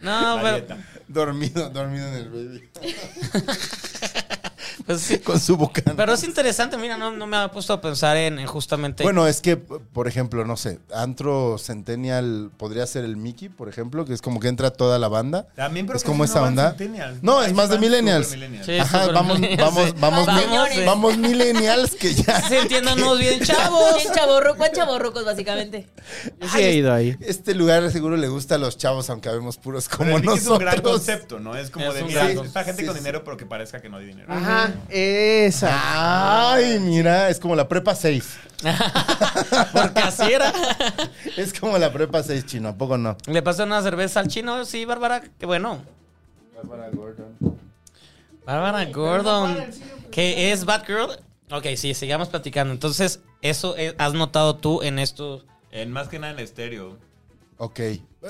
S1: No,
S3: La
S1: pero.
S3: dieta.
S2: dormido, dormido en el baby.
S1: pues sí.
S2: Con su bocana.
S1: Pero este- es interesante, mira, no, no me ha puesto a pensar en, en justamente.
S2: Bueno, es que, p- por ejemplo, no sé, Antro Centennial podría ser el Mickey, por ejemplo, que es como que entra toda la banda.
S3: También, pero
S2: es
S3: casi no
S2: como esa
S3: van
S2: onda.
S3: centennials.
S2: No,
S3: Ahí
S2: es
S3: sí
S2: más de
S3: van super
S2: millennials.
S3: millennials.
S1: Sí,
S2: Ajá,
S1: super
S2: vamos,
S1: millennials,
S2: vamos,
S1: sí.
S2: vamos,
S4: Vamos,
S2: mi-
S4: señores.
S2: vamos millennials que ya.
S1: Sí, entiéndanos bien, chavos.
S4: Bien chavorru- buen chavorrucos, básicamente.
S6: Yo sí he ido ahí.
S2: Este lugar seguro le gusta a los chavos, aunque habemos puros
S3: Pero
S2: como
S3: el Mickey Es un gran
S2: nosotros.
S3: concepto, ¿no? Es como
S1: Es
S3: de,
S1: un
S3: mira,
S1: gran
S3: es para
S2: concepto.
S3: gente
S2: Sí,
S3: con
S2: sí.
S3: dinero, pero que parezca que no hay dinero.
S6: Ajá, esa.
S3: Ah,
S2: Ay, mira, es como la prepa 6.
S1: Porque así era.
S2: Es como la prepa 6 chino, ¿a poco no?
S1: Le pasó una cerveza al chino, sí, Bárbara, qué bueno. Bárbara Gordon, que es Batgirl. Ok, sí, sigamos platicando. Entonces, eso eh, has notado tú en estos...
S3: En más que nada en estéreo.
S2: Ok.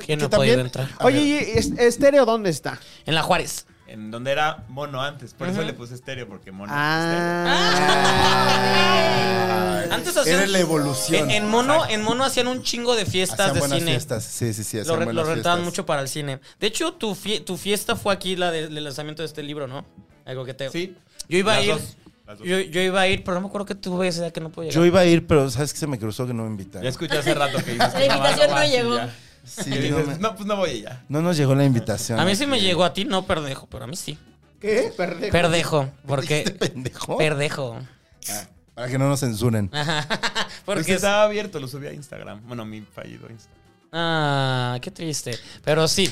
S1: ¿Quién no ha
S2: también-
S1: podido entrar?
S2: a
S6: Oye,
S2: ver,
S6: ¿y es- estéreo dónde está?
S1: En la Juárez.
S3: En donde era mono antes. Por eso le puse estéreo, porque mono. es
S6: Ah.
S1: Antes
S2: era
S1: hacían...
S2: la evolución.
S1: En, en mono, en mono hacían un chingo de fiestas
S2: Hacían
S1: de
S2: buenas
S1: cine.
S2: fiestas. Sí, sí, sí.
S1: Lo,
S2: hacían
S1: re- lo
S2: buenas
S1: rentaban
S2: fiestas.
S1: mucho para el cine. De hecho, tu, fie- tu fiesta fue aquí, la de- del lanzamiento de este libro, ¿no? Algo que te...
S3: estéreo. Sí.
S1: Yo iba a
S3: Las
S1: ir...
S3: dos, las dos.
S1: Yo, yo iba a ir, pero no me acuerdo que tuve esa edad que no podía
S2: Yo iba a ir, pero ¿sabes qué se me cruzó que no me invitaron?
S3: Ya escuché hace rato que dices. que
S4: La
S3: no vas,
S4: invitación
S3: no
S4: no
S3: vas, y
S4: llegó.
S3: ya.
S2: Sí,
S3: Que
S2: no,
S3: dices,
S2: me-
S3: no, pues no voy y ya.
S2: no nos llegó la invitación.
S1: A mí sí me llegó a ti, no perdejo, pero a mí sí.
S6: ¿Qué? Perdejo.
S1: Perdejo, porque...
S2: ¿Este pendejo?
S1: Perdejo.
S2: Ah, para que no nos censuren.
S1: Ah.
S2: Pues
S3: Porque
S1: Porque...
S3: Pues estaba abierto, lo subí a Instagram. Bueno, mi fallido Instagram.
S1: Ah, qué triste. Pero sí,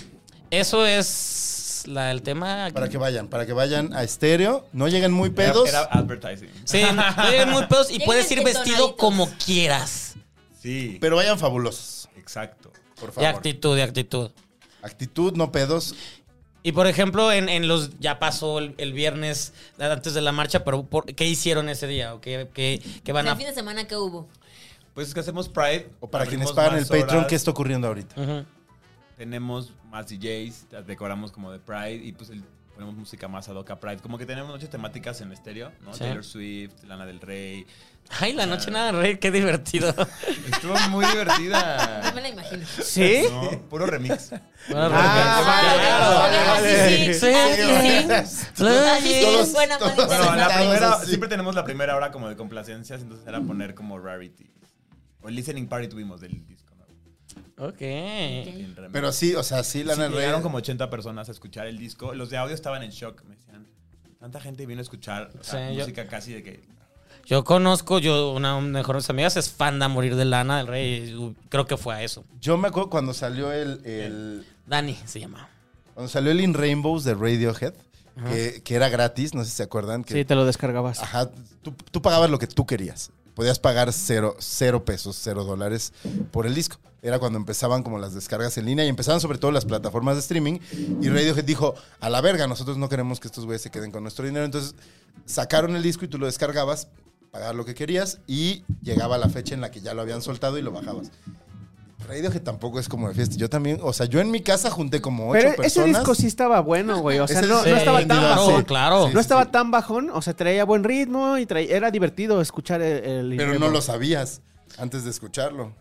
S1: eso es la, el tema.
S2: Para que vayan, para que vayan a estéreo. No lleguen muy
S3: Era-
S2: pedos.
S3: Era, advertising.
S1: Sí, no lleguen muy pedos y
S4: Lleguen
S1: puedes ir vestido
S4: entonaditos.
S1: como quieras.
S3: Sí.
S2: Pero vayan fabulosos,
S3: exacto.
S2: por
S1: De
S2: favor.
S1: actitud, de actitud.
S2: Actitud, no pedos.
S1: Y por ejemplo, en, en los. Ya pasó el, el viernes antes de la marcha, pero por- ¿qué hicieron ese día? ¿O qué, qué- qué
S4: O
S1: van
S4: sea,
S1: a.?
S4: el fin de semana que hubo.
S3: Pues es que hacemos Pride.
S2: O para
S3: abrimos
S2: quienes pagan el
S3: más
S2: Patreon,
S3: horas,
S2: ¿qué está ocurriendo ahorita?
S1: Ujú.
S3: Tenemos más DJs, las decoramos como de Pride y pues el- ponemos música más ad hoc a Pride. Como que tenemos noches temáticas en estéreo, ¿no?
S1: Sí.
S3: Taylor Swift, Lana del Rey.
S1: Ay, la noche nada, rey, qué divertido.
S3: Estuvo muy
S4: No me
S3: divertida.
S4: la imagino.
S6: ¿Sí?
S3: No, puro remix.
S6: Ah,
S4: Ah, sí, sí.
S1: Sí,
S4: Sí, sí. Ah, sí, sí,
S2: Todos-
S4: es buena
S2: todos-
S4: maldita.
S3: Bueno, la
S2: Estamos
S3: primera,
S2: así.
S3: siempre tenemos la primera hora como de complacencias, entonces era poner como rarity. O el listening party tuvimos del disco. ¿no?
S1: Ok.
S3: En remix.
S2: Pero sí, o sea, sí, eh. Lana
S3: Sí,
S2: Del Rey.
S3: llegaron como 80 personas a escuchar el disco. Los de audio estaban en shock. Me decían, tanta gente vino a escuchar o sea,
S1: Sí, yo-
S3: música casi de que...
S1: Yo conozco, yo, una de mis mejores amigas es fan de A morir de lana del rey. y Creo que fue a eso.
S2: Yo me acuerdo cuando salió el, el-
S1: Dani se llama.
S2: cuando salió el In Rainbows de Radiohead, que, que era gratis, no sé si se acuerdan. Que,
S6: Sí, te lo descargabas.
S2: Ajá, tú, tú pagabas lo que tú querías. Podías pagar cero, cero pesos, cero dólares por el disco. Era cuando empezaban como las descargas en línea y empezaban sobre todo las plataformas de streaming. Y Radiohead dijo, a la verga, nosotros no queremos que estos güeyes se queden con nuestro dinero. Entonces sacaron el disco y tú lo descargabas, pagar lo que querías y llegaba la fecha en la que ya lo habían soltado y lo bajabas. Radiohead tampoco es como de fiesta. Yo también, o sea, yo en mi casa junté como ocho
S6: Pero
S2: personas.
S6: ese disco sí estaba bueno, güey. O sea,
S2: Ese
S6: no,
S2: disco
S6: no estaba
S2: sí,
S6: tan
S2: claro,
S6: bajón.
S1: claro.
S2: Sí, sí,
S6: No estaba
S2: sí.
S6: tan bajón, o sea, traía buen ritmo y traía- era divertido escuchar el... el
S2: Pero no
S6: Inhale.
S2: lo sabías antes de escucharlo.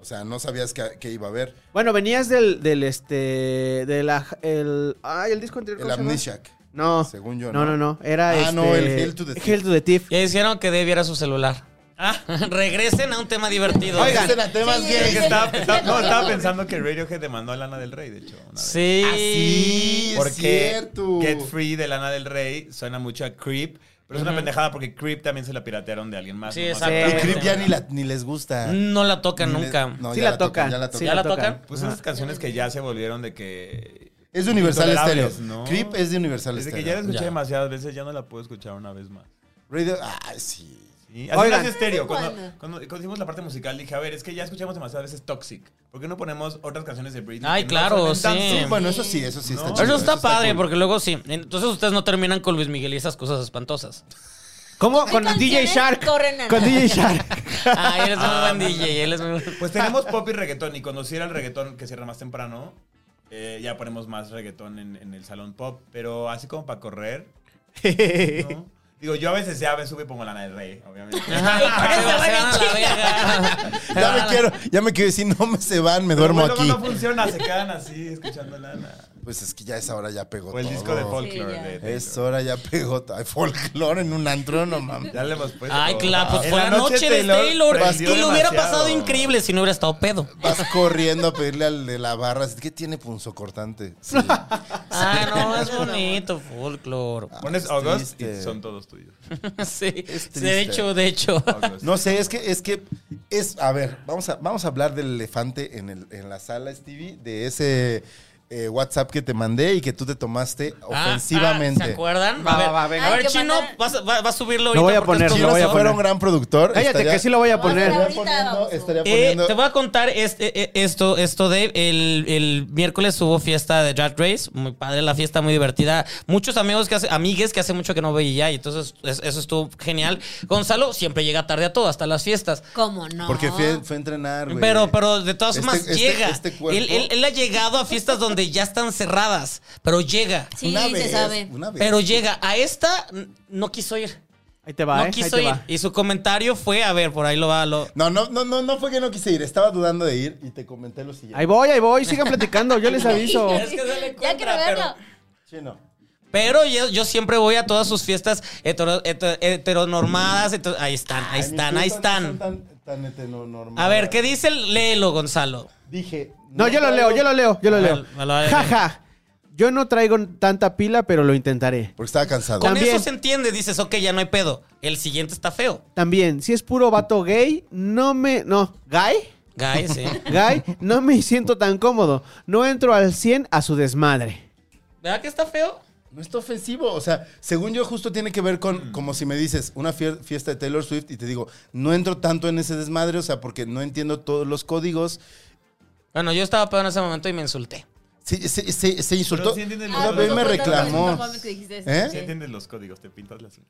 S2: O sea, no sabías que, que iba a haber.
S6: Bueno, venías del, del este, de la, el, ay, el disco anterior.
S2: El
S6: ¿cómo se llama?
S2: Amnesiac.
S6: No,
S2: Según yo,
S6: no,
S2: ¿no?
S6: no, no, era
S2: Ah,
S6: este.
S2: no, el Hail to the Thief.
S6: Hail to the Thief.
S1: Ya dijeron que Debbie era su celular. Ah, regresen a un tema divertido.
S2: Oigan, temas
S4: Sí,
S2: gays.
S4: sí,
S3: Que estaba, estaba- no, estaba pensando que Radiohead demandó a Lana del Rey, de hecho. una vez.
S1: Ah, Sí.
S2: Así.
S3: Porque
S2: es cierto.
S3: Get Free de Lana del Rey suena mucho a Creep, pero es una pendejada porque Creep también se la piratearon de alguien más.
S1: Sí,
S3: ¿no? O sea,
S1: exacto.
S2: Y Creep ya ni, la- ni les gusta.
S1: No la tocan
S2: Ni le-
S1: nunca.
S2: no,
S6: sí
S2: ya
S6: la tocan.
S2: Ya la
S6: sí
S2: tocan.
S1: ¿Ya la tocan?
S3: Pues esas canciones que ya se volvieron de que...
S2: Es de Universal Stereo.
S3: Intolerables, ¿no?
S2: Creep es de Universal
S3: Desde que
S2: Stereo.
S3: ya la escuché
S1: Ya.
S3: demasiadas veces, ya no la puedo escuchar una vez más.
S2: Radio- Ah, sí.
S3: Sí,
S6: Oigan.
S3: Así nace estéreo. Cuando,
S4: Bueno.
S3: cuando, cuando hicimos la parte musical dije, a ver, es que ya escuchamos demasiadas veces Toxic. ¿Por qué no ponemos otras canciones de Britney?
S1: Ay,
S3: que no
S1: claro,
S3: suenen tan-
S1: sí.
S2: Sí, bueno, eso sí, eso sí
S3: No.
S2: está chido.
S3: Pero
S1: Eso está padre,
S2: cool.
S1: porque luego sí. Entonces ustedes no terminan con Luis Miguel y esas cosas espantosas.
S6: ¿Cómo? Con DJ
S4: canciones
S6: Shark.
S4: corren a
S6: Con
S4: nada.
S6: DJ Shark.
S1: Ah, él es muy buen DJ, él es muy buen-
S3: Pues tenemos pop y reggaetón. Y cuando cierra el reggaetón, que cierra más temprano, eh, ya ponemos más reggaetón en, en el salón pop. Pero así como para correr, ¿no? Digo, yo a veces ya me subo y pongo lana del rey, obviamente.
S1: Ajá, se va, se van a la verga.
S2: Ya me quiero, ya me quiero decir, no me se van, me duermo
S3: Pero luego
S2: aquí.
S3: no pues- funciona, se quedan así escuchando lana.
S2: Pues es que ya esa hora ya pegó
S3: O el
S2: todo.
S3: disco de folklore.
S4: Sí, ya.
S3: de Taylor.
S2: Es hora ya pegó todo. Ay, folclore en un antro, no mames.
S3: Ya le hemos puesto.
S1: Ay, claro, pues
S3: En
S1: fue la noche de Taylor. Y
S3: prendió
S1: lo hubiera
S3: demasiado.
S1: pasado increíble si no hubiera estado pedo.
S2: Vas corriendo a pedirle al de la barra, así, ¿qué tiene punzocortante? Sí.
S1: Ah, no, es bonito, folklore.
S3: Pones
S2: Es
S3: August y
S2: triste.
S3: son todos tuyos.
S1: Ah, Sí,
S2: Es
S1: de hecho, de hecho.
S3: August.
S2: pues No sé, es que, es que, es, a ver, vamos a, vamos a hablar del elefante en, el, en la sala, Stevie, de ese eh, WhatsApp que te mandé y que tú te tomaste
S1: Ah,
S2: ofensivamente.
S1: ah, ¿Se acuerdan?
S6: Va,
S1: a ver,
S6: va, va, venga.
S1: a
S4: Hay
S1: ver,
S4: que
S1: Chino,
S4: mandar-
S1: vas, a- va- va a subirlo
S6: Lo
S1: ahorita.
S6: voy a
S1: porque es
S6: poner,
S2: Si
S6: lo
S1: tu
S6: voy a
S2: no
S1: razón.
S6: poner.
S2: fuera un gran productor,
S6: Cállate,
S2: estaría-
S6: que sí lo voy a
S4: Vamos a
S6: poner.
S4: la-
S2: estaría
S4: Ahorita
S2: poniendo,
S4: vamos.
S2: estaría
S1: Eh,
S2: poniendo-
S1: te voy a contar este, eh, esto, esto Dave. El, el miércoles hubo fiesta de Drag Race. Muy padre la fiesta, muy divertida. Muchos amigos que hace, amigues que hace mucho que no veía. Y entonces es- eso estuvo genial. Gonzalo siempre llega tarde a todo, hasta las fiestas.
S4: ¿Cómo no?
S2: Porque fue, fue a entrenar, güey.
S1: Pero, pero de todas
S2: Este-
S1: formas
S2: este-
S1: llega.
S2: este cuerpo-
S1: él, él- él ha llegado a fiestas donde ya están cerradas, pero llega.
S4: Sí,
S2: Una
S4: se
S2: vez,
S4: sabe.
S2: una vez.
S1: Pero llega. A esta n- no quiso ir.
S6: Ahí te va,
S1: no
S6: ¿eh? Ahí
S1: quiso
S6: te
S1: ir.
S6: va.
S1: Y su comentario fue, a ver, por ahí lo va, lo,
S2: No, no, no, no, no fue que no quise ir. Estaba dudando de ir y te comenté lo siguiente.
S6: Ahí voy, ahí voy. Sigan platicando, yo les aviso.
S1: Es que dale
S4: ya quiero
S1: contra,
S4: verlo.
S2: Chino.
S1: Pero yo, yo siempre voy a todas sus fiestas hetero- heter- heteronormadas. heter- ahí están, ahí
S2: Ay,
S1: están,
S2: mis
S1: ahí
S2: fiestas no son
S1: están.
S2: Tan, tan heteronormadas.
S1: A ver, ¿qué dice? el- Léelo, Gonzalo.
S2: Dije.
S6: No, yo lo
S2: traigo-
S6: leo, yo lo leo, yo lo
S1: A
S6: leo.
S1: ver, me lo voy a leer.
S6: Jaja. Yo no traigo tanta pila, pero lo intentaré.
S2: Porque estaba cansado.
S1: Con
S6: También.
S1: eso se entiende, dices, ok, ya no hay pedo. El siguiente está feo.
S6: También, si es puro vato gay, no me. No, ¿gay?
S1: Guy, sí.
S6: Gay, no me siento tan cómodo. No entro al 100 a su desmadre.
S1: ¿Verdad que está feo?
S2: No está ofensivo. O sea, según yo, justo tiene que ver con,
S1: Mm.
S2: como si me dices, una fier- fiesta de Taylor Swift y te digo, no entro tanto en ese desmadre, o sea, porque no entiendo todos los códigos.
S1: Bueno, yo estaba pedo en ese momento y me insulté.
S2: Se, se- se- se insultó.
S3: Pero sí entienden
S2: O
S3: los
S2: sea,
S3: códigos.
S2: él me
S4: Nosotros
S2: reclamó.
S4: Ah, no mames que dijiste eso.
S2: ¿Eh?
S3: Si
S4: Sí.
S3: entiendes los códigos, te pintas las uñas.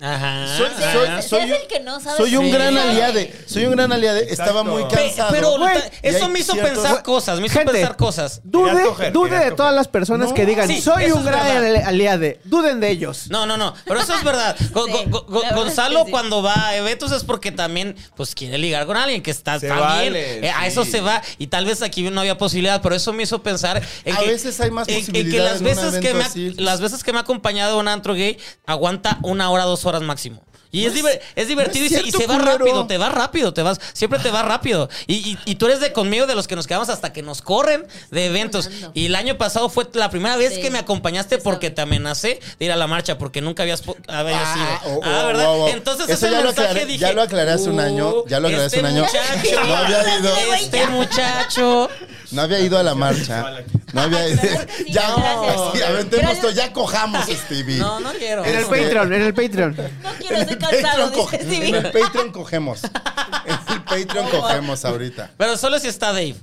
S1: Ajá.
S2: Soy-
S1: ajá.
S2: soy-
S4: Seas
S2: soy
S4: el que no sabe.
S2: Soy un
S4: Sí.
S2: gran aliade. Soy un gran aliade. Estaba muy
S3: Pe-
S2: cansado.
S1: pero
S6: Güey,
S1: ta- eso
S2: y
S1: me
S2: hay
S1: hizo
S2: ciertos-
S1: pensar cosas, me hizo
S6: Gente.
S1: pensar cosas.
S6: Dude,
S3: Querías coger,
S6: dude
S3: querías
S6: de todas
S3: coger.
S6: las personas
S2: No.
S6: que digan,
S1: Sí,
S6: soy
S1: eso
S6: un
S1: es
S6: gran
S1: verdad.
S6: aliade. Duden de ellos.
S1: No, no, no, pero eso es verdad. Go-
S4: Sí,
S1: go- go- go-
S4: la verdad
S1: Gonzalo
S4: es que sí.
S1: cuando va a eventos es porque también pues quiere ligar con alguien que está
S3: Se
S1: también.
S3: vale,
S1: eh, A
S3: sí.
S1: eso se va y tal vez aquí no había posibilidad, pero eso me hizo pensar en
S2: A
S1: que
S2: veces hay más
S1: en- en que
S2: posibilidad
S1: las
S2: en un
S1: veces que
S2: evento
S1: me ha-
S2: así.
S1: las veces que me ha acompañado un antro gay aguanta una hora, dos horas máximo. Y es, diver- es divertido
S2: no
S1: y,
S2: es
S1: se, y
S2: cierto,
S1: se va
S2: culero.
S1: rápido, te va rápido, te vas, siempre te va rápido. Y, y- y tú eres de conmigo de los que nos quedamos hasta que nos corren de eventos.
S4: sonando.
S1: Y el año pasado fue la primera vez
S4: Sí.
S1: que me acompañaste
S4: Eso.
S1: porque te amenacé de ir a la marcha porque nunca habías, po- habías
S2: Ah,
S1: ido.
S2: oh, oh,
S1: ah, ¿verdad?
S2: wow, wow.
S1: Entonces
S2: Eso
S1: ese
S2: ya lo
S1: mensaje
S2: aclaré-
S1: dije.
S2: ya lo aclaré hace un año, ya lo aclaré hace
S1: este
S2: un año".
S1: Muchacho,
S2: No había ido.
S1: Este muchacho.
S2: No había ido a la marcha. No había ido.
S4: Claro que sí,
S2: Ya,
S4: gracias.
S2: sí, aventemos
S4: Gracias.
S2: esto, ya cojamos, Stevie. Este,
S1: No, no quiero.
S6: En el Patreon, en el Patreon.
S4: No
S2: En
S4: quiero,
S2: el
S4: estoy cansado.
S2: Patreon co-
S4: Dice
S2: en el
S4: Stevie.
S2: Patreon cogemos. En el Patreon cogemos ahorita.
S1: Pero solo si está Dave.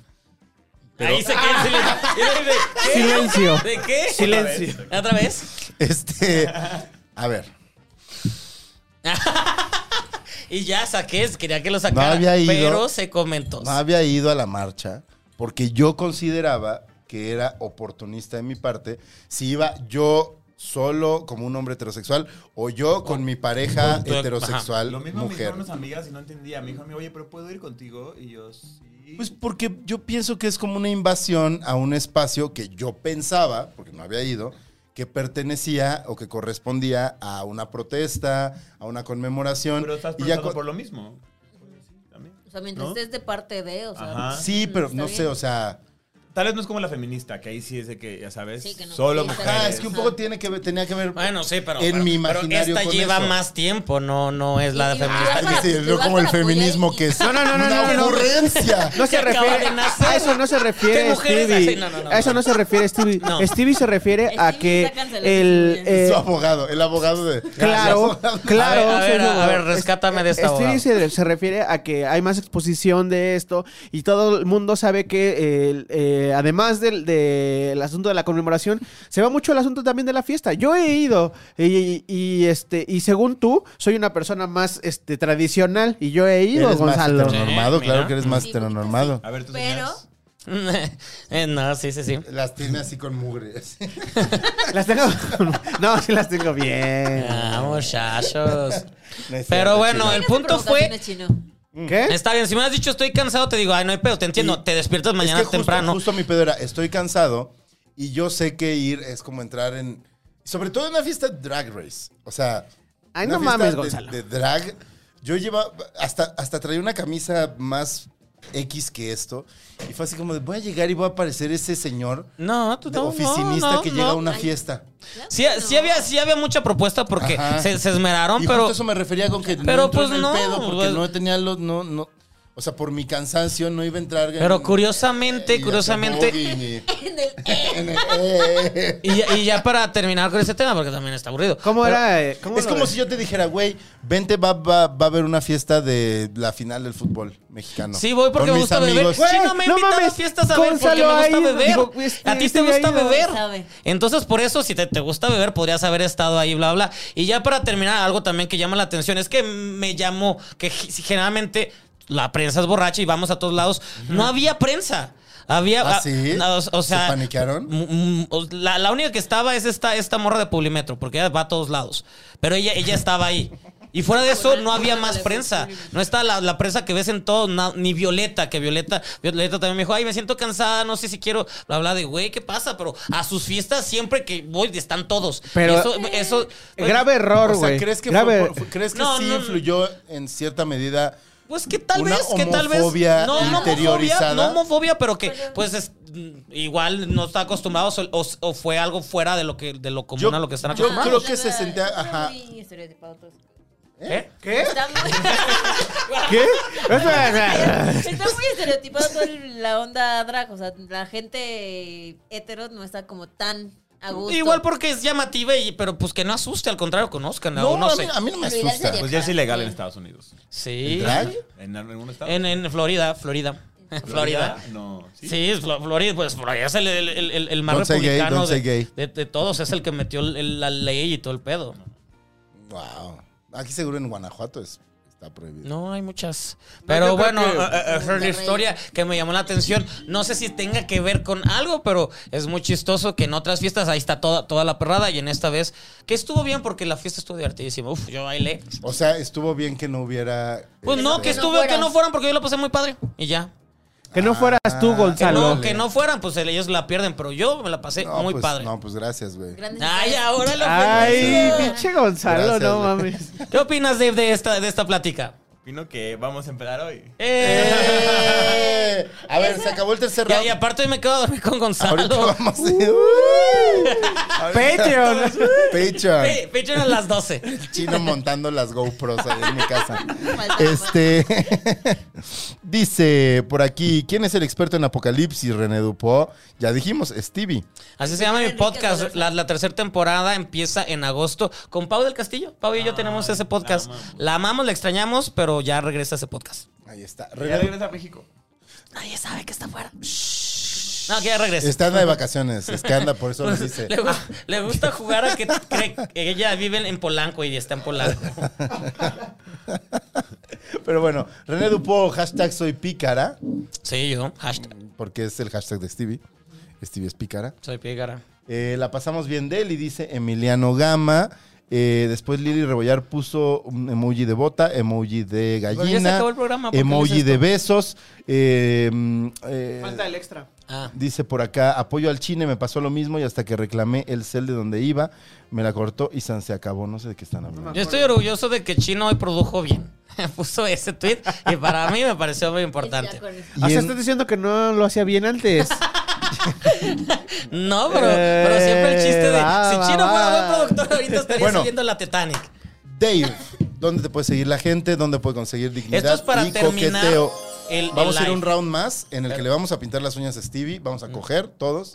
S1: Ahí se queda en silencio. Y Dave, ¿de qué?
S6: Silencio.
S1: ¿De qué?
S6: Silencio.
S1: ¿Otra vez?
S2: Este, a ver,
S1: Y ya saqué, quería que lo sacara.
S2: No había ido.
S1: Pero se comentó.
S2: no había ido a la marcha porque yo consideraba que era oportunista de mi parte si iba yo solo como un hombre heterosexual o yo con mi pareja
S1: Ajá.
S2: heterosexual
S3: Lo mismo me
S2: mujer.
S3: dijeron unas amigas y no entendía. Me dijo, a mí, oye, pero puedo ir contigo. Y yo, sí.
S2: Pues porque yo pienso que es como una invasión a un espacio que yo pensaba, porque no había ido, que pertenecía o que correspondía a una protesta, a una conmemoración.
S3: Pero estás
S2: y ya
S3: preguntando
S2: co-
S3: por lo mismo. También.
S4: O sea, mientras
S3: ¿No?
S4: estés de parte de, o sea. mm,
S3: Ajá.
S2: Sí, pero
S4: Está
S2: no
S4: bien.
S2: sé, o sea.
S3: Tal vez no es como la feminista, que ahí sí es de que, ya sabes,
S4: Sí, que no.
S3: solo
S4: Sí,
S3: mujeres.
S4: está
S2: Ah, es que un poco tiene que ver- tenía que ver.
S1: Bueno, sí, pero.
S2: En
S1: pero-
S2: mi
S1: pero
S2: imaginario
S1: esta
S2: con
S1: lleva
S2: eso.
S1: más tiempo, no, no es la
S4: Y- y-
S1: feminista.
S4: y- para-
S2: Sí, no
S4: vas
S2: como el
S4: para
S2: feminismo
S4: apoyar y-
S2: que es
S6: No, no, no, no,
S2: una
S6: no, no.
S2: ocurrencia.
S6: No se
S1: Que acaba
S6: refiere
S1: de nacer.
S6: a eso no se
S1: ¿Qué
S6: refiere
S1: mujeres
S6: Stevie.
S1: hacen? No, no, no,
S6: a eso
S1: no.
S6: no se refiere Stevie.
S1: No.
S6: Stevie se refiere a
S4: Stevie
S6: que
S4: está cancelado,
S6: el
S4: Stevie.
S6: eh,
S2: su abogado, el abogado de.
S6: Claro, claro.
S1: A ver, a
S6: soy
S1: ver, a
S6: abogado.
S1: ver, rescátame de esta
S6: Stevie
S1: abogado.
S6: Este se, se refiere a que hay más exposición de esto y todo el mundo sabe que eh, el, eh, además del del asunto de la conmemoración, se va mucho el asunto también de la fiesta. Yo he ido y, y, este y según tú, soy una persona más este tradicional y yo he ido,
S2: Eres más
S6: Gonzalo.
S2: heteronormado,
S1: Sí,
S2: claro
S1: mira.
S2: que eres más
S4: Sí,
S2: heteronormado.
S3: A ver, tú
S4: Pero-
S3: señoras.
S1: Eh, no, sí, sí, sí.
S2: Las tiene así con mugre. así.
S6: Las tengo. no, sí las tengo bien.
S1: Ah, muchachos.
S2: No es
S1: Pero
S2: cierto,
S1: bueno,
S2: chino.
S1: el
S4: Esas
S1: punto fue.
S4: provocaciones, Chino.
S6: ¿Qué?
S1: Está bien, si me has dicho estoy cansado, te digo, ay, no hay pedo, te entiendo. te
S2: Es
S1: despiertas
S2: que
S1: mañana
S2: justo-
S1: temprano.
S2: Justo mi pedo era, estoy cansado y yo sé que ir es como entrar en. Sobre todo en una fiesta drag race. O sea.
S6: Ay,
S2: una
S6: no
S2: fiesta
S6: mames,
S2: de-
S6: Gonzalo.
S2: De drag. Yo llevaba. Hasta, hasta traía una camisa más X que esto. Y fue así como de: voy a llegar y voy a aparecer ese señor
S1: No, tú
S2: de
S1: no, no,
S2: oficinista
S1: no,
S2: que
S1: no.
S2: llega a una fiesta.
S4: Claro
S1: Sí,
S4: que
S1: sí
S4: no.
S1: había, sí había mucha propuesta porque
S2: Ajá.
S1: se, se esmeraron,
S2: y
S1: pero.
S2: justo eso me refería con que
S1: pero,
S2: no entró
S1: pues,
S2: en el
S1: no,
S2: pedo porque
S1: pues-
S2: no tenía los. No, no, o sea, por mi cansancio no iba a entrar. en- eh,
S1: Pero curiosamente,
S2: y
S1: curiosamente-
S2: hacer jogging
S4: En el- eh,
S2: y- en el- eh, eh, eh.
S1: Y, ya- y ya para terminar con ese tema, porque también está aburrido.
S6: ¿Cómo era? eh, cómo
S2: Es
S6: lo
S2: como
S6: ves?
S2: si yo te dijera, güey, vente, va, va, va a haber una fiesta de la final del fútbol mexicano.
S1: Sí, voy porque
S2: Con
S1: me
S2: mis
S1: gusta
S2: amigos.
S1: beber. Chino
S6: Güey,
S1: me
S6: no
S1: invita a
S6: mames,
S1: las fiestas a ver porque
S6: Gonzalo
S1: me
S6: ha
S1: gusta
S6: ido,
S1: beber.
S6: digo, pues,
S1: a ti
S6: este
S1: te
S6: güey ha
S1: gusta
S6: ido.
S1: beber.
S4: Sabe.
S1: Entonces, por eso, si te, te gusta beber, podrías haber estado ahí, bla, bla. Y ya para terminar, algo también que llama la atención es que me llamó que g- si generalmente la prensa es borracha y vamos a todos lados. No había prensa. Había.
S2: ¿Ah,
S1: a-
S2: sí?
S1: a- o, o
S2: ¿Se
S1: sea,
S2: paniquearon?
S1: Mm, mm, o- La, la única que estaba es esta, esta morra de Publimetro, porque ella va a todos lados. Pero ella, ella estaba ahí. Y fuera de eso, no había más prensa. No está la, la prensa que ves en todo, na- ni Violeta, que Violeta, Violeta también me dijo, ay, me siento cansada, no sé si quiero hablar de, güey, ¿qué pasa? Pero a sus fiestas siempre que voy están todos.
S6: Pero-
S1: Y eso, eso-
S2: eh,
S6: Grave error,
S2: O sea,
S6: güey.
S2: ¿crees que,
S6: Grave.
S2: fue por- fue- ¿crees que
S1: No,
S2: sí
S1: no, no.
S2: influyó en cierta medida?
S1: Pues que tal
S2: Una
S1: vez, que tal vez.
S2: homofobia interiorizada.
S1: Homofobia, no homofobia, pero que pues es, mm, igual no está acostumbrado o, o- o fue algo fuera de lo que de lo común
S2: Yo-
S1: a lo que están
S2: yo
S1: acostumbrados.
S2: creo que se
S4: Está
S2: sentía- ajá.
S4: muy estereotipado todo.
S1: ¿Eh?
S6: ¿Qué?
S4: Está muy,
S6: ¿Qué? Espera, espera.
S4: está muy estereotipado toda la onda drag. O sea, la gente hetero no está como tan a gusto.
S1: Igual porque es llamativa, y, pero pues que no asuste, al contrario, conozcan. No,
S2: No,
S1: no
S2: a,
S1: sé.
S2: mí, a mí no me
S4: Lo ideal
S2: asusta.
S4: sería-
S3: Pues ya es ilegal en Estados Unidos.
S1: Sí.
S2: ¿Drag?
S3: ¿En algún estado?
S1: En, en Florida, Florida. Florida.
S3: No.
S1: Sí, es Flo- Florida, pues Florida es el, el, el- el- el más
S2: Don't say gay,
S1: republicano
S2: don't say
S1: de,
S2: gay.
S1: de- de todos. Es el que metió el- el- la ley y todo el pedo.
S2: Wow. Aquí seguro en Guanajuato es- está prohibido.
S1: No, hay muchas.
S6: yo
S1: Pero
S6: creo
S1: bueno,
S6: que-
S1: eh, eh, es una
S4: Monterrey.
S1: historia que me llamó la atención. No sé si tenga que ver con algo, pero es muy chistoso que en otras fiestas ahí está toda, toda la perrada y en esta vez que estuvo bien porque la fiesta estuvo divertidísima. Uf, yo bailé.
S2: O sea, estuvo bien que no hubiera. este,
S1: Pues no, que
S4: no
S1: estuvo, que
S4: fueras.
S1: no fueran porque yo la pasé muy padre y ya.
S6: Que no fueras tú,
S1: Que
S6: Gonzalo.
S1: no, Ah, que no fueran, pues ellos la pierden, pero yo me la pasé
S2: No,
S1: muy
S2: pues,
S1: padre.
S2: No, pues gracias, güey.
S4: Grandes
S1: Ay,
S4: mujeres.
S1: ahora lo
S6: Ay,
S1: felicito.
S6: pinche Gonzalo,
S2: Gracias,
S6: no
S2: güey.
S6: mames.
S1: ¿Qué opinas, Dave, de esta, de esta plática?
S3: Opino que vamos a empezar hoy.
S1: Eh,
S2: ¡Eh! A ver, se acabó el tercer
S1: y,
S2: round.
S1: y aparte me quedo a dormir con
S2: Ahorita
S1: Gonzalo.
S2: vamos. ¡Uh!
S6: Patreon.
S2: Patreon.
S1: Pe- Patreon a las 12.
S2: Chino montando las GoPros ahí en mi casa.
S4: Falta
S2: Este dice por aquí, ¿quién es el experto en apocalipsis, René Dupont? Ya dijimos, Stevie.
S1: Así se llama mi podcast. La, la tercera temporada empieza en agosto con Pau del Castillo. Pau y yo tenemos ese podcast. Ah, La amamos. la extrañamos, pero ya regresa ese podcast.
S2: Ahí está.
S3: Ya
S2: René
S3: regresa a México.
S1: Nadie sabe que está fuera. No, que ya regresa.
S2: está de vacaciones, es que anda, por eso nos dice.
S1: Le, gu- le gusta jugar a que cree que ella vive en Polanco y está en Polanco.
S2: Pero bueno, René Dupont, hashtag soy pícara,
S1: Sí, yo. Hashtag.
S2: porque es el hashtag de Stevie. Stevie es pícara.
S1: Mm, Soy pícara.
S2: Eh, la pasamos bien de él y dice Emiliano Gama. Eh, después Lili Rebollar puso un emoji de bota, emoji de
S1: Pero ya se
S2: gallina,
S1: acabó el programa. ¿por qué
S2: emoji
S1: dices
S2: de
S1: esto?
S2: besos. eh, mm, eh,
S5: Falta el extra.
S1: Ah,
S2: Dice por acá, apoyo al cine, me pasó lo mismo y hasta que reclamé el cel de donde iba, me la cortó y san se acabó. No sé de qué están hablando.
S1: yo estoy orgulloso de que Chino hoy produjo bien. Puso ese tweet y para mí me pareció muy importante.
S2: Y
S6: O sea,
S2: en-
S6: estás diciendo que no lo hacía bien antes.
S1: No, pero, pero siempre el chiste de
S6: va, va,
S1: si Chino
S6: va.
S1: fuera buen productor ahorita estaría
S2: Bueno.
S1: siguiendo la Titanic.
S2: Dave, ¿dónde te puede seguir la gente? ¿Dónde puede conseguir dignidad
S1: Esto es para
S2: y
S1: terminar
S2: coqueteo?
S1: el- el
S2: vamos a ir
S1: live. Eh.
S2: un round más en el que le vamos a pintar las uñas a Stevie, vamos a coger todos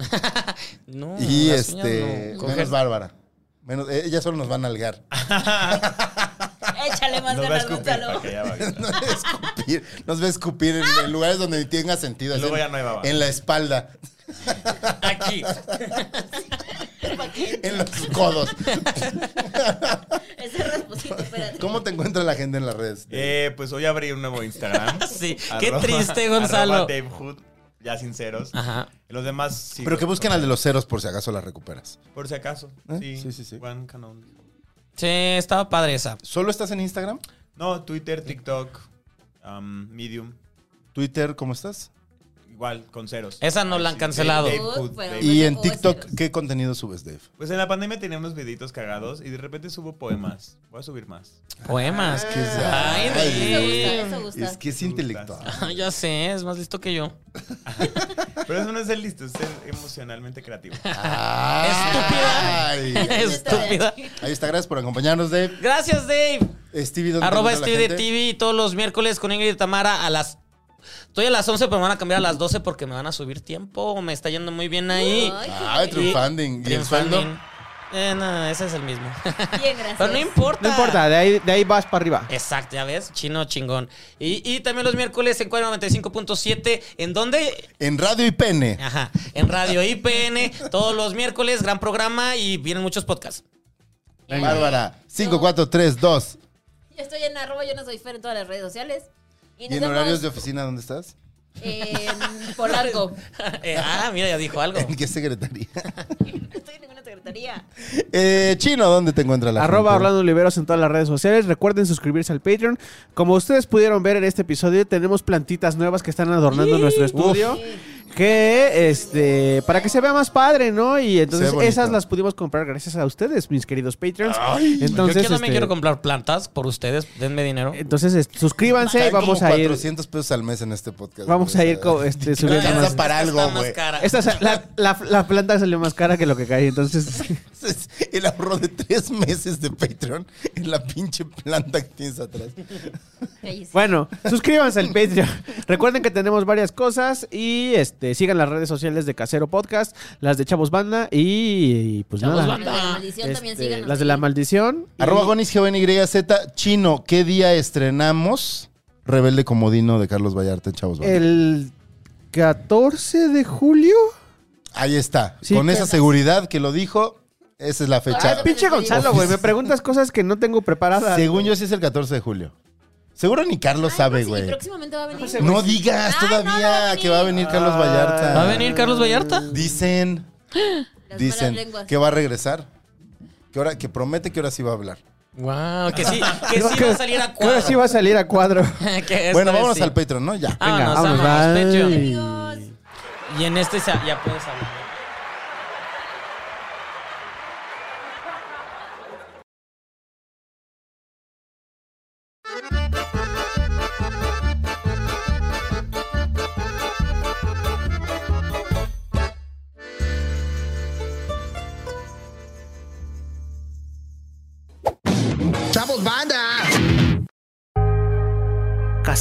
S1: No,
S2: y
S1: Ah, las uñas
S2: este
S1: no.
S2: menos
S1: Coger.
S2: Bárbara. Menos, eh, ella solo nos va a nalgar.
S4: Échale más
S3: Nos va a
S4: ganas,
S3: escupir para
S4: Gonzalo.
S3: que ya vaya.
S2: Nos va a escupir, nos va a escupir en, en lugares donde ni tenga sentido.
S3: Luego
S2: así,
S3: ya no hay baba.
S2: en la espalda,
S1: Aquí.
S2: en los codos.
S4: Ese rasposito, espérate.
S2: ¿Cómo te encuentra la gente en las redes?
S3: Eh, pues hoy abrí un nuevo Instagram.
S1: Sí. Qué triste, Gonzalo.
S3: arroba Dave Hood, ya sinceros.
S1: Ajá.
S3: Los demás sí.
S2: Pero que busquen al de los ceros por si acaso la recuperas.
S3: Por si acaso.
S2: ¿Eh?
S3: Sí,
S2: Sí, sí, sí.
S3: One can only.
S1: Sí, estaba padre esa.
S2: ¿Solo estás en Instagram?
S3: No, Twitter, TikTok, um, Medium.
S2: ¿Twitter cómo estás?
S3: Igual, con ceros.
S1: Esa no la han cancelado.
S3: Dave Hood,
S4: Pero-
S3: Dave
S2: Y en
S4: o
S2: TikTok,
S4: ceros.
S2: ¿qué contenido subes, Dave?
S3: Pues en la pandemia tenía unos videitos cagados y de repente subo poemas. Voy a subir más.
S1: Poemas.
S2: que es-
S1: Ay,
S4: Eso gusta,
S1: Dave.
S4: eso gusta.
S2: Es que es intelectual.
S1: Ah, ya sé, es más listo que yo.
S3: Pero eso no es ser listo, es ser emocionalmente creativo.
S1: Estúpida.
S2: Ay.
S1: Estúpida.
S2: Ahí está, gracias por acompañarnos, Dave.
S1: Gracias, Dave.
S2: Stevie, ¿dónde
S1: Arroba
S2: te encuentra la
S1: Steve de
S2: gente?
S1: TV todos los miércoles con Ingrid y Tamara a las. Estoy a las 11, pero me van a cambiar a las 12 porque me van a subir tiempo. Me está yendo muy bien ahí.
S4: Ay,
S2: Ay, triunfanding. ¿Y el
S1: Triunfando.
S2: sueldo?
S1: Eh, no, ese es el mismo.
S4: Bien, gracias.
S1: pero no importa.
S6: No importa, de ahí, de ahí vas para arriba.
S1: Exacto, ya ves, chino chingón. Y, y también los miércoles en 495.7, ¿en dónde?
S2: En Radio y Pene.
S1: Ajá, en Radio IPN, todos los miércoles, gran programa y vienen muchos podcasts.
S2: Bárbara, 5432.
S4: Yo estoy en arroba, yo no soy Fer en todas las redes sociales. Y
S2: ¿Y
S4: nos
S2: en horarios de
S4: vemos
S2: oficina dónde estás?
S4: en Polanco.
S1: Eh, ah, mira, ya dijo algo.
S2: ¿En qué secretaría?
S4: No estoy en ninguna secretaría.
S2: Eh, Chino, ¿dónde te encuentra la
S6: Arroba
S2: gente?
S6: Orlando Oliveros en todas las redes sociales. Recuerden suscribirse al Patreon. Como ustedes pudieron ver en este episodio, tenemos plantitas nuevas que están adornando nuestro estudio. Que, este, para que se vea más padre, ¿no? Y entonces
S2: Se ve bonito.
S6: esas las pudimos comprar gracias a ustedes, mis queridos Patreons. entonces,
S1: Yo quiero- también
S6: este,
S1: quiero comprar plantas por ustedes, denme dinero.
S6: entonces, este, suscríbanse y
S2: Caen como
S6: vamos a ir.
S2: 400 pesos al mes en este podcast.
S6: Vamos
S2: güey,
S6: a
S2: o
S6: ir
S2: sea,
S6: co- este, subiendo
S2: Alcanza
S6: más.
S2: para algo,
S1: Está más
S2: güey.
S1: cara.
S6: Esta, sa- la, la- la planta salió más cara que lo que cae, entonces.
S2: Entonces, el ahorro de tres meses de Patreon en la pinche planta que tienes atrás.
S4: Ahí sí.
S6: Bueno, suscríbanse al Patreon. Recuerden que tenemos varias cosas y este sigan las redes sociales de Casero Podcast, las de Chavos Banda y, pues
S1: Chavos
S4: Las
S6: nada.
S4: de la maldición
S6: Este,
S4: también síganos.
S6: las de la maldición. y-
S2: Arroba Gonis, G-O-N-Y-Z. Chino, ¿qué día estrenamos Rebelde Comodino de Carlos Vallarta, chavos? banda?
S6: el 14 de julio.
S2: Ahí está.
S6: Sí,
S2: Con
S6: pero-
S2: esa seguridad que lo dijo, esa es la fecha.
S4: Ah,
S6: Pinche Gonzalo, güey, me
S2: Ofici-
S6: preguntas cosas que no tengo preparadas.
S2: Según yo, sí es el 14 de julio. Seguro ni Carlos
S4: Ay,
S2: sabe,
S4: pues sí,
S2: güey.
S4: próximamente va a venir.
S2: No digas
S4: Ah, no, no va a
S2: todavía
S4: venir.
S2: que va a venir Carlos
S6: Ah.
S2: Vallarta.
S1: ¿Va a venir Carlos Vallarta?
S2: Dicen,
S4: Las malas
S2: dicen
S4: lenguas.
S2: que va a regresar. Que, ahora, que promete que ahora sí va a hablar.
S1: Wow, que sí, que
S6: Creo
S1: sí
S6: que-
S1: va a salir a
S6: Creo que
S1: cuadro.
S6: sí va a salir a cuadro.
S1: Que esta
S2: Bueno,
S1: vez
S2: vámonos
S1: sí.
S2: al Patreon, ¿no? Ya.
S1: Vámonos,
S6: Venga, vámonos,
S1: vámonos,
S6: bye.
S1: Patreon.
S4: Amigos.
S1: Y en este sa- ya puedes hablar.